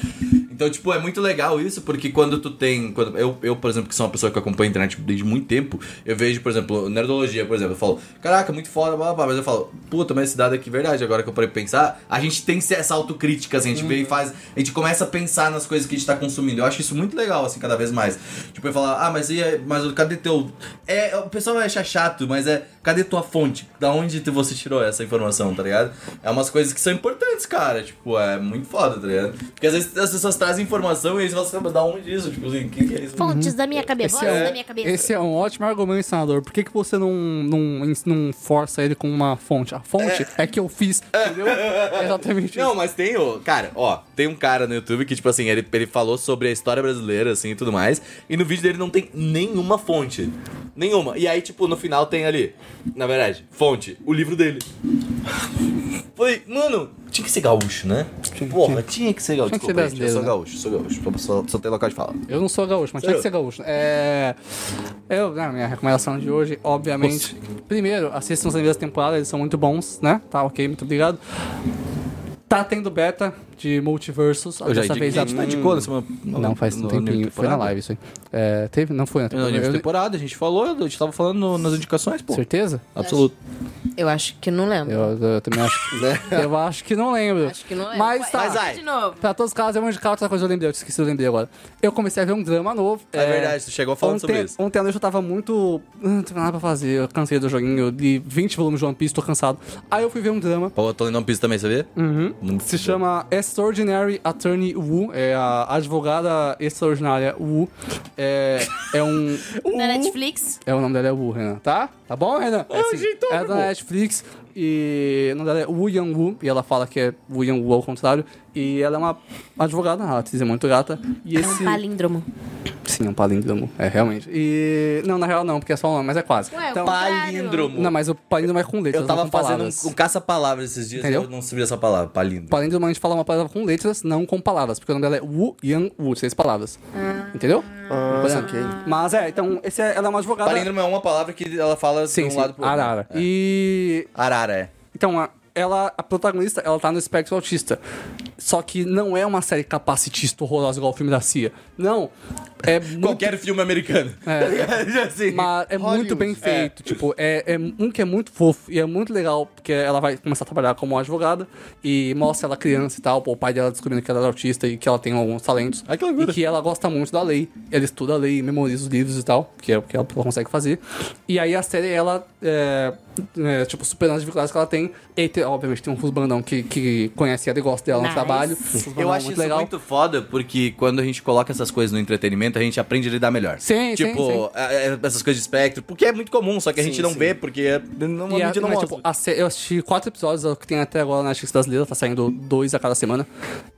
Speaker 1: Então, tipo, é muito legal isso, porque quando tu tem. Quando eu, eu, por exemplo, que sou uma pessoa que acompanha a internet desde muito tempo, eu vejo, por exemplo, nerdologia, por exemplo, eu falo, caraca, muito foda, blá, blá, blá, mas eu falo, puta, mas esse dado aqui é verdade. Agora que eu parei pra pensar, a gente tem essa autocrítica, assim, a gente vem e faz. A gente começa a pensar nas coisas que a gente tá consumindo. Eu acho isso muito legal, assim, cada vez mais. Tipo, eu falar, ah, mas e aí, mas cadê teu. É, o pessoal vai achar chato, mas é, cadê tua fonte? Da onde tu- você tirou essa informação, tá ligado? É umas coisas que são importantes, cara. Tipo, é muito foda, tá ligado? Porque às vezes as pessoas trazem informação e eles falam assim, "Ah, mas da onde isso? Tipo assim, o que, que é isso?
Speaker 7: Fontes da minha cabeça, vozes da minha cabeça.
Speaker 3: Esse é um ótimo argumento, senador. Por que, que você não, não, não força ele com uma fonte? A fonte é, que eu fiz, entendeu? É exatamente
Speaker 1: Não, mas tem o. Cara, ó, tem um cara no YouTube que, tipo assim, ele, ele falou sobre a história brasileira, assim e tudo mais. E no vídeo dele não tem nenhuma fonte. Nenhuma. E aí, tipo, no final tem ali, na verdade, fonte, o livro dele. Falei, mano, tinha que ser gaúcho, né? Porra, tinha que ser gaúcho.
Speaker 3: Tinha
Speaker 1: Desculpa, gente,
Speaker 3: que ser
Speaker 1: eu sou
Speaker 3: brasileiro, né?
Speaker 1: gaúcho, sou gaúcho. Só, só tem local de fala.
Speaker 3: Eu não sou gaúcho, mas tinha que ser gaúcho. É. Eu, né, minha recomendação de hoje, obviamente. Primeiro, assistam os animes da temporada, eles são muito bons, né? Tá ok, muito obrigado. Tá tendo beta de Multiversos. Dessa vez a... Hum.
Speaker 1: na semana.
Speaker 3: Não, faz um tempinho. Foi na live isso aí. É, teve? Não foi
Speaker 1: Na
Speaker 3: na temporada. Eu-
Speaker 1: temporada, a gente falou, a gente tava falando nas indicações, pô.
Speaker 3: Certeza?
Speaker 1: Absoluto.
Speaker 2: Eu acho que não lembro.
Speaker 3: Eu, eu também acho.
Speaker 1: Né?
Speaker 3: eu acho que não lembro.
Speaker 2: Acho que não lembro.
Speaker 3: Mas tá.
Speaker 2: Vai de novo.
Speaker 3: Pra todos os casos, eu vou indicar outra coisa que eu lembrei, eu esqueci, eu lembrei agora. Eu comecei a ver um drama novo.
Speaker 1: É verdade, tu chegou falando
Speaker 3: ontem,
Speaker 1: sobre isso.
Speaker 3: Ontem à noite eu tava muito. "Ah, Não tem nada pra fazer, eu cansei do joguinho, eu li 20 volumes de One Piece, tô cansado. Aí eu fui ver um drama.
Speaker 1: Pô, eu tô lendo um piso também, sabia? Uhum.
Speaker 3: Se chama Extraordinary Attorney Wu, é a advogada extraordinária Wu. É, é um.
Speaker 7: Na Netflix.
Speaker 3: É, o nome dela é Wu, Renan, tá? Tá bom, Renan? É, assim, é da Netflix e o nome dela é Wu Yang Wu, e ela fala que é Wu Yang Wu ao contrário, e ela é uma advogada, ela diz é muito gata, e
Speaker 7: É um
Speaker 3: esse...
Speaker 7: palíndromo.
Speaker 3: Sim, é um palíndromo, é, realmente. E... Não, na real não, porque é só um nome, mas é quase.
Speaker 7: Ué,
Speaker 3: então,
Speaker 7: o
Speaker 1: Palíndromo.
Speaker 3: Não, mas o palíndromo é com letras,
Speaker 1: Eu
Speaker 3: não
Speaker 1: tava
Speaker 3: com
Speaker 1: fazendo
Speaker 3: palavras.
Speaker 1: um, um caça-palavras esses dias
Speaker 3: Entendeu?
Speaker 1: e eu não sabia essa palavra, palíndromo.
Speaker 3: Palíndromo a gente fala uma palavra com letras, não com palavras, porque o nome dela é Wu Yang Wu, seis palavras. Entendeu?
Speaker 4: Ah,
Speaker 3: Por exemplo. Mas é, então, esse é, ela é uma advogada...
Speaker 1: Palíndromo é uma palavra que ela fala
Speaker 3: Sim,
Speaker 1: de um
Speaker 3: sim,
Speaker 1: lado pro outro.
Speaker 3: Arara.
Speaker 1: É.
Speaker 3: E
Speaker 1: Arara, é.
Speaker 3: Então, a, ela, a protagonista, ela tá no espectro autista. Só que não é uma série capacitista horrorosa igual o filme da CIA. Não. É muito,
Speaker 1: Qualquer filme americano. É. assim.
Speaker 3: mas é muito bem feito. Tipo, é, é um que é muito fofo e é muito legal, porque ela vai começar a trabalhar como advogada e mostra ela criança e tal, pô, o pai dela descobrindo que ela era autista e que ela tem alguns talentos.
Speaker 1: Ai, que
Speaker 3: e
Speaker 1: loucura.
Speaker 3: que ela gosta muito da lei. Ela estuda a lei, memoriza os livros e tal, que é o que ela consegue fazer. E aí a série, ela, é, é, tipo, superando as dificuldades que ela tem. E tem- obviamente tem um fusbandão que, que conhece ela e gosta dela
Speaker 7: Nice.
Speaker 3: no trabalho.
Speaker 1: Eu acho isso é muito foda, porque quando a gente coloca essas coisas no entretenimento, a gente aprende a lidar melhor.
Speaker 3: Sim, sim,
Speaker 1: tipo,
Speaker 3: sim.
Speaker 1: a- a- essas coisas de espectro, porque é muito comum, só que a gente não vê, porque é, não,
Speaker 3: E
Speaker 1: a
Speaker 3: a,
Speaker 1: mídia não
Speaker 3: mas,
Speaker 1: mostra.
Speaker 3: tipo, a sé- eu assisti quatro episódios, é o que tem até agora na Netflix brasileira, tá saindo dois a cada semana.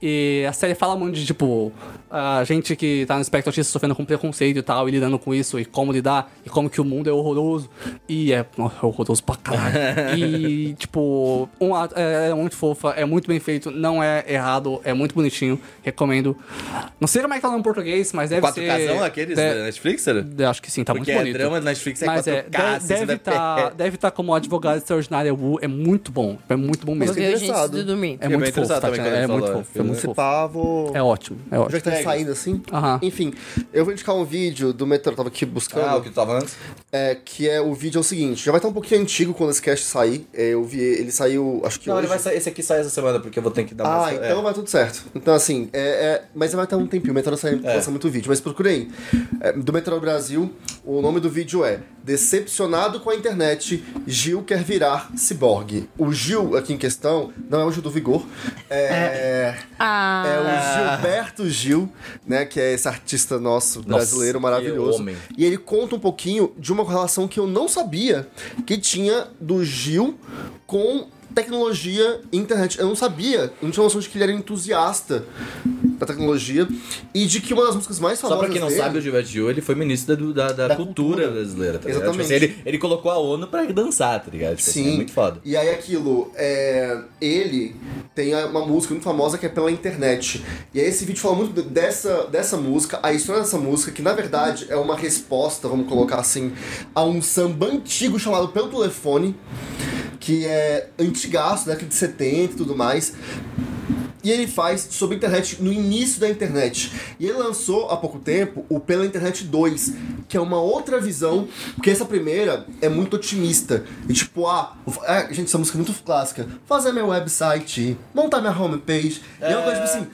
Speaker 3: E a série fala muito de, tipo, a gente que tá no espectro autista sofrendo com preconceito e tal, e lidando com isso, e como lidar, e como que o mundo é horroroso. E é, nossa, é horroroso pra caralho. e, tipo, um, ato- é, é muito fofa, é muito bem feito, não é errado, é muito bonitinho, recomendo. Não sei como é que tá no português, mas deve
Speaker 1: Quatro
Speaker 3: ser...
Speaker 1: casão aqueles né?
Speaker 3: de-
Speaker 1: da Netflix, era?
Speaker 3: Acho que sim, tá
Speaker 1: Porque é
Speaker 3: muito bonito.
Speaker 1: drama da Netflix, é
Speaker 3: Mas é,
Speaker 1: 4K,
Speaker 3: de- deve
Speaker 1: 60p.
Speaker 3: estar deve tá como advogada extraordinária Wu, é muito bom. É muito bom
Speaker 4: Mas eu
Speaker 3: mesmo.
Speaker 2: Viu, gente?
Speaker 4: interessado.
Speaker 2: Isso dormir.
Speaker 3: É
Speaker 1: bem
Speaker 3: muito fofo,
Speaker 1: interessado também
Speaker 3: Tatiana.
Speaker 1: quando ele
Speaker 3: É muito
Speaker 1: falou.
Speaker 3: fofo, é muito
Speaker 4: Se
Speaker 3: fofo.
Speaker 4: pá, vou...
Speaker 3: É ótimo, é
Speaker 4: Já
Speaker 3: ótimo.
Speaker 4: que tá saindo assim.
Speaker 3: Aham.
Speaker 4: Enfim, eu vou indicar um vídeo do metrô, tava aqui buscando.
Speaker 1: Ah, o que tu tava antes?
Speaker 4: é, que é o vídeo é o seguinte, já vai estar um pouquinho antigo quando esse cast sair. é, Eu vi, ele saiu, acho que
Speaker 1: Não,
Speaker 4: hoje.
Speaker 1: ele vai sair- esse aqui sai essa semana, porque eu vou ter que dar uma...
Speaker 4: Ah,
Speaker 1: é.
Speaker 4: então vai tudo certo. Então, assim, é, é- mas vai ter um tempinho. O Meteoro sai, lança muito vídeo. Mas procurei. É, do Meteoro Brasil, o nome do vídeo é Decepcionado com a Internet, Gil quer virar ciborgue. O Gil aqui em questão não é o Gil do Vigor. É,
Speaker 7: Ah.
Speaker 4: é o Gilberto Gil, né? Que é esse artista nosso, brasileiro,
Speaker 1: que
Speaker 4: maravilhoso.
Speaker 1: homem.
Speaker 4: E ele conta um pouquinho de uma relação que eu não sabia que tinha do Gil com tecnologia e internet. Eu não sabia, eu não tinha noção de que ele era entusiasta da tecnologia e de que uma das músicas mais
Speaker 1: Só
Speaker 4: famosas
Speaker 1: pra quem não
Speaker 4: dele-
Speaker 1: sabe, o Gilberto Gil, ele foi ministro da, do- da, da
Speaker 4: Da
Speaker 1: cultura,
Speaker 4: cultura.
Speaker 1: brasileira, tá ligado?
Speaker 4: Exatamente.
Speaker 1: Tipo assim, ele, ele colocou a ONU pra dançar, tá ligado? Tipo assim,
Speaker 4: Sim.
Speaker 1: é muito foda.
Speaker 4: E aí aquilo, é, ele tem uma música muito famosa que é pela internet. E aí esse vídeo fala muito dessa, dessa música, a história dessa música, que na verdade é uma resposta, vamos colocar assim, a um samba antigo chamado Pelo Telefone, que é antigaço, década de 70 e tudo mais. E ele faz sobre a internet no início da internet. E ele lançou há pouco tempo o Pela Internet 2, que é uma outra visão, porque essa primeira é muito otimista. E tipo, ah, vou fa- ah, gente, essa música é muito clássica. Fazer meu website, montar minha homepage. E é uma coisa tipo assim,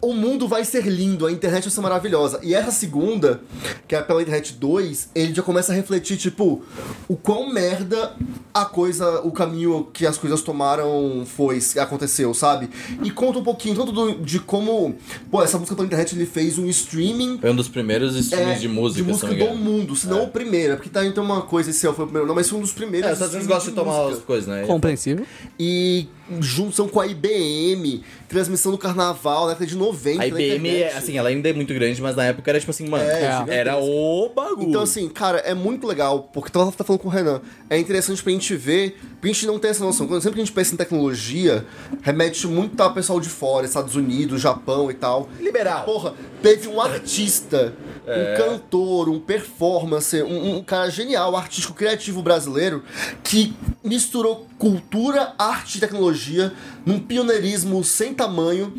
Speaker 4: o mundo vai ser lindo, a internet vai ser maravilhosa. E essa segunda, que é pela internet 2, ele já começa a refletir, tipo, o quão merda a coisa, o caminho que as coisas tomaram foi, aconteceu, sabe? E conta um pouquinho tanto do- de como, pô, essa música pela internet ele fez um streaming
Speaker 1: Foi um dos primeiros streams
Speaker 4: é,
Speaker 1: de música,
Speaker 4: de
Speaker 1: se
Speaker 4: música
Speaker 1: não me
Speaker 4: do
Speaker 1: engano.
Speaker 4: mundo, se não o primeiro, porque tá então uma coisa, esse é o- foi o primeiro, não, mas foi um dos primeiros.
Speaker 1: É, os Estados Unidos
Speaker 4: streaming
Speaker 1: gostam de tomar
Speaker 4: música
Speaker 1: as coisas, né?
Speaker 3: Compreensível.
Speaker 4: e junção com a IBM, transmissão do carnaval, na década de 90.
Speaker 1: A
Speaker 4: na
Speaker 1: IBM, é,
Speaker 4: internet.
Speaker 1: assim, ela ainda é muito grande, mas na época era tipo assim, mano,
Speaker 4: É,
Speaker 1: era o bagulho.
Speaker 4: Então, assim, cara, é muito legal, porque tu tá falando com o Renan. É interessante pra gente ver, pra gente não ter essa noção. Quando sempre que a gente pensa em tecnologia, remete muito ao pessoal de fora, Estados Unidos, Japão e tal.
Speaker 1: Liberal. É.
Speaker 4: Porra, teve um artista, um cantor, um performance, um, um cara genial, artístico criativo brasileiro, que misturou cultura, arte e tecnologia num pioneirismo sem tamanho.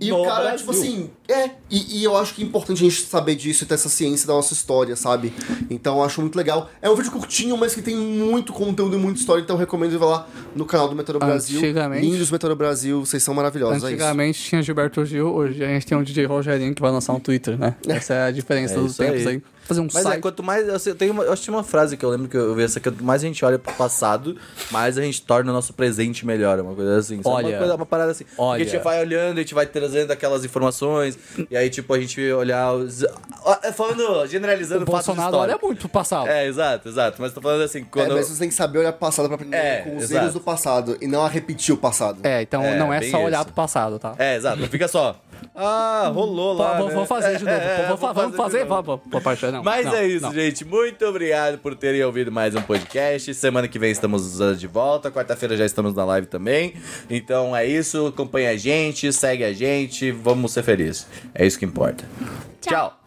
Speaker 4: E
Speaker 1: No
Speaker 4: o cara,
Speaker 1: Brasil.
Speaker 4: tipo assim, é. E, e eu acho que é importante a gente saber disso e ter essa ciência da nossa história, sabe? Então eu acho muito legal. É um vídeo curtinho, mas que tem muito conteúdo e muita história, então eu recomendo ir lá no canal do Meteoro Brasil.
Speaker 3: Antigamente-
Speaker 4: Lindos Meteoro Brasil, vocês são maravilhosos, é isso.
Speaker 3: Antigamente tinha Gilberto Gil, hoje a gente tem um DJ Rogerinho que vai lançar um Twitter, né? Essa é a diferença
Speaker 1: É
Speaker 3: dos
Speaker 1: isso
Speaker 3: tempos
Speaker 1: aí.
Speaker 3: aí. Fazer um
Speaker 1: Mas é,
Speaker 3: site.
Speaker 1: quanto mais. Eu, sei- tem uma, eu acho que tinha uma frase que eu lembro que eu vi essa, que quanto mais a gente olha pro passado, mais a gente torna o nosso presente melhor. é Uma coisa assim. sabe?
Speaker 3: Olha.
Speaker 1: Uma, coisa, uma parada assim.
Speaker 3: Olha.
Speaker 1: Porque a gente vai olhando, a gente vai trazendo aquelas informações, e aí, tipo, a gente olhar os. ó, é, Falando, generalizando
Speaker 3: o
Speaker 1: fatos
Speaker 3: Bolsonaro
Speaker 1: históricos.
Speaker 3: olha muito o passado.
Speaker 1: É, exato, exato. Mas tô falando assim, quando.
Speaker 4: É, mas você tem que saber olhar pro passado pra aprender
Speaker 1: É,
Speaker 4: com os
Speaker 1: exato.
Speaker 4: erros do passado e não a repetir o passado.
Speaker 3: É, então
Speaker 1: É,
Speaker 3: não é
Speaker 1: bem
Speaker 3: só olhar
Speaker 1: isso.
Speaker 3: pro passado, tá?
Speaker 1: É, exato. Fica só. Ah, rolou
Speaker 3: Pô,
Speaker 1: lá.
Speaker 3: vou,
Speaker 1: né?
Speaker 3: vou fazer de
Speaker 1: É,
Speaker 3: novo.
Speaker 1: é,
Speaker 3: pô, vou fa- vamos fazer,
Speaker 1: de novo.
Speaker 3: vamos, vou partir, não.
Speaker 1: Mas
Speaker 3: não,
Speaker 1: é isso,
Speaker 3: não.
Speaker 1: gente. Muito obrigado por terem ouvido mais um podcast. Semana que vem estamos uh, de volta. Quarta-feira já estamos na live também. Então é isso. Acompanha a gente, segue a gente. Vamos ser felizes. É isso que importa. Tchau.